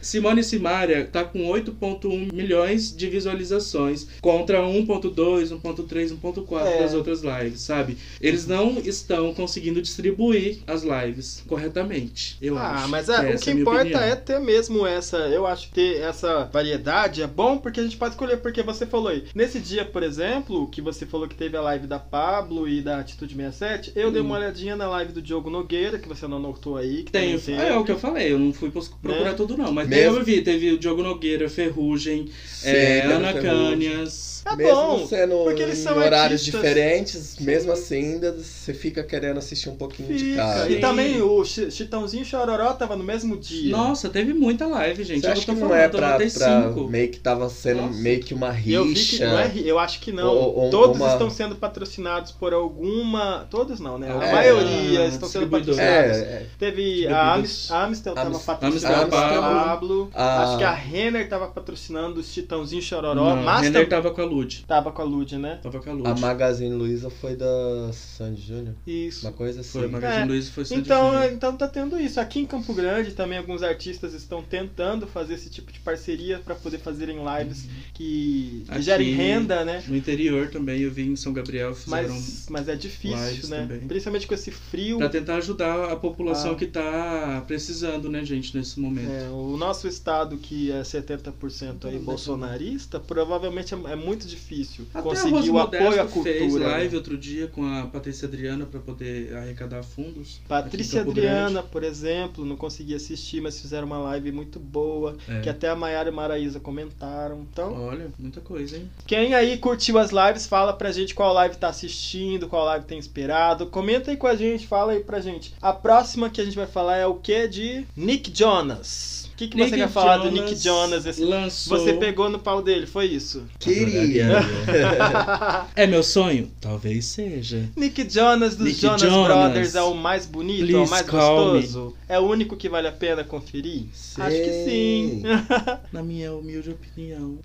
Simone e Simaria tá com 8.1 milhões de visualizações contra 1.2, 1.3, 1.4
É.
das outras lives, sabe? Eles não estão conseguindo distribuir as lives corretamente, eu acho.
Ah, mas é, o
Essa
que
é a minha
importa
opinião.
é ter mesmo essa. Eu acho que ter essa variedade é bom porque a gente pode escolher. Porque você falou aí, nesse dia, por exemplo, que você falou que teve a live da Pablo e da Atitude 67, eu dei uma
Hum.
olhadinha na live do Diogo Nogueira, que você não notou aí. Que
Tem,
também
é, o que eu falei, eu não fui pos- procurar
Né?
tudo não, mas
Mesmo-
eu vi, teve o Diogo Nogueira, Ferrugem,
Sim,
é,
pelo
Ana
Ferrugem.
Cânhas.
Tá
mesmo
bom.
sendo
porque eles
em
são
horários
artistas.
diferentes, mesmo assim, ainda você fica querendo assistir um pouquinho de
Fica.
cada.
Sim.
E também o Chi- Chitãozinho e Chororó tava no mesmo mesmo dia.
Nossa, teve muita live, gente.
Você
Eu
acha
tô
que não
falando,
é pra,
eu
pra
cinco.
meio que tava sendo
Nossa.
meio que uma
E
rixa?
eu vi que não é, ri- eu acho que não.
Ou- ou
todos
uma-
estão sendo patrocinados por alguma, todos não, né? A
É,
maioria estão sendo
distribuidora.
patrocinados.
É, é.
Teve a
Distribuídos.
Amis- a Amstel tava
Amis-
patrocinando o
Amstel Pablo. Ah.
Pablo.
A-
Acho que a Renner tava patrocinando os Titãozinho Chororó,
Não,
mas
Renner
tam-
tava com a Lud.
tava com a Lud, né?
Tava com a
A
Lud.
Magazine Luiza foi da Sandy Júnior?
Isso.
Uma coisa assim.
Foi a Magazine
É.
Luiza foi Sandy
Então,
Júnior.
é, então tá tendo isso. Aqui em Campo Grande também alguns artistas estão tentando fazer esse tipo de parceria para poder fazerem lives que, que
Aqui-
gerem renda, né?
No interior também, eu vi em São Gabriel, fizeram...
Mas, mas é difícil,
lives
né?
também.
Principalmente com esse frio.
Pra tentar ajudar a população
Ah.
que tá precisando, né, gente, nesse momento.
É, o nosso estado, que é 70% aí bolsonarista, provavelmente é, é muito difícil
Até a
conseguir
Rose
o apoio à
Modesto fez
cultura.
live
né?
outro dia com a Patrícia Adriana pra poder arrecadar fundos.
Patrícia
aqui em Campo Grande.
Adriana, por exemplo, não consegui assistir, mas fizeram uma live muito boa,
É.
que até a Maiara e Maraísa comentaram. Então,
Olha, muita coisa, hein?
Quem aí curtiu as lives, fala pra gente qual live tá assistindo, qual live tem inspirado. Comenta aí com a gente, fala aí pra gente. A próxima que a gente vai falar é o que de Nick Jonas. O que, que você quer falar do Nick Jonas? Esse...
lançou...
Você pegou no pau dele, foi isso.
Queria.
É meu sonho? Talvez seja.
Nick Jonas dos
Nick
Jonas,
Jonas.
Brothers é o mais bonito, é o
Please
mais
call me.
gostoso. É o único que vale a pena conferir? Acho que
Sei.
sim.
Na minha humilde opinião.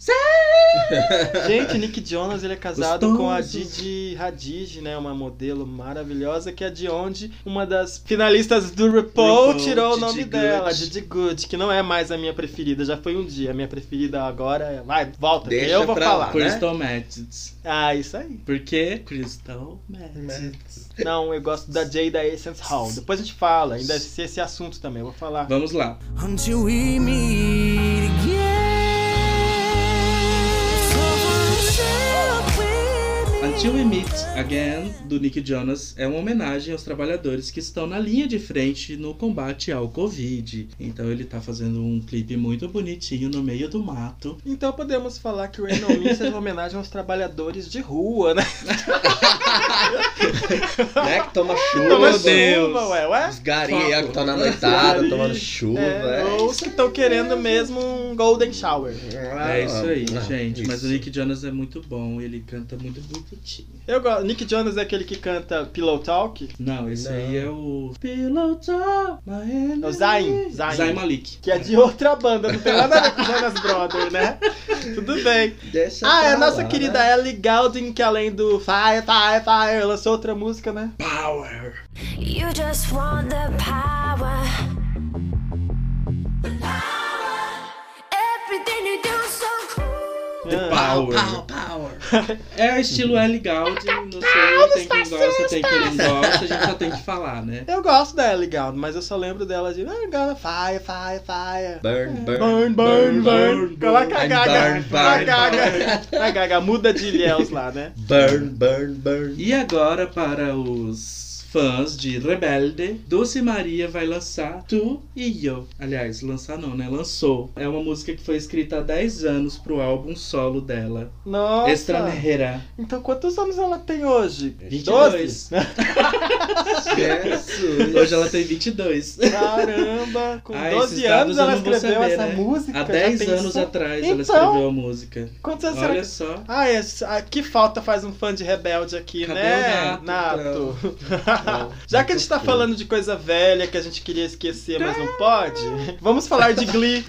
Gente, Nick Jonas ele é casado
Gostoso.
com a Didi Hadid, né? Uma modelo maravilhosa que é de onde uma das finalistas do RuPaul
RuPaul,
tirou o
Didi
nome
Good.
dela, Didi Good, que não é mais a minha preferida, já foi um dia. A minha preferida agora é. Vai, volta, que
Deixa
eu vou
pra
falar.
lá. né?
Crystal Methods.
Ah, isso aí.
Por quê? Crystal Methods.
Não, eu gosto da Jay da Essence Hall. Depois a gente fala, ainda se esse assunto também, eu vou falar.
Vamos lá.
Until we meet again. Someone share with me.
Until We Meet Again, do Nick Jonas, é uma homenagem aos trabalhadores que estão na linha de frente no combate ao Covid. Então ele tá fazendo um clipe muito bonitinho no meio do mato.
Então podemos falar que o Rain On Me seja uma homenagem aos trabalhadores de rua, né?
né? Que toma chuva.
Toma
toma-
chuva, ué, ué.
Os garinha
Foco.
que estão na noitada,
Gari.
tomando chuva.
É, ou os que estão querendo mesmo um Golden Shower.
É isso aí,
Ah,
gente. Mas o
isso.
Nick Jonas é muito bom, ele canta muito bonitinho.
Eu gosto. Nick Jonas é aquele que canta Pillow Talk,
Não, esse
Não.
aí é o. Pillow Talk, my
É o Zayn, Zayn.
Zayn Malik.
que é de
Uhum.
outra banda, não tem nada a ver com Jonas Brother, né? Tudo bem.
Deixa
Ah, é a
pra
nossa
lá,
querida
né?
Ellie Goulding, que além do Fire, Fire, Fire, lançou outra música, né?
Power!
You just want the power. Everything you do is so cool.
Ah,
Power! É estilo Ellie Goulding, não sei, tem quem gosta, tem quem não gosta, a gente só tem que falar, né?
Eu gosto da Ellie Goulding, mas eu só lembro dela de "I'm gonna Fire, Fire, Fire.
Burn, burn.
Burn, burn, burn.
burn,
Coloca a
burn,
gaga.
burn,
A
burn,
gaga. A gaga. Muda de Ilhéus lá, né?
Burn, burn, burn.
E agora, para os fãs de Rebelde, Dulce Maria vai lançar Tu e Eu. Aliás, lançar não, né? Lançou. É uma música que foi escrita há 10 anos pro álbum solo dela,
Nossa.
Estrangeira.
Então quantos anos ela tem hoje?
22.
Jesus.
Hoje ela tem 22.
Caramba, com
Ah, esses
12 anos
dados eu
ela
não vou
escreveu
saber,
essa
né?
música.
Há
já
10
pensou?
anos atrás
Então-
ela escreveu a música.
Quantos anos será
Olha
que...
só.
Ah, esse, ah, que falta faz um fã de rebelde aqui,
Cadê
né,
o Nato, então?
Já que a gente tá falando de coisa velha que a gente queria esquecer, mas
Tá.
não pode, vamos falar de Glee.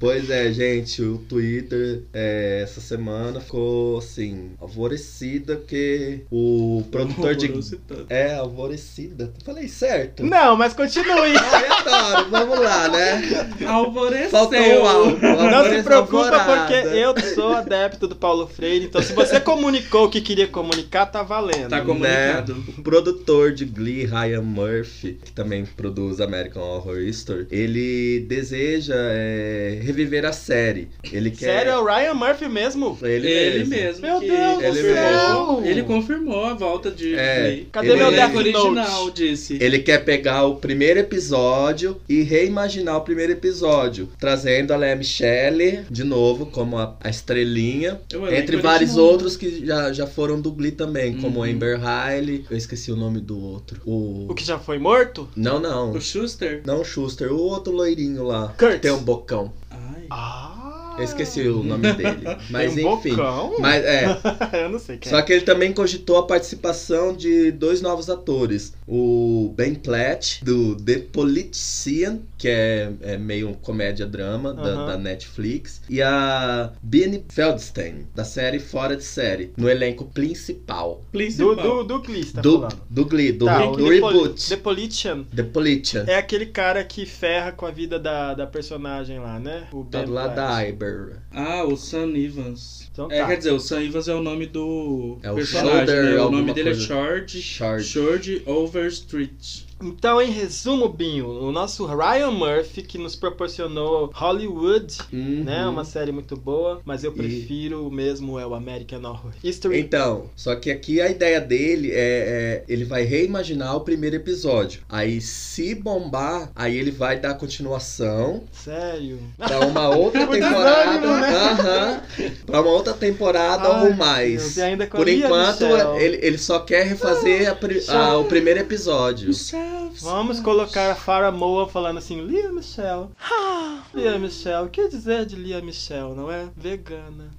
Pois é, gente, o Twitter é, essa semana ficou assim, alvorecida porque o produtor de.
Horrorocitando.
É, alvorecida. Falei certo?
Não, mas continue.
Ai, adoro, vamos lá, né?
Alvoreceu.
Faltou o álcool.
Não se
alvoreceu
preocupa
alvorada.
porque
né?
eu sou adepto do Paulo Freire, então se você comunicou o que queria comunicar, tá valendo.
Né?
Tá comunicado.
O Um produtor de Glee, Ryan Murphy, que também produz American Horror Story, ele deseja é,
reviver a série. Ele quer.
Sério, é o Ryan Murphy mesmo?
Ele,
Ele mesmo.
Meu
que
Deus
ele
do céu!
mesmo.
Ele confirmou a volta de
É,
Glee.
Cadê meu
Ele é
Death
original, disse.
Ele quer pegar o primeiro episódio e reimaginar o primeiro episódio, trazendo a Lea Michele de novo como a, a estrelinha,
Eu elenco
entre
original.
vários outros que já, já foram do Glee também, como Amber Riley, eu esqueci o nome do outro. O,
Uhum. O que já foi morto?
não, não.
O Schuster.
Não o Schuster, o outro loirinho lá.
Kurtz.
que Tem um bocão. Eu esqueci o nome dele. Mas
Ah, Tem um
enfim.
bocão?
Mas é,
Eu não sei quem
Só
é.
que ele também cogitou a participação de dois novos atores. O Ben Platt, do The Politician, que é, é meio comédia-drama da,
Aham.
da Netflix. E a Beanie Feldstein, da série Fora de Série, no elenco principal.
Do,
Principal.
do, do Glee, você tá
do,
falando.
do Glee, do,
Tá,
re-
o
do
The Poli-
reboot.
The Politician.
The Politician.
É aquele cara que ferra com a vida da, da personagem lá, né? O
Tá do lado da Iber.
Ah, o Sam Evans.
Então
É,
tá.
quer dizer, o Sam Evans é o nome do
É o
personagem.
Shoulder,
né? O nome
alguma
dele
coisa.
é George.
Short.
George Overstreet.
Então, em resumo, Binho, o nosso Ryan Murphy, que nos proporcionou Hollywood,
Uhum.
né? Uma série muito boa, mas eu
E-
prefiro mesmo é o American Horror History.
Então, só que aqui a ideia dele é, é- ele vai reimaginar o primeiro episódio. Aí se bombar, aí ele vai dar continuação
Sério.
pra uma outra
Muito
temporada.
desânimo, né?
Aham. Pra uma outra temporada
Ai,
ou
Deus,
mais.
e ainda com a
Por
Lea
enquanto,
Michele.
ele, ele só quer refazer a pri- a- o primeiro episódio.
Vamos colocar a Farah Moa falando assim, Lia Michelle. Lia Michelle, o que dizer de Lia Michelle, não é? Vegana.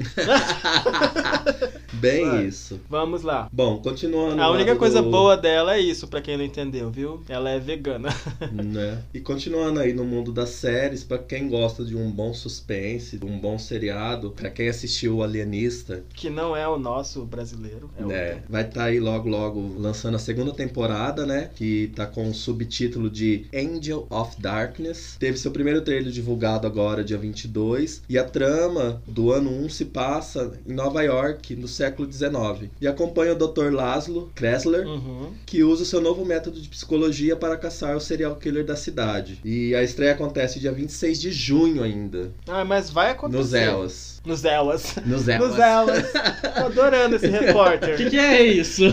Bem
Vai.
isso.
Vamos lá.
Bom, continuando.
A
lá
única
do-
coisa boa dela é isso, pra quem não entendeu, viu? Ela é vegana.
né? E continuando aí no mundo das séries, pra quem gosta de um bom suspense, de um bom seriado, pra quem assistiu o Alienista,
Que não é o nosso brasileiro. É
né? Vai estar aí logo logo lançando a segunda temporada, né? Que tá com o subtítulo de Angel of Darkness. Teve seu primeiro trailer divulgado agora, dia 22, e a trama do ano 1 se passa em Nova York, no século 19. E acompanha o Dr. Laszlo Kressler,
o... Uhum.
que usa o seu novo método de psicologia para caçar o serial killer da cidade. E a estreia acontece dia 26 de junho ainda,
Ah, mas vai acontecer.
nos Elas.
Nos Elas.
Nos Elas.
Nos Elas. Tô adorando esse repórter.
O que, que é isso?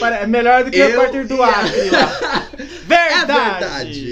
Pare- É melhor do que o
Eu
repórter do
e a- É
Acre lá. Verdade!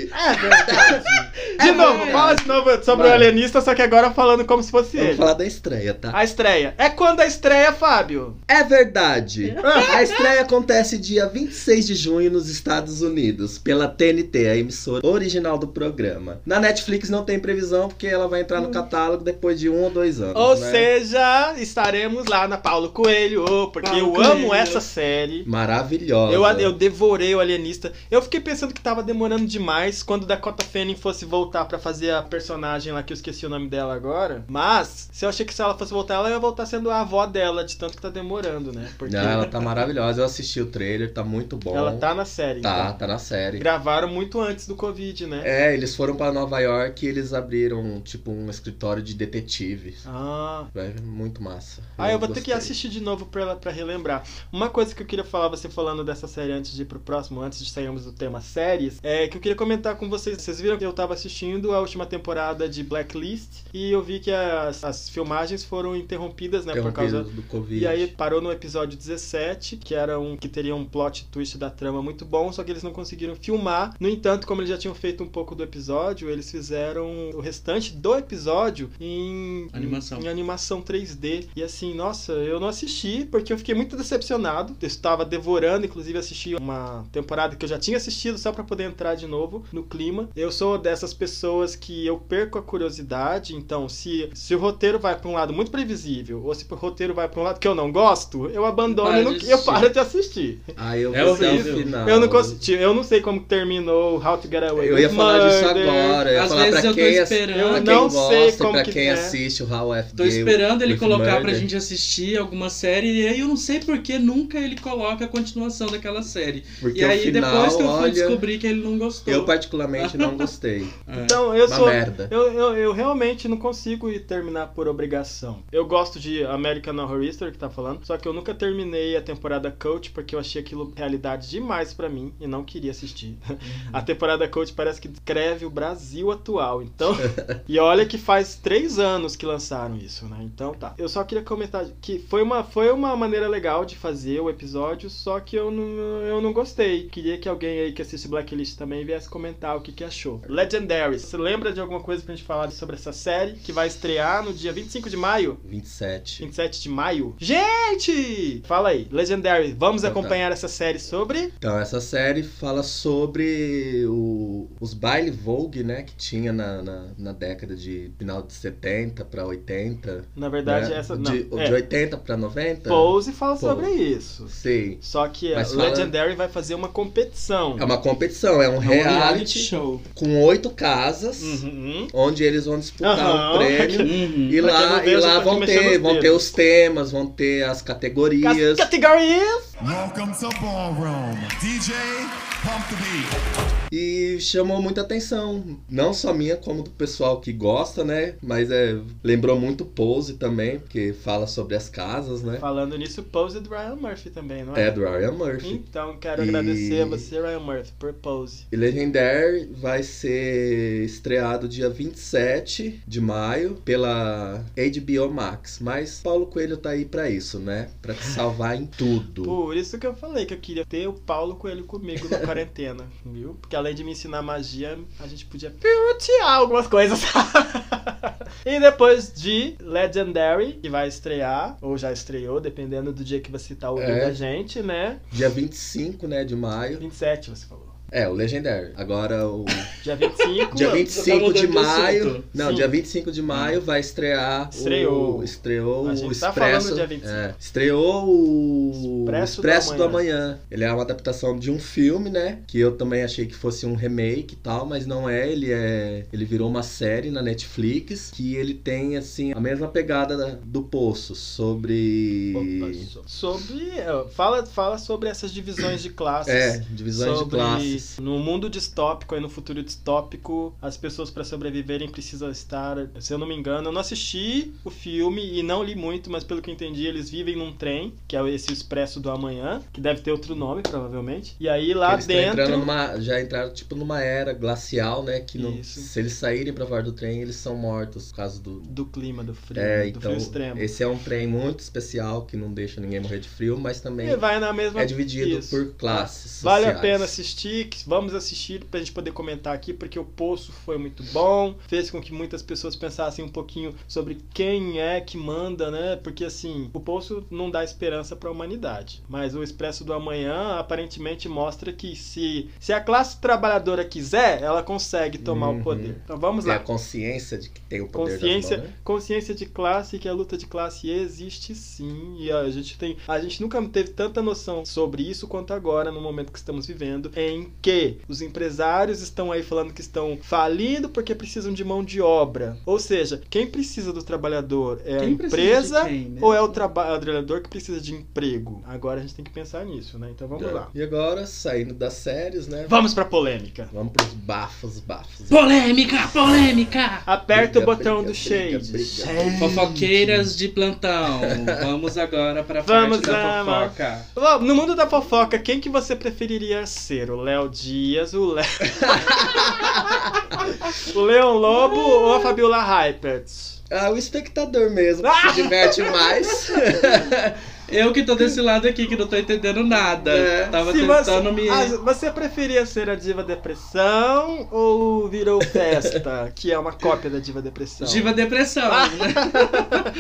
verdade.
É verdade! De
É
novo,
verdade.
fala de novo sobre o
Vai.
alienista, só que agora falando como se fosse
Vamos
ele.
falar da estreia, tá?
A estreia. É quando a estreia, Fábio?
É verdade! Ah, A estreia acontece dia 26 de junho nos Estados Unidos, pela TNT, a emissora original do programa. Na Netflix não tem previsão, porque ela vai entrar no catálogo depois de um ou dois anos.
Ou
né?
seja, estaremos lá na Paulo Coelho, ô, porque
Paulo
eu amo
Coelho.
essa série.
Maravilhosa.
Eu, eu devorei o Alienista. Eu fiquei pensando que tava demorando demais quando Dakota Fanning fosse voltar pra fazer a personagem lá que eu esqueci o nome dela agora. Mas, se eu achei que se ela fosse voltar, ela ia voltar sendo a avó dela, de tanto que tá demorando, né? Porque
Não, ela tá maravilhosa. Eu assisti o trailer, tá muito bom.
ela tá na série.
Tá,
então.
tá na série.
Gravaram muito antes do Covid, né?
É, eles foram pra Nova York e eles abriram, tipo, um escritório de detetives.
Ah,
É muito massa.
Ah, eu vou ter que
gostei.
assistir de novo pra, ela- pra relembrar. Uma coisa que eu queria falar, você falando dessa série antes de ir pro próximo, antes de sairmos do tema séries, é que eu queria comentar com vocês. Vocês viram que eu tava assistindo a última temporada de Blacklist e eu vi que as, as filmagens foram interrompidas, né, por causa.
Interrompidos um do Covid.
E aí parou no episódio 17, que era um que teria um plot twist da trama muito bom, só que eles não conseguiram filmar. No entanto, como eles já tinham feito um pouco do episódio, eles fizeram o restante do episódio em
Animação.
em animação 3D. E assim, nossa, eu não assisti porque eu fiquei muito decepcionado. Eu estava devorando, inclusive assisti uma temporada que eu já tinha assistido só pra poder entrar de novo no clima. Eu sou dessas pessoas que eu perco a curiosidade, então se, se o roteiro vai pra um lado muito previsível ou se o roteiro vai pra um lado que eu não gosto, eu abandono
Para
e não-
de
eu
assistir.
paro de assistir.
Ah, eu
É
vou ver
horrível.
o final.
eu não consigo, eu não sei como terminou How to Get Away
Tá, Eu ia
with
falar disso
Murder.
agora. Eu ia
Às
falar
vezes
pra
eu tô
quem, ass-
esperando.
pra
Eu
quem
não sei
gosta, e
como
pra
que
quem
é.
assiste o How F.
Tô esperando ele
With
colocar pra
Murder.
gente assistir alguma série e aí eu não sei por que nunca ele coloca a continuação daquela série.
Porque
e
o
aí
final,
depois que eu fui
olha,
descobrir que ele não gostou. É.
eu particularmente não gostei.
Então eu
uma
sou.
merda.
Eu, eu, eu realmente não consigo ir terminar por obrigação. Eu gosto de American Horror Story que tá falando, só que eu nunca terminei a temporada Coach porque eu achei aquilo realidade demais pra mim e não queria assistir. A temporada Coach parece que descreve o Brasil atual, então. e olha que faz três anos que lançaram isso, né? Então tá. Eu só queria comentar que foi uma, foi uma maneira legal de fazer o episódio, só que eu não, eu não gostei. Queria que alguém aí que assiste Blacklist também viesse comentar o que, que achou. Legendary, você lembra de alguma coisa pra gente falar sobre essa série que vai estrear no dia 25 de maio?
27.
27 de maio? Gente! Fala aí, Legendary, vamos
Então tá.
acompanhar essa série sobre.
Então, essa série fala sobre o- os baile Vogue, né? Que tinha na, na, na década de final de 70 pra 80.
Na verdade,
né?
essa. Não,
De,
é.
de 80 pra 90?
Pose fala
Pose.
sobre isso.
Sim.
Só que a
Mas fala-
Legendary vai fazer uma competição.
É uma competição, é um reality,
show.
com oito casas,
Uhum.
onde eles vão disputar
Aham. Uhum.
um prêmio. E
Pra quem não
lá,
vê,
e
eu já
lá
tô aqui
vão,
mexendo
ter,
os
vão ter
dedos.
os temas, vão ter as categorias.
Categorias!
Welcome to Ballroom. DJ, pump the beat.
E chamou muita atenção, não só minha, como do pessoal que gosta, né? Mas é, lembrou muito Pose também, porque fala sobre as casas, né?
Falando nisso, Pose é do Ryan Murphy também, não é?
É do Ryan Murphy.
Então, quero
E-
agradecer a você, Ryan Murphy, por Pose.
E Legendary vai ser estreado dia 27 de maio pela HBO Max. Mas Paulo Coelho tá aí pra isso, né? Pra te salvar em tudo.
Por isso que eu falei que eu queria ter o Paulo Coelho comigo na quarentena, viu? Porque além de me ensinar magia, a gente podia pirotear algumas coisas. e depois de Legendary, que vai estrear, ou já estreou, dependendo do dia que você tá ouvindo
É.
a gente, né?
Dia 25, né, de maio.
27, você falou.
É, o Legendary. Agora o
Dia 25.
Dia 25 de
tá mudando de
maio.
assunto.
Não,
Sim.
dia 25 de maio vai estrear.
Estreou.
O, estreou
A
o
gente tá
Expresso.
falando dia 25.
é, estreou o
Expresso
Expresso,
da
do, amanhã. Ele é uma adaptação de um filme, né? Que eu também achei que fosse um remake e tal, mas não é. Ele é. Ele virou uma série na Netflix que ele tem, assim, a mesma pegada da- do poço sobre.
Sobre. eh, Fala, fala sobre essas divisões de classes.
É, divisões
sobre-
de classes.
No mundo distópico e no futuro distópico, as pessoas para sobreviverem precisam estar. Se eu não me engano, eu não assisti o filme e não li muito, mas pelo que eu entendi, eles vivem num trem, que é esse Expresso do Amanhã, que deve ter outro nome, provavelmente. E aí lá
Eles tão
Tá dentro.
entrando numa- já entraram tipo numa era glacial, né? Que não-
Isso.
se eles saírem pra fora do trem, eles são mortos por causa do,
Do clima, do frio,
É,
do
então,
frio extremo.
esse é um trem muito especial que não deixa ninguém morrer de frio, mas também
E vai na mesma
é dividido
Isso.
por classes
Vale a
sociais.
pena assistir, que vamos assistir pra gente poder comentar aqui, porque o Poço foi muito bom, fez com que muitas pessoas pensassem um pouquinho sobre quem é que manda, né? Porque assim, o Poço não dá esperança pra humanidade, mas o Expresso do Amanhã aparentemente mostra que se, se a classe trabalhadora quiser, ela consegue tomar o
Uhum.
poder. Então vamos
É a
lá.
consciência de que tem o poder
Consciência,
das mãos, né?
consciência de classe, que a luta de classe existe sim. E a gente tem. A gente nunca teve tanta noção sobre isso quanto agora, no momento que estamos vivendo, em que os empresários estão aí falando que estão falindo porque precisam de mão de obra. Ou seja, quem precisa do trabalhador é a
Quem precisa de
empresa
quem, né?
ou é o traba- o trabalhador que precisa de emprego? Agora a gente tem que pensar nisso, né? Então vamos
É.
lá.
E agora, saindo das séries, né?
Vamos pra polêmica.
Vamos pros bafos,
é-
bafos.
Polêmica, polêmica!
Aperta o
Briga,
botão
briga,
do
briga,
shade.
briga.
Fofoqueiras de plantão. Vamos agora pra
Vamos
parte da
lá,
fofoca.
Ó, No mundo da fofoca, quem que você preferiria ser? O Léo Dias, o Léo. o Leon Lobo ou a Fabiola Hypert?
Ah, o espectador mesmo, que
Ah!
se diverte mais.
Eu que tô desse lado aqui, que não tô entendendo nada. Tava tentando me.
É, Ah, você preferia ser a Diva Depressão ou Virou Festa, que é uma cópia da Diva Depressão?
Diva depressão, né? Nesse
Ah,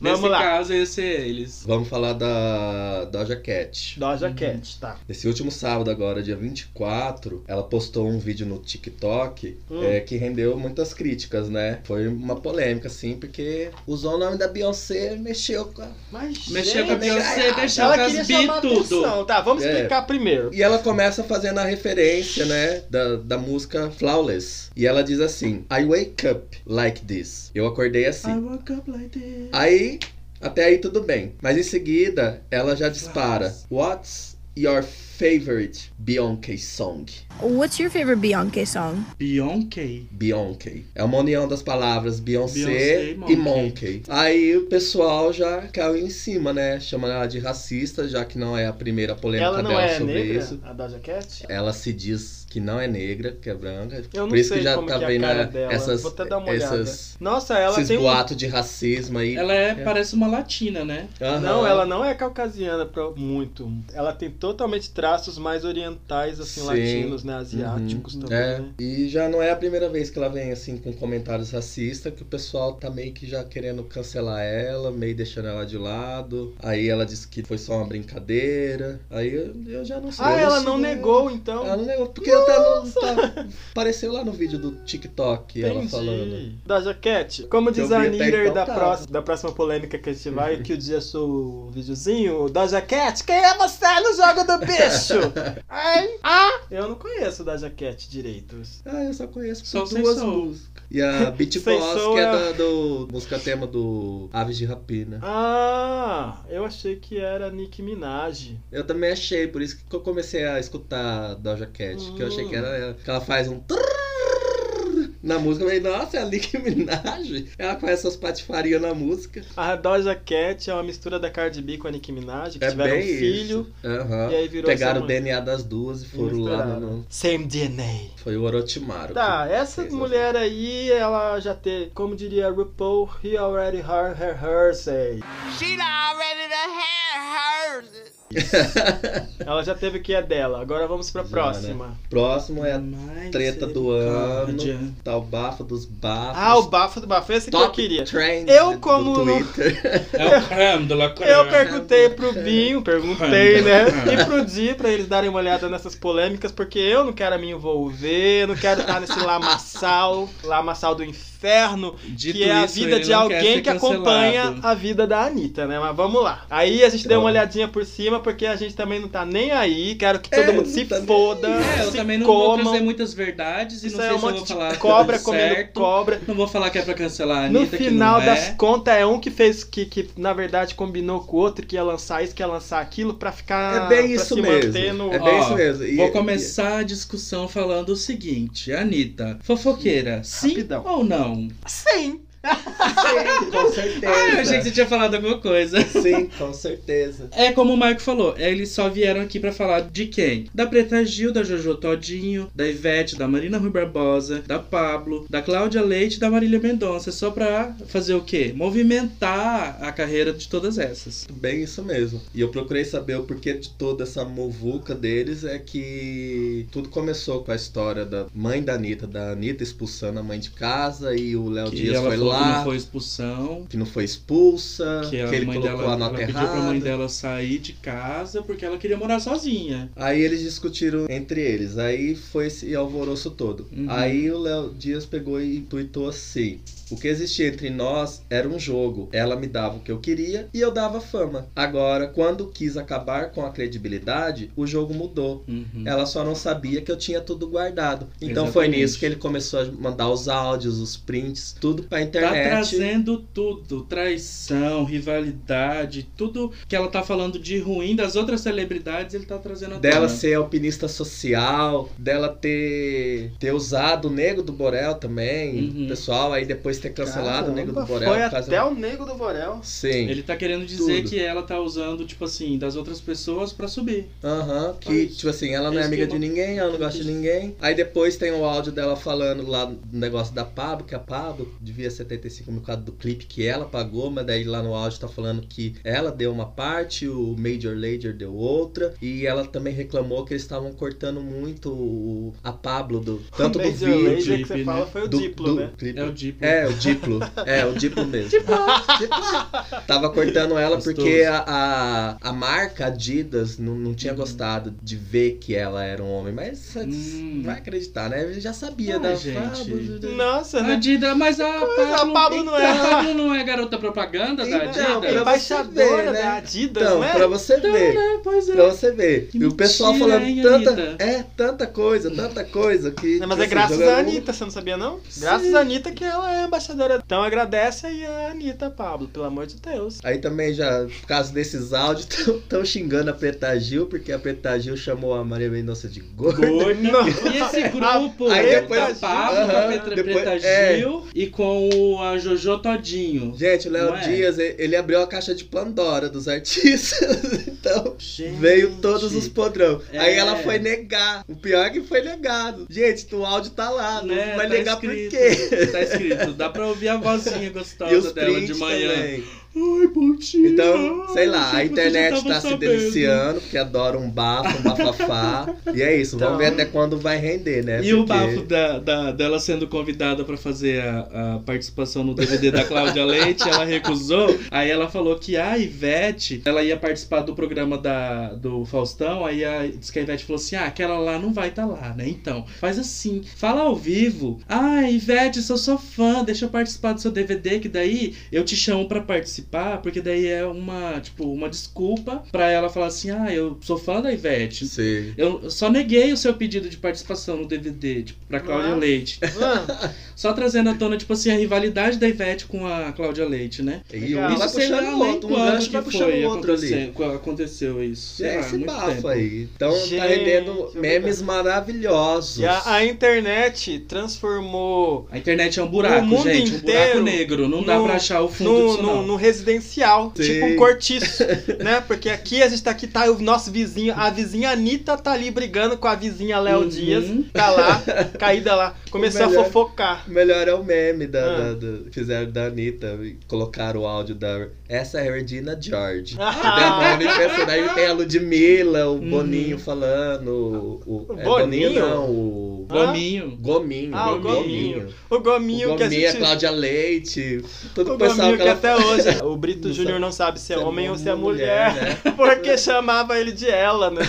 Vamos lá.
caso, ia ser eles.
Vamos falar da Doja Cat.
Doja
Uhum.
Cat, tá.
Nesse último sábado, agora, dia 24, ela postou um vídeo no TikTok
Hum.
é, que rendeu muitas críticas, né? Foi uma polêmica, assim, porque usou o nome da Beyoncé, mexeu com a...
Mas,
Mexeu com a
gente,
Beyoncé, mexeu
Ela
com
queria
as
chamar
bi tudo.
atenção. Tá, vamos
É.
explicar primeiro.
E ela começa fazendo a referência, né, da, da música Flawless. E ela diz assim, I wake up like this. Eu acordei assim.
woke up like this.
Aí, até aí tudo bem. Mas em seguida, ela já dispara. What's your favorite Beyoncé song?
What's your favorite Beyonce song?
Beyoncé. Beyoncé. É uma união das palavras
Beyoncé
Beyoncé
e
e
Monkey.
Monkey. Aí o pessoal já caiu em cima, né? Chamando ela de racista, já que não é a primeira polêmica
Ela não
dela
é
sobre
negra,
isso.
a Doja Cat?
Ela se diz que não é negra, que é branca.
Eu não
Por isso
sei
que já
como
tá
que é a
vendo
cara dela.
essas.
Vou até dar uma
essas
olhada. Nossa, ela
esses
tem um-
boatos de racismo aí.
Ela é, parece uma latina, né?
Aham.
Não, ela não é caucasiana pra muito. Ela tem totalmente traços mais orientais, assim,
Sim.
latinos, né? Asiáticos
Uhum.
também,
É.
né?
E já não é a primeira vez que ela vem assim com comentários racistas, que o pessoal tá meio que já querendo cancelar ela, meio deixando ela de lado. Aí ela disse que foi só uma brincadeira. Aí eu, eu já não sei.
Ah,
eu
ela
sei,
não
né?
negou, então.
Ela não negou, porque até não tá- apareceu lá no vídeo do TikTok ela
Entendi.
falando.
Da jaquete. Como
Que eu
diz
vi
a
até
Nier
então,
da,
tá.
próxima, da próxima polêmica que a gente vai, que o dia sou o videozinho, da jaquete, quem é você no jogo do bicho? Ai, ah! Eu não conheço da jaquete direito.
Ah, eu só conheço
Só sei
duas
sou.
músicas. E a Beat
Sei
Boss,
sou
que é
eu.
da do, música tema do Aves de Rapina.
Ah, eu achei que era Nicki Minaj.
Eu também achei, por isso que eu comecei a escutar Doja Cat, que eu achei que era ela, que ela faz um trrrr na música, eu falei, nossa, é a Nicki Minaj, ela faz essas patifarias na música.
A Doja Cat é uma mistura da Cardi B com a Nicki Minaj, que
É
tiveram um
bem
filho.
isso. Aham.
e aí virou essa
Pegaram o
mulher.
DNA das duas e foram lá
misturaram.
no...
Same DNA.
Foi É o né? Orochimaru.
Tá, essa mulher aí, ela já tem, como diria RuPaul, he already heard her, her say.
She already done had hers.
Ela já teve o que é dela. Agora vamos pra
né?
próxima.
Próximo é a treta do ano, tá o bafo dos bafos.
Ah, o bafo do bafo, esse que
Top
eu queria.
trend
eu como
do
não-
Twitter.
É o creme de la creme.
Eu perguntei pro Binho, perguntei, né?
Hum.
E pro Di, pra eles darem uma olhada nessas polêmicas, porque eu não quero me envolver, não quero estar nesse lamaçal, lamaçal do inferno,
Dito
que é a
isso,
vida
ele
de
não quer
alguém
ser
que acompanha
cancelado.
a vida da Anitta, né? Mas vamos lá. Aí a gente deu uma olhadinha por cima, porque a gente também não tá nem aí, quero que todo mundo se foda,
É, eu
se
também não vou
comam.
trazer muitas verdades e
Isso
não
aí
sei
é um
se eu
monte
vou
de
falar tá
cobra
tudo
comendo
certo.
cobra.
Não vou falar que é pra cancelar a
No
Anitta,
final
que não
das
é.
contas, é um que fez que, que, na verdade, combinou com o outro que ia lançar isso, que ia lançar aquilo, pra ficar.
É bem
pra
isso
se
mesmo.
manter no-
É
Ó,
bem isso mesmo. E-
vou começar a discussão falando o seguinte, Anitta, fofoqueira, sim ou não?
Sim!
Com certeza.
Ah, eu achei que você tinha falado alguma coisa.
Sim, com certeza.
É como o Marco falou, eles só vieram aqui pra falar de quem? Da Preta Gil, da Jojo Todinho, da Ivete, da Marina Rui Barbosa, da Pablo, da Cláudia Leite e da Marília Mendonça, só pra fazer o quê? Movimentar a carreira de todas essas.
Bem isso mesmo. E eu procurei saber o porquê de toda essa muvuca deles é que tudo começou com a história da mãe da Anitta, da Anitta expulsando a mãe de casa e o Léo
Que
Dias
ela
foi
falou que
lá,
não foi expulsão.
que não foi expulsa, que,
Que, a
ele
mãe
colocou
dela,
a nota
ela pediu
errada.
pra mãe dela sair de casa porque ela queria morar sozinha.
Aí eles discutiram entre eles. Aí foi esse alvoroço todo.
Uhum.
Aí o Léo Dias pegou e tweetou assim: O que existia entre nós era um jogo. Ela me dava o que eu queria e eu dava fama. Agora, quando quis acabar com a credibilidade, o jogo mudou. Ela só não sabia que eu tinha tudo guardado. Então foi
Uhum. Exatamente.
nisso que ele começou a mandar os áudios, os prints, tudo pra
Tá
internet.
trazendo tudo, traição, rivalidade, tudo que ela tá falando de ruim das outras celebridades, ele tá trazendo à
dela
tona.
ser alpinista social, dela ter, ter usado o Nego do Borel também,
Uhum.
pessoal, aí depois ter cancelado o Nego do Borel. um
Foi
por causa
até
da-
o Nego do Borel.
Sim.
Ele tá querendo dizer
Tudo.
que ela tá usando, tipo assim, das outras pessoas pra subir.
Aham, que tipo assim, ela não é
Isso
amiga
que
de
eu não-
ninguém, ela não gosta de ninguém. Aí depois tem o áudio dela falando lá do negócio da Pablo, que a Pablo devia 75 mil por causa do clipe que ela pagou, mas daí lá no áudio tá falando que ela deu uma parte, o Major Lager deu outra, e ela também reclamou que eles estavam cortando muito o- a Pablo, do, tanto
O
do
Major Lazer
vídeo.
que você fala foi o
do-
Diplo,
do
né?
clipe.
É o Diplo.
É, o Diplo. É, o Diplo mesmo. Tava cortando ela
Gostoso.
porque a, a, a marca Adidas não, não
Uhum.
tinha gostado de ver que ela era um homem. Mas vai acreditar, né? Ele já sabia
Ah,
da
Hum. gente.
Fábio.
Nossa, né?
Adidas, mas a
Mas a Pablo
Pablo não é, Pablo não é garota propaganda da Adidas?
Então, pra embaixadora
você ver,
da Adidas,
né? Então,
não é?
pra você
Então,
ver.
né, pois é.
Pra você ver.
Que
e o pessoal
mentira,
falando
hein,
tanta.
Anitta?
É, tanta coisa, tanta coisa que.
Não, mas é
assim,
graças
joga
à
no-
Anitta, você não sabia não? Graças à Anitta que ela é embaixadora. Então agradece aí a Anitta, Pablo, pelo amor de Deus.
Aí também já, por causa desses áudios, estão xingando a Preta Gil, porque a Preta Gil chamou a Maria Mendonça de gorda.
E esse grupo
Aí
é
depois-
da Pablo, com a
Aham,
Petra
depois-
Preta
é.
Gil e com o, a Jojo Todinho.
Gente, o Léo
Não é?
Dias, e- ele abriu a caixa de Pandora dos artistas. Então,
Gente.
veio todos os podrão.
É.
Aí ela foi negar. O pior é que foi negado. Gente, o áudio tá lá. Não
Né,
vai
tá
negar
escrito,
por quê?
Tá escrito, dá pra ouvir a vozinha
E os
gostosa dela
prints
de manhã.
também.
Ai, bom dia.
Então, sei lá, a
Achei que você já
internet
tava
tá se
sabendo.
deliciando, porque adora um bafo, um bafafá. e é isso, vamos
Então.
ver até quando vai render, né?
E o
Porque-
bafo da, da- dela sendo convidada pra fazer a, a participação no DVD da Cláudia Leite, ela recusou. Aí ela falou que ah, a Ivete, ela ia participar do programa da, do Faustão. Aí a, diz que a Ivete falou assim: ah, aquela lá não vai estar lá, né? Então, faz assim, fala ao vivo. Ah, Ivete, sou sua fã, deixa eu participar do seu DVD, que daí eu te chamo pra participar, porque daí é uma, tipo, uma desculpa pra ela falar assim: ah, eu sou fã da Ivete.
Sim.
Eu só neguei o seu pedido de participação no DVD, tipo, pra Cláudia
Ah.
Leite. Só trazendo à tona, tipo assim, a rivalidade da Ivete com a Cláudia Leite, né?
E
um
Ah, vai
sei lá
puxando o
nem
outro, um
quando
gancho
que
vai puxando
foi
o outro ali.
acontecendo- co- Aconteceu isso. sei
é
lá,
esse
muito
bafo
tempo.
aí. Então tá
Gente,
rendendo memes
obrigado.
maravilhosos.
E a, a internet transformou
A internet é um buraco,
o mundo
gente. Um buraco
inteiro
negro. Não dá
no-
pra achar o fundo
no,
disso, não.
no- no residencial,
Sim.
tipo um cortiço, né? Porque aqui a gente tá aqui, tá o nosso vizinho, a vizinha Anitta tá ali brigando com a vizinha Léo
Uhum.
Dias, tá lá, caída lá, começou a
melhor-
fofocar.
O melhor é o meme da,
Ah.
da- da- fizeram da Anitta e colocaram o áudio da. Essa é a Regina George.
Ah. Hum.
Tem nome de personagem, tem a Ludmilla, o Boninho falando. O, o, é,
Boninho?
Boninho não, o.
Gominho.
Gominho.
Ah, o Gominho. O Gominho,
O
que a
Gominho, a
gente...
Cláudia Leite, todo
o
o pessoal
Gominho
que
que,
ela...
até hoje o Brito
Não
Júnior não sabe se é
se é
homem ou se é mulher,
mulher,
porque chamava ele de ela né?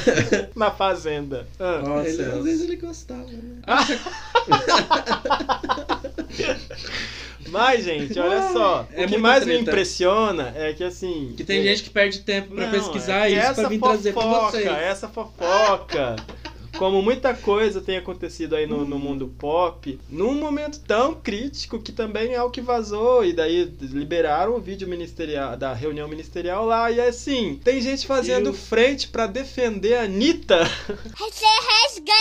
na fazenda. Ah.
Nossa.
Ele- às vezes ele gostava, né?
Mas, gente, olha só.
É
o que
muita
mais me
treta.
impressiona é que, assim...
Que tem gente que perde tempo pra
Não,
pesquisar
é que
isso
essa
pra vir trazer pra
fofoca,
vocês.
é-
Essa fofoca, como muita coisa tem acontecido aí no, no mundo pop, num momento tão crítico que também é o que vazou, e daí liberaram o vídeo ministerial da reunião ministerial lá, e assim, tem gente fazendo
Eu-
frente pra defender a Anitta.
Você resgatante.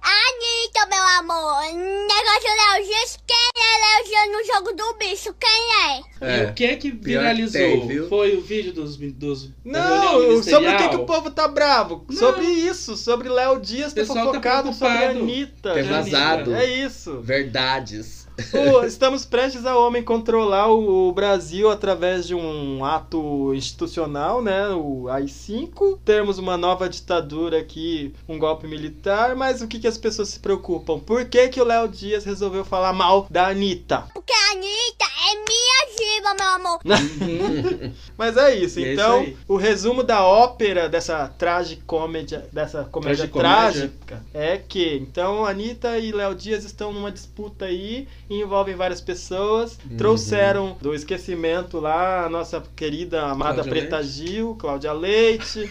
Anitta, meu amor. Negócio Léo Dias. Quem é Léo Dias no jogo do bicho? Quem é?
É.
E o que que
Pior que
viralizou?
tem, viu?
Foi o vídeo dos... dos da reunião
Não, sobre o que, que
ministerial?
o povo tá bravo? Sobre isso, sobre Léo Dias ter
Pessoal tá
fofocado sobre a
preocupado.
Anitta.
Ter vazado.
É isso.
Verdades.
Pô, estamos prestes ao homem controlar o, o Brasil através de um ato institucional, né? O AI-5. Temos uma nova ditadura aqui, um golpe militar, mas o que, que as pessoas se preocupam? Por que, que o Léo Dias resolveu falar mal da Anitta?
Porque a Anitta é minha diva, meu amor.
Mas é isso,
E é
então
isso aí.
o resumo da ópera dessa tragicômedia, dessa comédia
Tragicomédia.
trágica é que então Anitta e Léo Dias estão numa disputa aí, e envolvem várias pessoas,
Uhum.
trouxeram do esquecimento lá a nossa querida amada
Cláudia
Preta Gil, Cláudia Leite.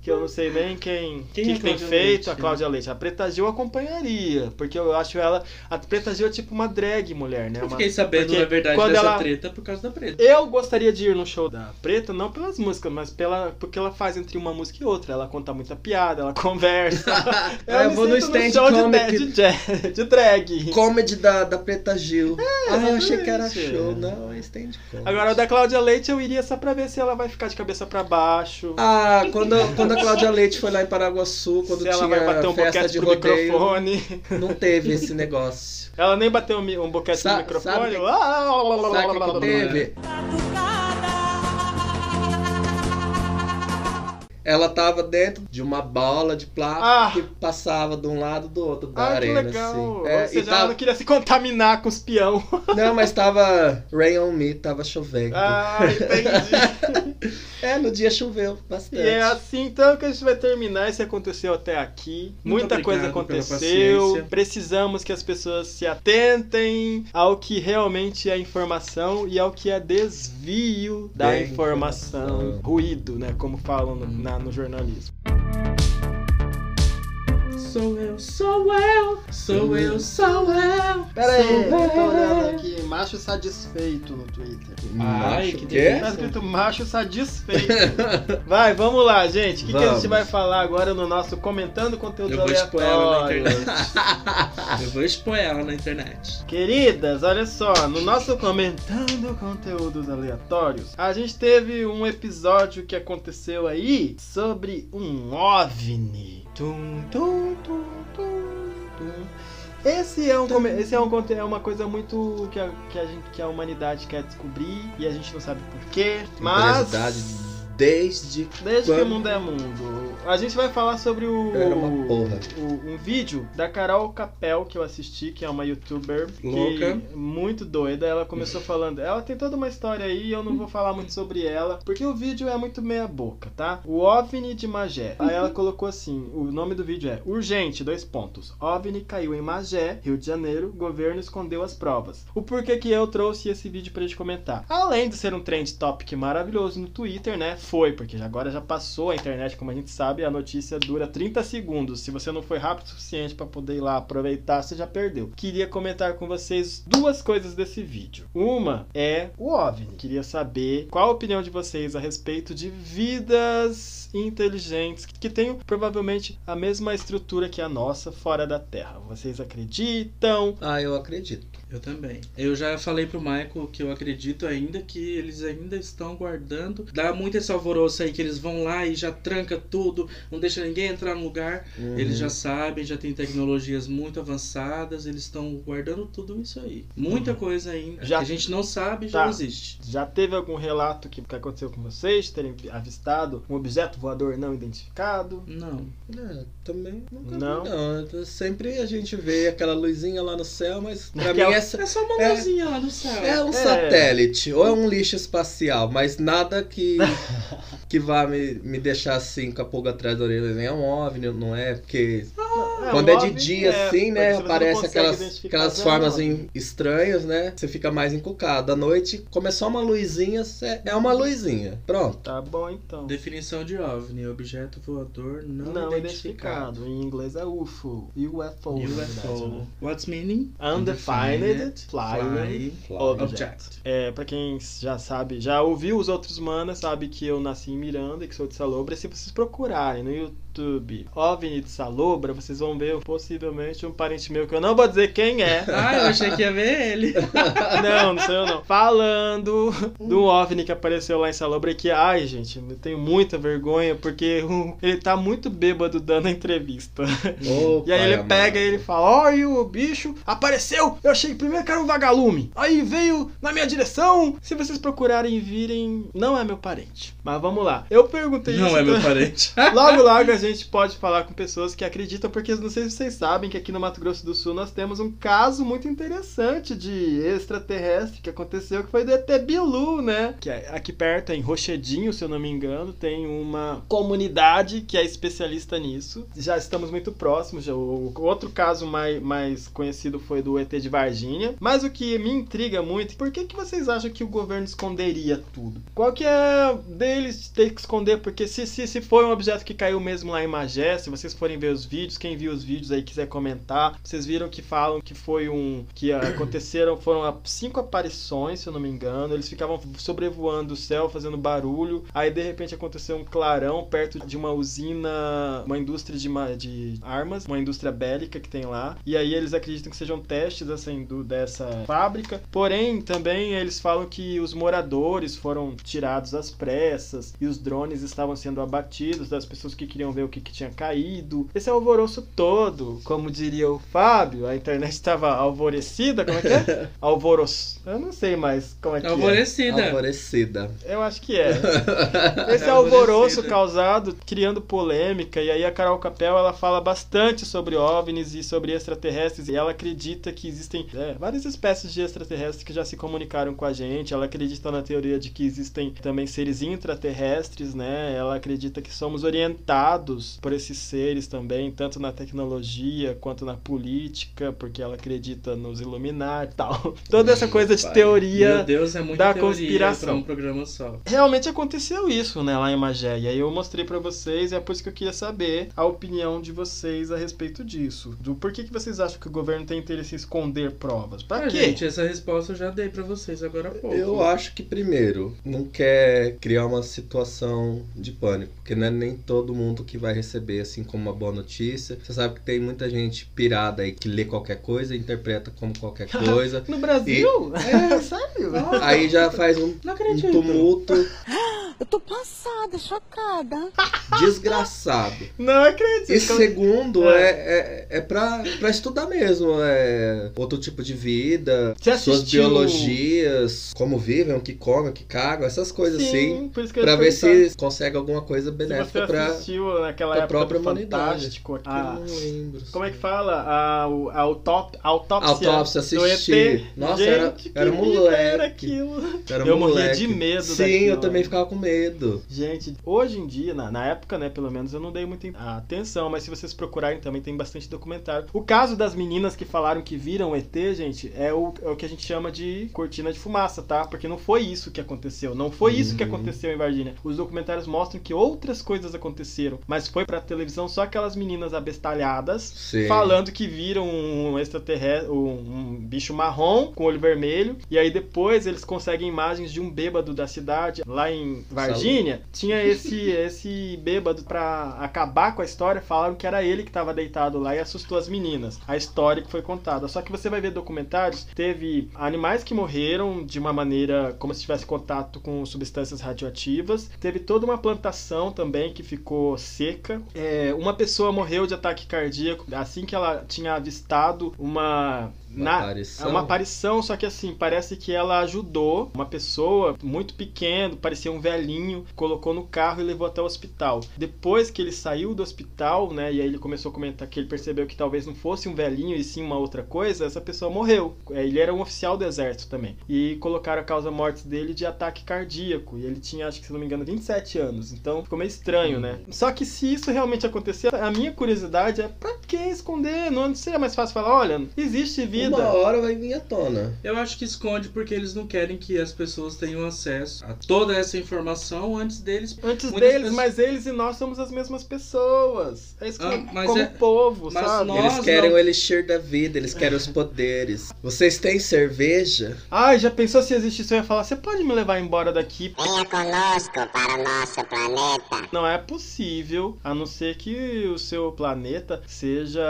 Que eu não sei nem quem,
Quem
que
é
que tem
Cláudia
feito
Leite,
a Cláudia Leite. A Preta Gil eu acompanharia, porque eu acho ela. A Preta Gil é tipo uma drag mulher, né?
Eu
Uma-
fiquei sabendo,
porque
na verdade,
quando
dessa
ela-
treta por causa da preta.
eu gostaria de ir no show da Preta, não pelas músicas, mas pela, porque ela faz entre uma música e outra. Ela conta muita piada, ela conversa.
Ah, eu
me
vou no
sinto num
stand
show de,
comic.
de, de, jazz- de drag.
Comedy da, da Preta Gil. ah, eu achei que era
É, exatamente.
show. Não, é stand comedy.
Agora, o da Cláudia Leite eu iria só pra ver se ela vai ficar de cabeça pra baixo.
Ah, quando, quando a Cláudia Leite foi lá em Paraguaçu, quando
se
tinha
ela vai bater um
festa
boquete
de
pro
rodeio,
microfone.
não teve esse negócio.
Ela nem bateu um, mi- um boquete
Sa-
no microfone.
sabe que-
Ah, lá, lá, lá, lá,
Sabe
lá,
o que,
lá,
que
lá.
teve? Ela tava dentro de uma bola de
Ah.
plástico que passava de um lado do outro da
Ah, que
arena,
legal.
assim. É,
Ou
e
seja, ela
tava-
não queria se contaminar com os peão.
Não, mas tava Rain on Me, tava chovendo.
Ah, entendi.
É, no dia choveu bastante.
E é assim então que a gente vai terminar esse aconteceu até aqui.
Muito
Muita coisa
obrigado pela
aconteceu.
paciência.
Precisamos que as pessoas se atentem ao que realmente é informação e ao que é desvio da
Da
informação. Ruído, né? Como falam no,
Hum.
na- no jornalismo.
Sou eu, sou eu, sou eu, sou eu.
Pera aí,
sou
eu tô olhando
eu.
aqui. Macho satisfeito no Twitter.
Ai, que
Tá
delícia.
escrito macho satisfeito. Vai, vamos lá, gente. O que, que a gente
Vamos.
vai falar agora no nosso comentando conteúdo
Eu vou expor ela na
aleatório?
internet.
Ah.
Eu vou expor ela na internet.
Queridas, olha só, no nosso comentando conteúdos aleatórios, a gente teve um episódio que aconteceu aí sobre um OVNI. Tum, tum, tum, tum, tum. Esse é um come- esse é um conte- é uma coisa muito que a, que a gente que a humanidade quer descobrir e a gente não sabe por quê, mas Hum.
Curiosidade desde
Desde que o
quando-
mundo é mundo. A gente vai falar sobre o,
Era uma porra.
o- um vídeo da Carol Capel que eu assisti, que é uma youtuber que-
Louca.
muito doida. Ela começou falando, ela tem toda uma história aí, eu não vou falar muito sobre ela, porque o vídeo é muito meia boca, tá? O OVNI de Magé. Aí ela colocou assim, o nome do vídeo é Urgente, dois pontos. OVNI caiu em Magé, Rio de Janeiro, governo escondeu as provas. O porquê que eu trouxe esse vídeo pra gente comentar. Além de ser um trend topic maravilhoso no Twitter, né? Foi, porque agora já passou a internet, como a gente sabe, a notícia dura 30 segundos. Se você não foi rápido o suficiente pra poder ir lá aproveitar, você já perdeu. Queria comentar com vocês duas coisas desse vídeo. Uma é o OVNI. Queria saber qual a opinião de vocês a respeito de vidas inteligentes que tenham provavelmente a mesma estrutura que a nossa fora da Terra. Vocês acreditam?
Ah, eu acredito.
Eu também. Eu já falei pro Michael que eu acredito ainda que eles ainda estão guardando. Dá muito esse alvoroço aí que eles vão lá e já tranca tudo, não deixa ninguém entrar no lugar.
Uhum.
Eles já sabem, já tem tecnologias muito avançadas, eles estão guardando tudo isso aí. Muita coisa ainda.
Já-
que a gente não sabe, já
Tá.
existe.
Já teve algum relato que, que aconteceu com vocês? Terem avistado um objeto voador não identificado?
Não.
É, também nunca vi,
Não?
não. Eu- Sempre a gente vê aquela luzinha lá no céu, mas pra mim
Aquela-
essa
É só uma
É.
luzinha lá do céu.
é um satélite ou é um lixo espacial, mas nada que que vá me, me deixar assim com a pulga atrás da orelha. Nem é um OVNI, não é? Porque quando
um
é de
OVNI,
dia
é,
assim,
porque
né?
você não
Aparece
consegue
aquelas,
identificar
aquelas
não,
formas
não.
em- estranhas, né? Você fica mais encucado. À noite,
é
começou uma luzinha, cê- é uma luzinha. Pronto.
Tá bom então.
Definição de OVNI, objeto voador não,
Não
identificado.
identificado. Em inglês é UFO. UFO. na verdade,
UFO.
né?
What's meaning?
Undefined Flying
Flying
Object. É, pra quem já sabe, já ouviu os outros manas, sabe que eu nasci em Miranda e que sou de Salobra. Se vocês procurarem no YouTube OVNI de Salobra, vocês vão ver possivelmente um parente meu que eu não vou dizer quem é.
Ah, eu achei que ia ver ele.
Não, não sou eu não. Falando do OVNI que apareceu lá em Salobra que, ai, gente, eu tenho muita vergonha porque hum, ele tá muito bêbado dando a entrevista.
Ô,
E aí
pai
ele
amado.
pega e ele fala, olha o bicho, apareceu, eu achei primeiro que era um vagalume. Aí veio na minha direção. Se vocês procurarem e virem, não é meu parente. Mas vamos lá. Eu perguntei
Não
isso
é meu
pra-
parente.
Logo, logo a gente pode falar com pessoas que acreditam, porque não sei se vocês sabem que aqui no Mato Grosso do Sul nós temos um caso muito interessante de extraterrestre que aconteceu, que foi do ET Bilu, né? Que é aqui perto, em Rochedinho, se eu não me engano, tem uma comunidade que é especialista nisso. Já estamos muito próximos. já- O outro caso mais, mais conhecido foi do ET de Varginha. Mas o que me intriga muito, por que, que vocês acham que o governo esconderia tudo? Qual que é deles ter que esconder? Porque se, se, se foi um objeto que caiu mesmo lá em Magé, se vocês forem ver os vídeos, quem viu os vídeos aí quiser comentar, vocês viram que falam que foi um. que aconteceram, foram a- cinco aparições, se eu não me engano. Eles ficavam sobrevoando o céu, fazendo barulho. Aí de repente aconteceu um clarão perto de uma usina, uma indústria de, ma- de armas, uma indústria bélica que tem lá. E aí eles acreditam que sejam testes dessa, indu- dessa fábrica. Porém, também eles falam que os moradores foram tirados às pressas e os drones estavam sendo abatidos das pessoas que queriam ver o que, que tinha caído. Esse alvoroço todo, como diria o Fábio, a internet estava alvorecida, como é que é? Alvoros... Eu não sei mais como é que
Alvorecida.
é.
Alvorecida.
Eu acho que é. Esse
É
alvoroço
alvorecida.
causado, criando polêmica, e aí a Carol Capel, ela fala bastante sobre OVNIs e sobre extraterrestres, e ela acredita que existem é, várias espécies de extraterrestres que já se comunicaram com a gente, ela acredita na teoria de que existem também seres intraterrestres, né? Ela acredita que somos orientados por esses seres também, tanto na tecnologia quanto na política, porque ela acredita nos Illuminati e tal. Toda essa coisa de
Pai,
teoria
Meu Deus, é muita
da
teoria
conspiração.
pra um programa só.
Realmente aconteceu isso, né, lá em Magé. E aí eu mostrei pra vocês, e é por isso que eu queria saber a opinião de vocês a respeito disso. Do porquê que vocês acham que o governo tem interesse em esconder provas? Pra
Ah,
quê?
gente, essa resposta eu já dei pra vocês agora há pouco.
Eu acho que primeiro, não quer criar uma situação de pânico, porque não é nem todo mundo que vai receber assim como uma boa notícia. Você sabe que tem muita gente pirada aí que lê qualquer coisa, interpreta como qualquer coisa.
No Brasil? É, sério?
Aí já faz um,
Não
um
acredito.
tumulto
Eu tô passada, chocada.
desgraçado.
Não acredito.
E segundo, é, é, é pra, pra estudar mesmo. É outro tipo de vida,
Você
é suas
assistiu-
biologias, como vivem, o que comem, o que cagam, essas coisas assim.
Sim, por isso que eu
Pra
ia
ver
perguntar.
se consegue alguma coisa
você
benéfica pra.
assistiu naquela
pra
época
própria
do
humanidade. Ah,
Fantástico,
Eu
a-
não lembro.
Ah. Como é que fala? A, o- a autop- autópsia,
Autópsia,
do
assisti.
ET.
Nossa,
Gente,
era-
que
era um
vida
moleque.
Era aquilo.
Era um
eu
moleque.
morria de medo
Sim,
daquilo. né?
eu também ficava com medo.
Gente, hoje em dia, na, na época, né, pelo menos, eu não dei muita atenção, mas se vocês procurarem também, tem bastante documentário. O caso das meninas que falaram que viram ET, gente, é o, é o que a gente chama de cortina de fumaça, tá? Porque não foi isso que aconteceu, não foi isso que
Uhum.
aconteceu em Varginha. Os documentários mostram que outras coisas aconteceram, mas foi pra televisão só aquelas meninas abestalhadas
Sim.
falando que viram um extraterrestre, um, um bicho marrom com olho vermelho, e aí depois eles conseguem imagens de um bêbado da cidade, lá em Varginha, tinha esse esse bêbado pra acabar com a história, falaram que era ele que tava deitado lá e assustou as meninas. A história que foi contada. Só que você vai ver documentários, teve animais que morreram de uma maneira como se tivesse contato com substâncias radioativas, teve toda uma plantação também que ficou seca, é, uma pessoa morreu de ataque cardíaco assim que ela tinha avistado é uma
Uma aparição?
uma aparição, só que assim, parece que ela ajudou uma pessoa muito pequena, parecia um velhinho, colocou no carro e levou até o hospital. Depois que ele saiu do hospital, né, e aí ele começou a comentar que ele percebeu que talvez não fosse um velhinho e sim uma outra coisa, essa pessoa morreu. É, Ele era um oficial do exército também. E colocaram a causa morte dele de ataque cardíaco. E ele tinha, acho que se não me engano, 27 anos. Então ficou meio estranho, né?
Uhum.
Só que se isso realmente acontecer, a minha curiosidade é pra que esconder? Não seria mais fácil falar, olha, existe vida.
Uma hora vai vir à tona.
Eu acho que esconde porque eles não querem que as pessoas tenham acesso a toda essa informação antes deles.
Antes
Muitas
deles,
pessoas-
mas eles e nós somos as mesmas pessoas. É isso que
Ah,
eu-
mas
como
é-
povo,
mas
sabe?
nós-
Eles querem
não-
o elixir da vida, eles querem os poderes. Vocês têm cerveja?
Ai, já pensou se existe isso? Eu ia falar, você pode me levar embora daqui? Venha conosco para o nosso planeta. Não é possível, a não ser que o seu planeta seja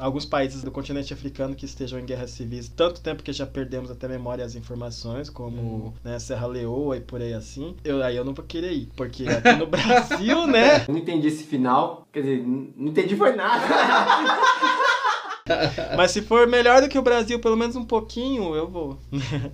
alguns países do continente africano que estejam em guerras civis tanto tempo que já perdemos até a memória e as informações,
Hum.
como né, Serra Leoa e por aí assim. Eu, aí eu não vou querer ir, porque aqui no Brasil, né?
Não entendi esse final. Quer dizer, n- não entendi foi nada.
Mas se for melhor do que o Brasil, pelo menos um pouquinho, eu vou.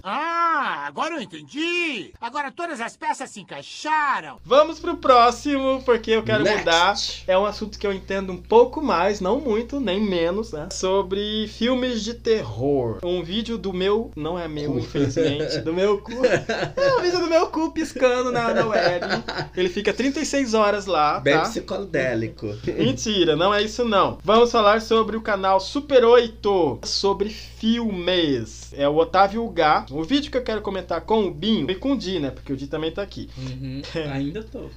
Ah, agora eu entendi. Agora todas as peças se encaixaram.
Vamos pro próximo, porque eu quero
Next.
mudar. É um assunto que eu entendo um pouco mais, não muito, nem menos, né? Sobre filmes de terror. Um vídeo do meu. Não é meu, infelizmente. Do meu cu. É um vídeo do meu cu piscando na, na web. Ele fica 36 horas lá.
Bem
tá?
psicodélico.
Mentira, não é isso não. Vamos falar sobre o canal Super 8, sobre filmes. É o Otávio Gá. O vídeo que eu quero comentar com o Binho e com o Di, né? Porque o Di também tá aqui.
Ainda tô.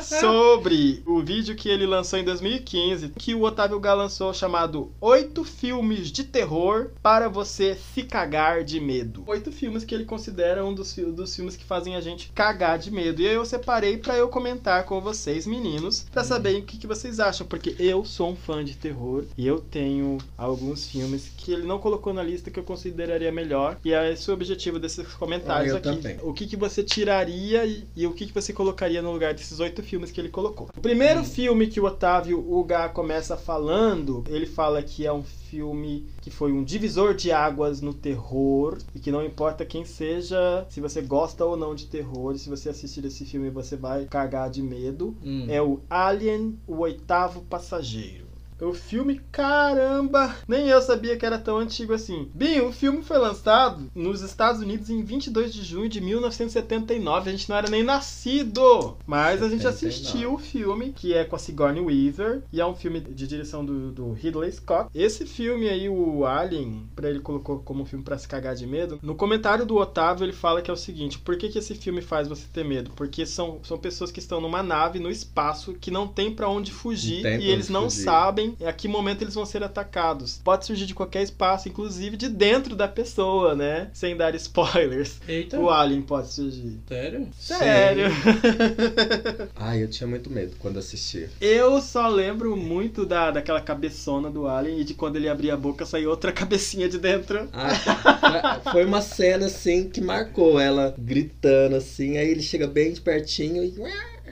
sobre o vídeo que ele lançou em 2015, que o Otávio Gá lançou chamado Oito Filmes de Terror para Você Se Cagar de Medo. Oito filmes que ele considera um dos, fi- dos filmes que fazem a gente cagar de medo. E aí eu separei pra eu comentar com vocês, meninos, pra saberem o que, que vocês acham, porque eu sou um fã de terror e eu tenho alguns filmes que ele não colocou na lista que eu consideraria melhor. E é esse o objetivo desse comentários
Ah, Eu
aqui.
também.
O que, que você tiraria e, e o que, que você colocaria no lugar desses oito filmes que ele colocou? O primeiro filme que o Otávio Uga começa falando, ele fala que é um filme que foi um divisor de águas no terror e que não importa quem seja, se você gosta ou não de terror, se você assistir esse filme você vai cagar de medo.
Hum.
É o Alien, o oitavo passageiro. O filme, caramba, nem eu sabia que era tão antigo assim. Bem, o filme foi lançado nos Estados Unidos em 22 de junho de 1979. A gente não era nem nascido, mas a gente
79.
assistiu o filme, que é com a Sigourney Weaver, e é um filme de direção do, do Ridley Scott. Esse filme aí, o Alien, pra ele colocou como um filme pra se cagar de medo. No comentário do Otávio, ele fala que é o seguinte: por que, que esse filme faz você ter medo? Porque são, são pessoas que estão numa nave, no espaço, que não tem pra onde fugir
Não tem
e
pra
eles
onde
não
fugir.
sabem a que momento eles vão ser atacados. Pode surgir de qualquer espaço, inclusive de dentro da pessoa, né? Sem dar spoilers.
Então-
Eita.
O Alien pode surgir.
Sério?
Sério.
Ai, eu tinha muito medo quando assistia.
Eu só lembro muito da, daquela cabeçona do Alien e de quando ele abria a boca saía outra cabecinha de dentro.
Ah, Foi uma cena assim que marcou ela gritando assim, aí ele chega bem de pertinho e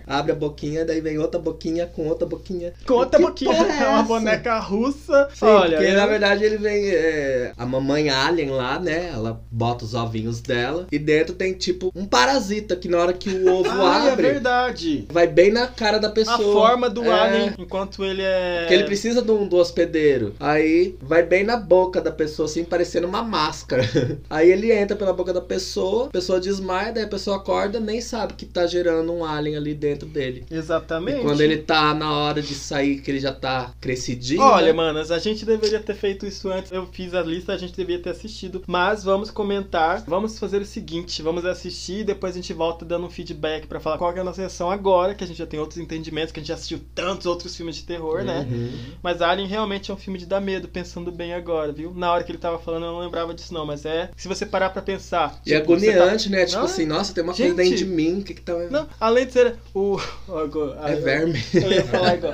abre a boquinha, daí vem outra boquinha com outra boquinha.
Conta
Que
um pouquinho.
porra é
É uma
essa?
boneca russa.
Sim,
Olha, né?
porque
eu-
na verdade ele vem. é, a mamãe alien lá, né? Ela bota os ovinhos dela e dentro tem tipo um parasita que na hora que o ovo
Ah, é
abre,
verdade.
vai bem na cara da pessoa.
A forma do
É.
Alien enquanto ele é.
Porque ele precisa de um, do hospedeiro. Aí vai bem na boca da pessoa, assim, parecendo uma máscara. Aí ele entra pela boca da pessoa, a pessoa desmaia, daí a pessoa acorda, nem sabe que tá gerando um alien ali dentro dele.
Exatamente.
E quando ele tá na hora de sair, que ele já tá crescidinho.
Olha,
né?
manas, a gente deveria ter feito isso antes. Eu fiz a lista, a gente deveria ter assistido. Mas vamos comentar. Vamos fazer o seguinte: vamos assistir e depois a gente volta dando um feedback pra falar qual que é a nossa reação agora, que a gente já tem outros entendimentos, que a gente já assistiu tantos outros filmes de terror, né?
Uhum.
Mas Alien realmente é um filme de dar medo, pensando bem agora, viu? Na hora que ele tava falando, eu não lembrava disso, não. Mas é. Se você parar pra pensar.
E
tipo,
agoniante,
você tá-
né? Tipo
Não,
assim, nossa, tem uma
Gente.
coisa dentro de mim, o que que tá.
não, além de ser o. ago-
É verme.
Eu ia falar igual.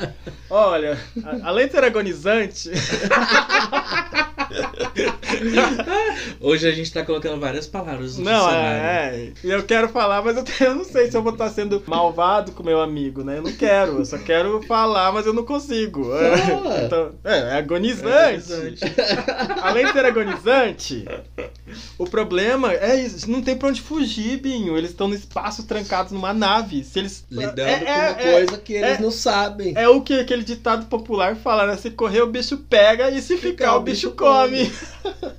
Olha, a- além de ser agonizante,
Hoje a gente tá colocando várias palavras no
Não,
dicionário.
é, é. Eu quero falar, mas eu, te- eu não sei se eu vou estar sendo malvado com meu amigo, né? Eu não quero. Eu só quero falar, mas eu não consigo.
Fala.
Então, é, é agonizante.
É agonizante.
Além de ser agonizante, o problema é isso. Não tem pra onde fugir, Binho. Eles estão no espaço trancados numa nave. Se eles.
Lidando
é-
com
é-
uma
é-
coisa que eles
é-
não sabem.
É o que aquele ditado popular fala, né? Se correr, o bicho pega e se ficar, o bicho, come.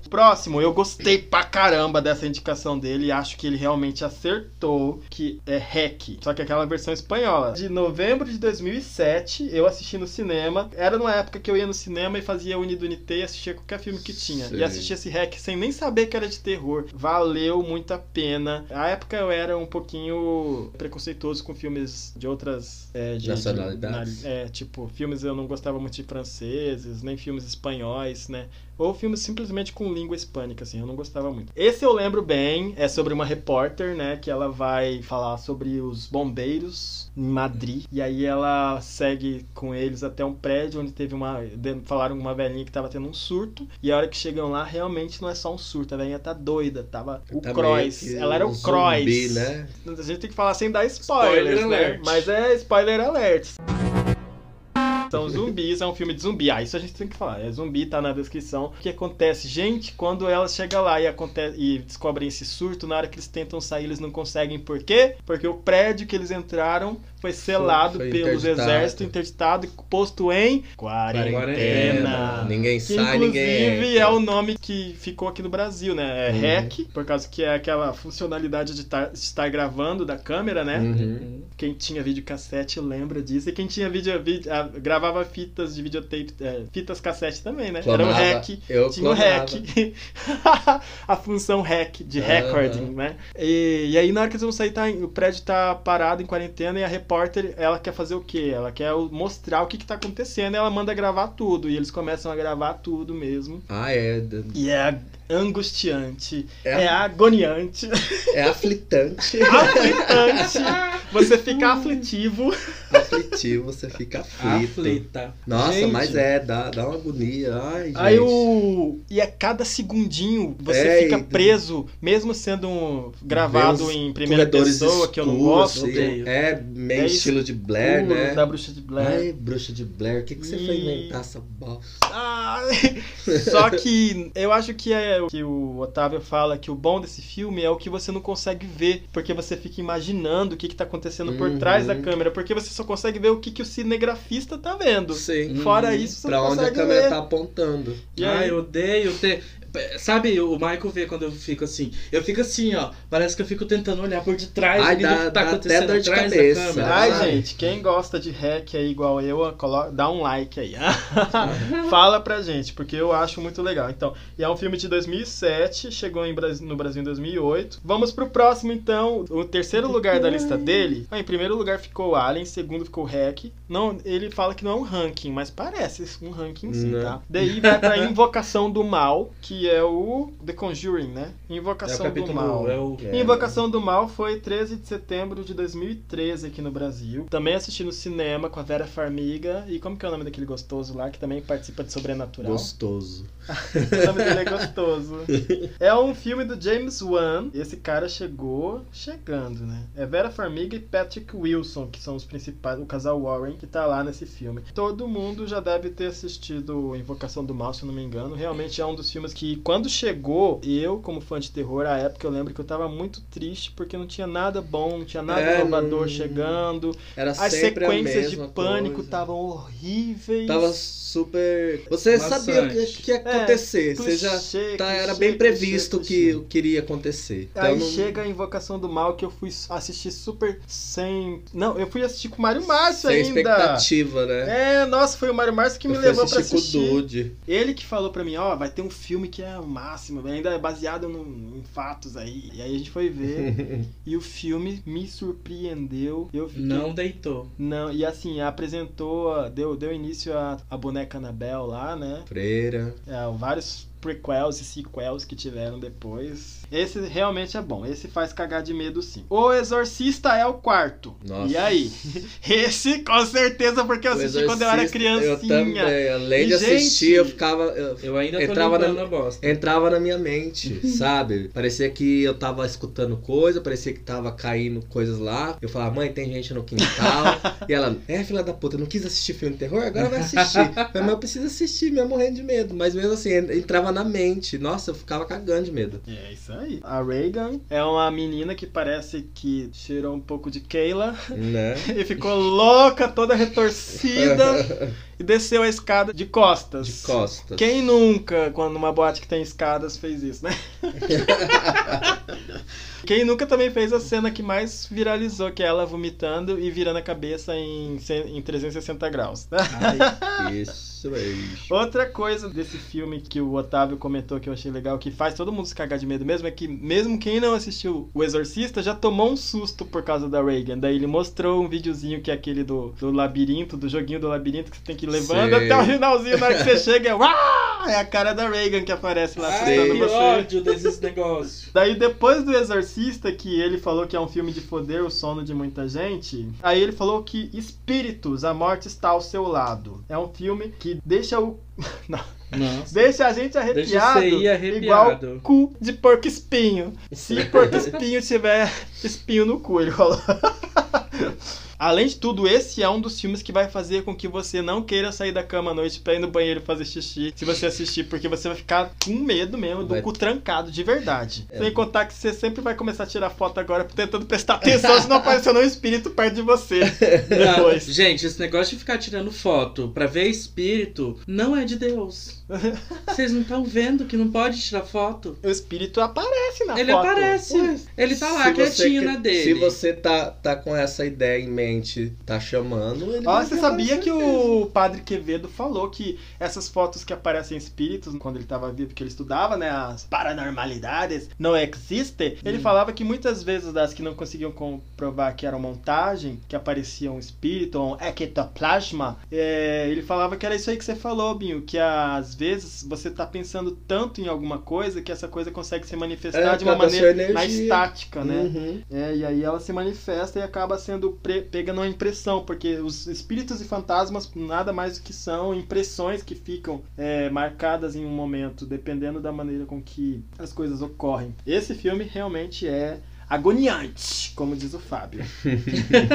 Próximo, eu gostei pra caramba dessa indicação dele e acho que ele realmente acertou, que é Hack, só que aquela versão espanhola. De novembro de 2007, eu assisti no cinema. Era numa época que eu ia no cinema e fazia Unido Unité e assistia qualquer filme que tinha.
Sei.
E assistia esse Hack sem nem saber que era de terror. Valeu muito a pena. Na época eu era um pouquinho preconceituoso com filmes de outras é, de- de-
Nacionalidades.
na- é, tipo, filmes eu não gostava muito de franceses, nem filmes espanhóis, né? Ou filmes simplesmente com língua hispânica, assim, eu não gostava muito. Esse eu lembro bem, é sobre uma repórter, né? Que ela vai falar sobre os bombeiros em Madrid. E aí ela segue com eles até um prédio onde teve uma. de- Falaram com uma velhinha que tava tendo um surto. E a hora que chegam lá, realmente não é só um surto, a velhinha tá doida, tava o
Tá meio
Croix.
que
Ela era
um
o
zumbi,
Croix.
né?
A gente tem que falar sem dar spoilers,
Spoiler
né?
alert.
Mas é spoiler alert. São zumbis, é um filme de zumbi. Ah, isso a gente tem que falar. É zumbi, tá na descrição. O que acontece, gente, quando ela chega lá e, acontece, e descobrem esse surto, na hora que eles tentam sair, eles não conseguem. Por quê? Porque o prédio que eles entraram foi selado
foi
pelos
interditado.
exércitos, interditado e posto em é quarentena.
Ninguém
Que,
sai, ninguém.
inclusive
entra.
é o nome que ficou aqui no Brasil, né? É
Uhum.
REC, por causa que é aquela funcionalidade de tá- de estar gravando da câmera, né?
Uhum.
Hum.
Quem tinha videocassete lembra disso. E quem tinha vídeo, vídeo- ah, gravava fitas de videotape, é, fitas cassete também, né? Era
Clonava.
um REC.
Eu
Tinha o
clonava.
REC. a função REC, de
Aham.
recording, né? E, e aí na hora que eles vão sair, tá, em- o prédio tá parado em quarentena e a repórter, ela quer fazer o quê? Ela quer o- mostrar o que que tá acontecendo e ela manda gravar tudo. E eles começam a gravar tudo mesmo.
Ah, é.
E é angustiante,
É-
é, agoniante,
É aflitante. Uh.
aflitante. Você fica aflitivo.
aflitivo, É você fica aflito.
Aflita.
Nossa,
Gente.
mas é, dá, dá uma agonia. Ai, gente.
Aí o. E a cada segundinho você
É,
fica
e-
preso, mesmo sendo um-
Vê
gravado
uns
em primeira
corredores
pessoa, que eu não
escuros,
gosto.
assim, É meio
É
estilo de Blair,
escuro,
né?
Da bruxa de Blair.
Ai, bruxa de Blair, o que, que você foi
E-
inventar essa bosta?
Ah, Só que eu acho que é o que o Otávio fala que o bom desse filme é o que você não consegue ver, porque você fica imaginando o que, que tá acontecendo por
Uhum.
trás da câmera, porque você só consegue ver o que, que o cinegrafista tá vendo. Fora isso, você
pra
não
onde a
consegue
câmera
ver.
tá apontando.
E
Ai,
aí?
Ah, eu odeio ter. Sabe, o Michael vê quando eu fico assim. Eu fico assim, ó. Parece que eu fico tentando olhar por detrás
Ai,
ali
dá-
do que tá
dá até
acontecendo
dor de
atrás
cabeça.
da câmera.
Ai,
sabe?
gente, quem gosta de hack aí igual eu, colo- dá um like aí. Fala pra gente, porque eu acho muito legal. Então, e é um filme de 2007, chegou em Bras- no Brasil em 2008. Vamos pro próximo, então. O terceiro lugar da lista dele... ah, Em primeiro lugar ficou Alien, em segundo ficou Hack. Não, ele fala que não é um ranking, mas parece um ranking sim,
Né?
Não.
tá? Daí vai pra Invocação do Mal, que é o The Conjuring, né? Invocação
É o
do
capítulo-
um,
Mal.
é o-
Invocação do Mal foi 13 de setembro de 2013 aqui no Brasil. Também assisti no cinema com a Vera Farmiga. E como que é o nome daquele gostoso lá que também participa de Sobrenatural?
Gostoso.
O nome dele é gostoso. É um filme do James Wan. Esse cara chegou chegando, né? É Vera Farmiga e Patrick Wilson, que são os principais, o casal Warren, que tá lá nesse filme. Todo mundo já deve ter assistido Invocação do Mal, se eu não me engano. Realmente é um dos filmes que, quando chegou, eu, como fã de terror, à época, eu lembro que eu tava muito triste porque não tinha nada bom, não tinha nada
É,
inovador
não-
chegando.
Era
As
sempre a
sequências de
mesma
pânico
coisa.
estavam horríveis.
Tava super. Você
Maçante.
sabia o que, que
É,
ia acontecer. você já
clichê,
tá- era
clichê,
bem
clichê,
previsto o que o que iria acontecer.
Aí
Então, não-
chega a Invocação do Mal que eu fui assistir super sem. Não, eu fui assistir com o Mário Márcio
sem
ainda.
expectativa, né?
É, nossa, foi o Mário Márcio que me
Eu fui
levou pra
assistir com o
assistir.
Dude.
Ele que falou pra mim, ó, vai ter um filme que é o máximo, ainda é baseado no- em fatos aí. E aí a gente foi ver. e o filme me surpreendeu. Eu fiquei...
Não deitou.
Não, e assim, apresentou, a- deu, deu início a, a boneca Anabel lá, né?
Freira.
É, vários prequels e sequels que tiveram depois. Esse realmente é bom. Esse faz cagar de medo sim. O Exorcista é o quarto.
Nossa.
E aí? Esse com certeza porque eu
O
assisti quando eu era
Exorcista,
criancinha.
Eu também, além de
E, gente,
assistir, eu ficava. Eu,
Eu ainda tô
entrava
limpando
na-
a bosta.
entrava na minha mente,
Uhum.
sabe? Parecia que eu tava escutando coisa, parecia que tava caindo coisas lá. Eu falava, mãe, tem gente no quintal. e ela, é, filha da puta, não quis assistir filme de terror? Agora vai assistir. Eu falei, mas eu preciso assistir, mesmo morrendo de medo. Mas mesmo assim, en- entrava na mente. Nossa, eu ficava cagando de medo.
É isso aí. A Reagan é uma menina que parece que cheirou um pouco de Kayla
Né?
e ficou louca, toda retorcida e desceu a escada de costas.
De costas.
Quem nunca, quando uma boate que tem escadas, fez isso, né? Quem nunca também fez a cena que mais viralizou, que é ela vomitando e virando a cabeça em, cem- em 360 graus. né?
Isso aí.
Outra coisa desse filme que o Otávio comentou que eu achei legal, que faz todo mundo se cagar de medo mesmo, é que mesmo quem não assistiu O Exorcista já tomou um susto por causa da Reagan. Daí ele mostrou um videozinho que é aquele do, do labirinto, do joguinho do labirinto, que você tem que ir levando
Sei.
até o finalzinho, na hora que você chega é... "Uá!" É a cara da Reagan que aparece lá assustando
que
você.
ódio desses negócios.
Daí depois do Exorcista, que ele falou que é um filme de foder o sono de muita gente, aí ele falou que Espíritos, a morte está ao seu lado. É um filme que deixa o. Não.
Nossa.
Deixa a gente é arrepiado,
você ir arrepiado.
igual cu de porco espinho. Se porco espinho tiver espinho no cu, ele falou. Além de tudo, esse é um dos filmes que vai fazer com que você não queira sair da cama à noite pra ir no banheiro fazer xixi, se você assistir, porque você vai ficar com medo mesmo, do
Vai-
cu trancado, de verdade.
É.
Sem contar que você sempre vai começar a tirar foto agora tentando prestar atenção se não apareceu um espírito perto de você.
Não,
Depois.
gente, esse negócio de ficar tirando foto pra ver espírito não é de Deus. Vocês não estão vendo que não pode tirar foto?
O espírito aparece na
Ele
foto.
aparece. Ele tá lá,
Se você
quietinho
que-
na dele.
Se você tá, tá com essa ideia em mente, tá chamando, ele
Ó,
vai
você
chamar,
sabia
com
que
certeza.
o padre Quevedo falou que essas fotos que aparecem em espíritos, quando ele estava vivo, que ele estudava, né, as paranormalidades, não existem? Ele falava que muitas vezes das que não conseguiam comprovar que eram montagem, que aparecia um espírito ou um ectoplasma, é, ele falava que era isso aí que você falou, Binho, que às vezes você tá pensando tanto em alguma coisa que essa coisa consegue se manifestar
É,
de uma
cada sua
maneira
energia.
mais estática, né?
Uhum.
É, e aí ela se manifesta e acaba sendo pre- chega numa impressão, porque os espíritos e fantasmas nada mais do que são impressões que ficam é, marcadas em um momento, dependendo da maneira com que as coisas ocorrem. Esse filme realmente é agoniante, como diz o Fábio.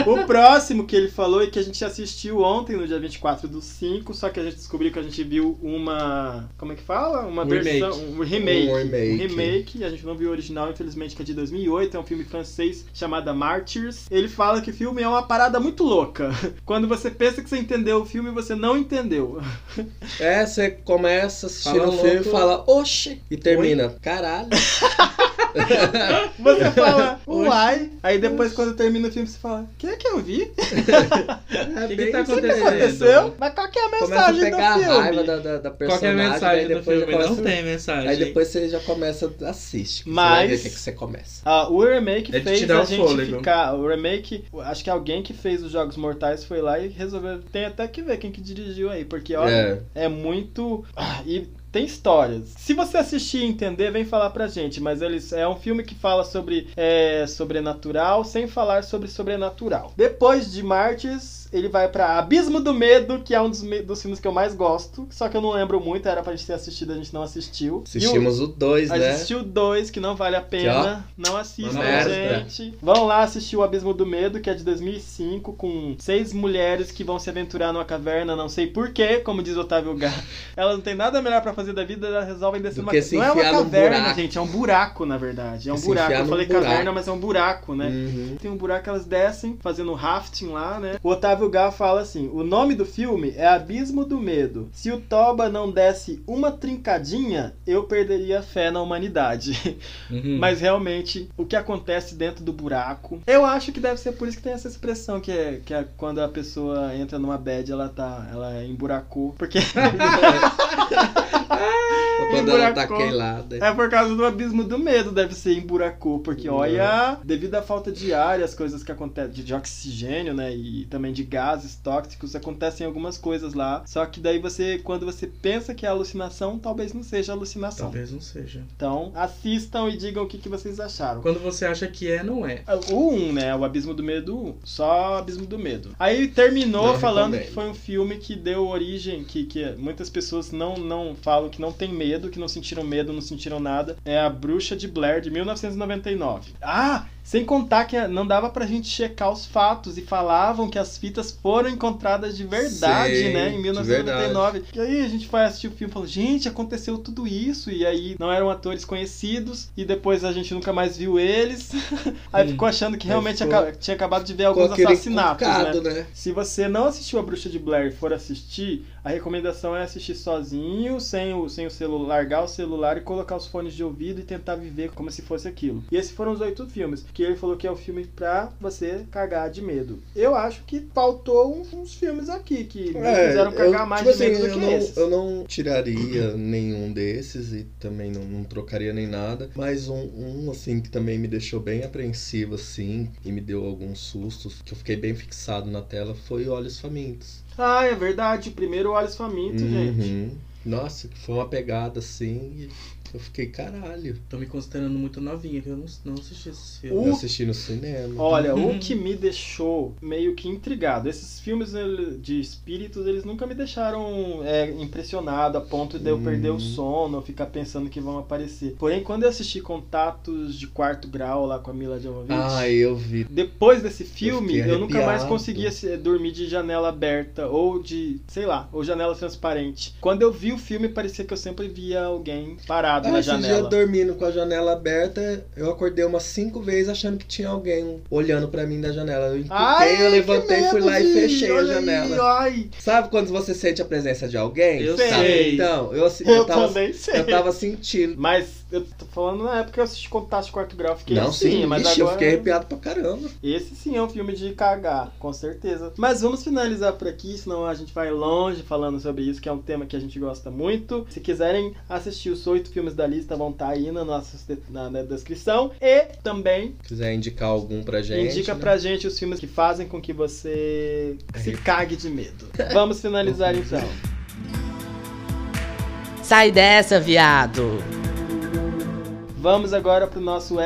o próximo que ele falou e que a gente assistiu ontem, no dia 24 do 5, só que a gente descobriu que a gente viu uma. Como é que fala? Uma
Um
versão.
remake.
Um remake.
Um remake.
Um remake. A gente não viu o original, infelizmente, que é de 2008. É um filme francês chamado Martyrs. Ele fala que o filme é uma parada muito louca. Quando você pensa que você entendeu o filme, você não entendeu.
É, você começa assistindo
Fala
o filme e
louco.
fala, oxe! E termina, caralho.
Você fala, uai. Aí depois, quando termina o filme, você fala, o que é que eu vi?
Tá O
que tá aconteceu? Mas qual que é a
Começa a
mensagem do
pegar a
filme?
raiva da, da, da
Qual que é a
personagem.
mensagem
aí
do
depois
filme?
já
Não
começa-
tem mensagem.
Aí depois você já começa, assiste. que Você vai
Mas-
ver o que, que você começa.
Ah, o remake
É de
fez
tirar
a
o
gente
fôlego.
ficar. O remake, acho que alguém que fez os Jogos Mortais foi lá e resolveu. Tem até que ver quem que dirigiu aí, porque olha, é, muito. Ah, E tem histórias. Se você assistir e entender, vem falar pra gente. Mas eles é um filme que fala sobre é, sobrenatural, sem falar sobre sobrenatural. Depois de Martes, ele vai pra Abismo do Medo, que é um dos, me- dos filmes que eu mais gosto. Só que eu não lembro muito, era pra gente ter assistido, a gente não assistiu. E
Assistimos o dois,
a
né?
gente assistiu dois, que não vale a pena. não
Uma
assistam,
merda.
gente. Vão lá assistir O Abismo do Medo, que é de 2005, com seis mulheres que vão se aventurar numa caverna, não sei porquê, como diz Otávio Gá. Elas não tem nada melhor pra fazer da vida, elas resolvem descer
Do
numa
que se
Não é uma
enfiar num
caverna,
buraco.
gente, é um buraco, na verdade. É um
Se
buraco.
enfiar
Eu
num
falei
buraco.
caverna, mas é um buraco, né?
Uhum.
Tem um buraco, elas descem, fazendo rafting lá, né? O Otávio Gá fala assim: o nome do filme é Abismo do Medo. Se o Toba não desse uma trincadinha, eu perderia a fé na humanidade.
Hum. Uhum.
Mas realmente, o que acontece dentro do buraco. Eu acho que deve ser por isso que tem essa expressão que é, que é quando a pessoa entra numa bad, ela tá. Ela emburacou. Porque.
Quando ela tá
Emburacou.
queilada.
É por causa do abismo do medo, deve ser emburacou, porque olha, devido à falta de ar e as coisas que acontecem, de, de oxigênio, né, e também de gases tóxicos, acontecem algumas coisas lá. Só que daí você, quando você pensa que é alucinação, talvez não seja alucinação.
Talvez não seja.
Então, assistam e digam o que, que vocês acharam.
Quando você acha que é, não é.
O 1, né? O Abismo do Medo 1. Só Abismo do Medo. Aí terminou
Não
falando
recomendo.
que foi um filme que deu origem, que, que muitas pessoas não, não falam que não tem medo, que não sentiram medo, não sentiram nada. É A Bruxa de Blair, de 1999. Ah! Sem contar que não dava pra gente checar os fatos e falavam que as fitas foram encontradas de verdade,
Sim,
né? Em
de
1999. E aí a gente vai assistir o filme e falou, gente, aconteceu tudo isso. E aí não eram atores conhecidos. E depois a gente nunca mais viu eles. aí
Hum.
ficou achando que
Aí
realmente
ficou-
aca- tinha acabado de ver
ficou
alguns
aquele
é assassinatos,
encucado,
né?
né?
Se você não assistiu A Bruxa de Blair e for assistir, a recomendação é assistir sozinho, sem o, sem o celular, largar o celular e colocar os fones de ouvido e tentar viver como se fosse aquilo. E esses foram os oito filmes, que ele falou que é o filme pra você cagar de medo. Eu acho que faltou uns, uns filmes aqui que me
É,
fizeram cagar mais
tipo
de medo
assim,
do que
eu não,
esses.
eu não tiraria nenhum desses e também não, não trocaria nem nada. Mas um, um, assim, que também me deixou bem apreensivo, assim, e me deu alguns sustos, que eu fiquei bem fixado na tela, foi Olhos Famintos.
Ah, é verdade. Primeiro Olhos Famintos, gente.
Uhum. Nossa, que foi uma pegada, assim, e eu fiquei, caralho.
Tô me considerando muito novinha, que eu não, não assisti esses filmes.
Eu assisti no cinema.
Olha,
Uhum.
o que me deixou meio que intrigado, esses filmes ele- de espíritos, eles nunca me deixaram é, impressionado a ponto de eu perder
Uhum.
o sono, ficar pensando que vão aparecer. Porém, quando eu assisti Contatos de Quarto Grau lá com a Mila Jovovich,
Ah, eu vi.
depois desse filme, eu,
fiquei
nunca mais
arrepiado.
conseguia se- dormir de janela aberta ou de, sei lá, ou janela transparente. Quando eu vi o filme, parecia que eu sempre via alguém parado
Ah,
na
esse dia
janela.
dormindo com a janela aberta, eu acordei umas cinco vezes achando que tinha alguém olhando pra mim da janela. Eu encuquei,
Ai,
eu levantei,
que
fui lá
medo,
e fechei a
olha aí,
janela.
ai.
Sabe quando você sente a presença de alguém?
Eu
Tá,
sei.
Então, eu, assi-
Eu
eu tava,
também sei.
Eu tava sentindo.
Mas eu tô falando na época que eu assisti Contato de Quarto Grau, eu fiquei
Não,
assim,
sim,
mas
vixe, eu
agora...
fiquei arrepiado pra caramba.
Esse sim é um filme de cagar, com certeza. Mas vamos finalizar por aqui, senão a gente vai longe falando sobre isso, que é um tema que a gente gosta muito. Se quiserem assistir os oito filmes da lista, vão estar aí na nossa na, na descrição. E também
Se quiser indicar algum pra gente.
indica
né? É
pra gente os filmes que fazem com que você se cague de medo. Vamos finalizar então.
Sai dessa, viado!
Vamos agora pro nosso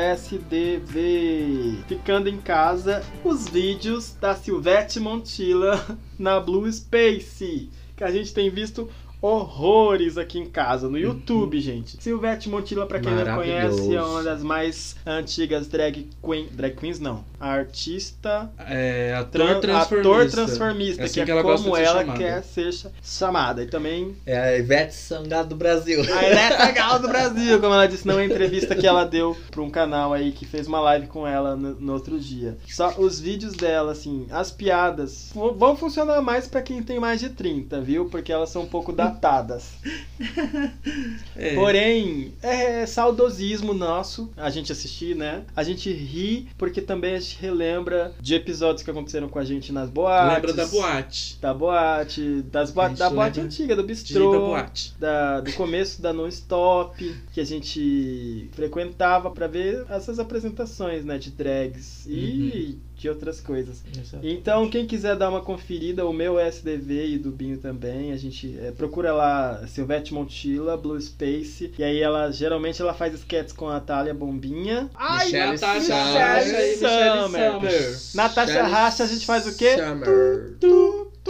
SDV. Ficando em casa, os vídeos da Silvete Montilla na Blue Space, que a gente tem visto horrores aqui em casa,
Uhum.
no YouTube, gente. Silvete Montilla, pra quem não
Maravilhoso.
conhece, é uma das mais antigas drag queen, drag queens não, artista
É,
Tran-
ator transformista.
ator transformista,
É assim
que,
que
é
ela gosta
como
de ser
ela
chamada.
quer ser cha- chamada. E também
É a Ivete Sangado do Brasil.
a Eleta Gal do Brasil, como ela disse numa entrevista que ela deu pra um canal aí que fez uma live com ela no, no outro dia. Só os vídeos dela, assim, as piadas fu- vão funcionar mais pra quem tem mais de 30, viu? Porque elas são um pouco datadas.
É.
Porém, é saudosismo nosso a gente assistir, né? A gente ri porque também a gente relembra de episódios que aconteceram com a gente nas
é.
boates.
Lembra da boate.
Da boate, das
A
boa,
gente
da boate
lembra
antiga, do
de ir
bistrô,
pra boate.
da- do começo da non-stop, que a gente frequentava pra ver essas apresentações, né, de drags e
Uhum.
de outras coisas. Então, quem quiser dar uma conferida, o meu SDV e do Binho também, a gente é, procura lá Silvete Montilla, Blue Space, e aí ela, geralmente, ela faz sketches com a Thalia Bombinha.
Michelle
Natasha
Summer.
Summer. Natasha
Michelle
Racha, a gente faz o quê?
Summer.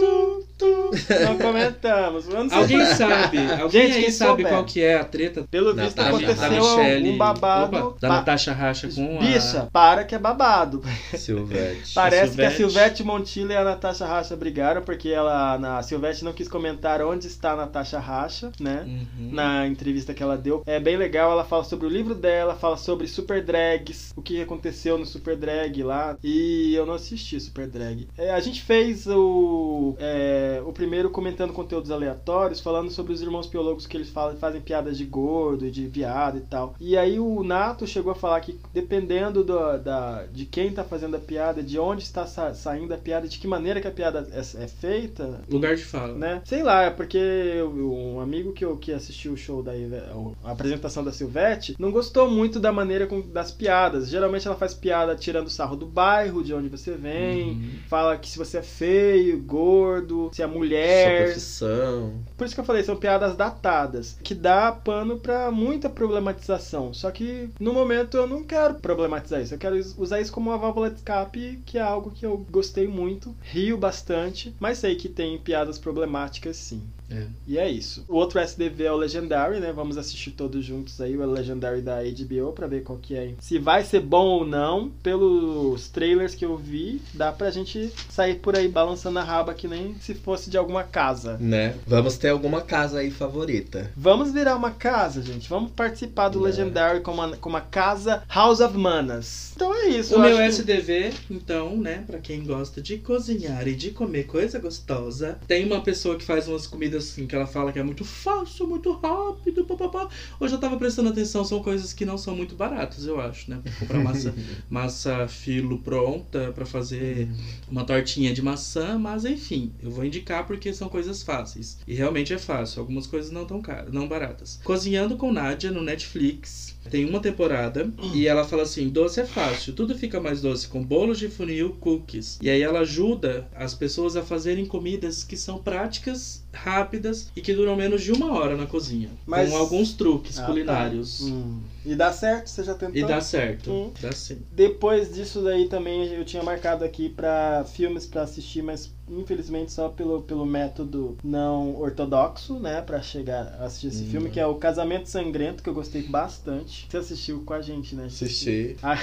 Não comentamos. Eu não sei.
Alguém sabe, alguém
Gente,
aí
quem
sabe
souber.
qual que é a treta
Pelo visto,
tá,
aconteceu um babado.
da
Ba-
Natasha Racha tá com a...
Bicha, para que é babado.
Silvete.
Parece que a
Silvete.
Silvete Montilla e a Natasha Racha brigaram porque ela, na- a Silvete não quis comentar onde está a Natasha Racha, né?
Uhum.
Na entrevista que ela deu. É bem legal, ela fala sobre o livro dela, fala sobre super drags, o que aconteceu no super drag lá. E eu não assisti super drag. É, a gente fez o, é, o primeiro comentando conteúdos aleatórios, falando sobre os irmãos biólogos que eles falam, fazem piadas de gordo e de viado e tal. E aí o Nato chegou a falar que dependendo do- da, de quem tá fazendo a piada, de onde está sa- saindo a piada, de que maneira que a piada é- é feita,
Lugar de fala.
né? Sei lá, é porque eu- um amigo que, eu, que assistiu o show da Ive- a apresentação da Silvete não gostou muito da maneira com, das piadas. Geralmente ela faz piada tirando sarro do bairro, de onde você
Uhum.
vem, fala que se você é feio, gordo, se é
Sua
mulher.
profissão.
Por isso que eu falei, são piadas datadas, que dá pano pra muita problematização. Só que no momento eu não quero problematizar isso, eu quero is- usar isso como uma válvula de escape, que é algo que eu gostei muito, rio bastante, mas sei que tem piadas problemáticas sim.
É.
E é isso. O outro SDV é o Legendary, né? Vamos assistir todos juntos aí o Legendary da HBO pra ver qual que é. Se vai ser bom ou não, pelos trailers que eu vi, dá pra gente sair por aí balançando a raba que nem se fosse de alguma casa.
Né? Vamos ter alguma casa aí favorita.
Vamos virar uma casa, gente. Vamos participar
É.
do Legendary como uma, como uma casa House of Manas. Então é isso.
O
eu
meu
acho que-
SDV, então, né, pra quem gosta de cozinhar e de comer coisa gostosa, tem uma pessoa que faz umas comidas assim, que ela fala que é muito fácil, muito rápido, papapá. Hoje eu tava prestando atenção, são coisas que não são muito baratas, eu acho, né? Comprar massa, massa filo pronta pra fazer
Uhum.
uma tortinha de maçã, mas enfim, eu vou indicar porque são coisas fáceis. E realmente é fácil, algumas coisas não tão caras, não baratas. Cozinhando com Nádia no Netflix, tem uma temporada e ela fala assim: doce é fácil, tudo fica mais doce com bolos de funil, cookies. E aí ela ajuda as pessoas a fazerem comidas que são práticas, rápidas e que duram menos de uma hora na cozinha.
Mas-
Com alguns truques
Ah, tá.
culinários.
Hum. E dá certo? Você já tentou?
assim. E dá certo.
Hum.
Dá sim.
Depois disso daí também eu tinha marcado aqui pra filmes pra assistir, mas infelizmente só pelo, pelo método não ortodoxo, né, Pra chegar a assistir esse
Hum.
filme, que é o Casamento Sangrento, que eu gostei bastante. Você assistiu com a gente, né?
Assisti.
Ah.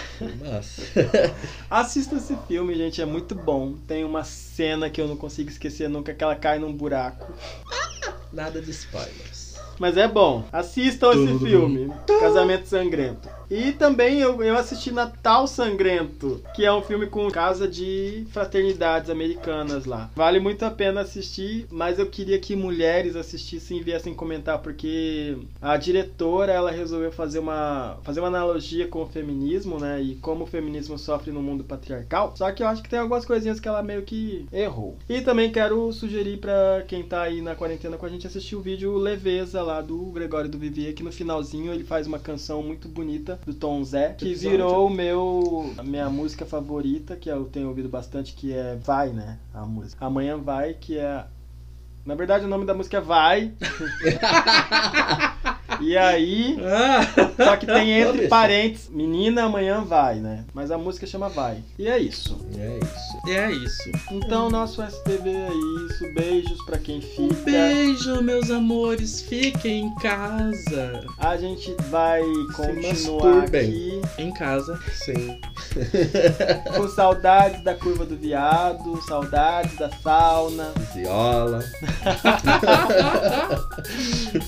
Massa.
Assista esse filme, gente, é muito bom. Tem uma cena que eu não consigo esquecer nunca, que ela cai num buraco.
Nada de spoilers.
Mas é bom. Assistam esse
Tudo
filme, Casamento Sangrento. E também eu, eu assisti Natal Sangrento, que é um filme com casa de fraternidades americanas lá. Vale muito a pena assistir, mas eu queria que mulheres assistissem e viessem comentar, porque a diretora ela resolveu fazer uma, fazer uma analogia com o feminismo, né? E como o feminismo sofre no mundo patriarcal. Só que eu acho que tem algumas coisinhas que ela meio que errou. E também quero sugerir pra quem tá aí na quarentena com a gente assistir o vídeo Leveza lá do Gregório do Vivier, que no finalzinho ele faz uma canção muito bonita do Tom Zé, que
Episódio.
virou o meu a minha música favorita, que eu tenho ouvido bastante, que é Vai, né? A música. Amanhã Vai, que é na verdade, o nome da música é Vai. E aí. Só que tem entre parênteses. Menina amanhã vai, né? Mas a música chama Vai. E é isso.
É isso.
É isso.
Então, nosso STV é isso. Beijos pra quem fica.
Um Beijo, meus amores. Fiquem em casa.
A gente vai continuar
masturbem.
aqui
Em casa.
Sim.
com saudades da curva do viado, saudades da sauna.
Viola.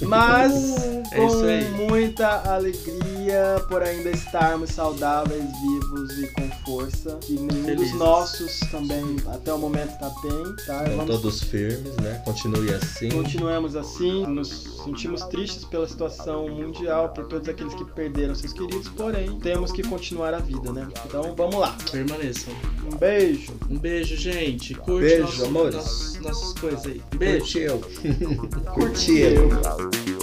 Mas
É
com
isso aí.
muita alegria por ainda estarmos saudáveis, vivos e com força. E nenhum
Felizes.
dos nossos também até o momento tá bem, tá?
Então,
Vamos
todos firmes, né? Continue assim.
Continuamos assim, nos sentimos tristes pela situação mundial, por todos aqueles que perderam seus queridos, porém, temos que continuar a vida, né? Então vamos lá.
Permaneçam.
Um beijo.
Um beijo, gente. Curte
Beijo,
nosso-
amores.
nossos- nossas coisas aí. Beijo.
Curtiu. Curtiu.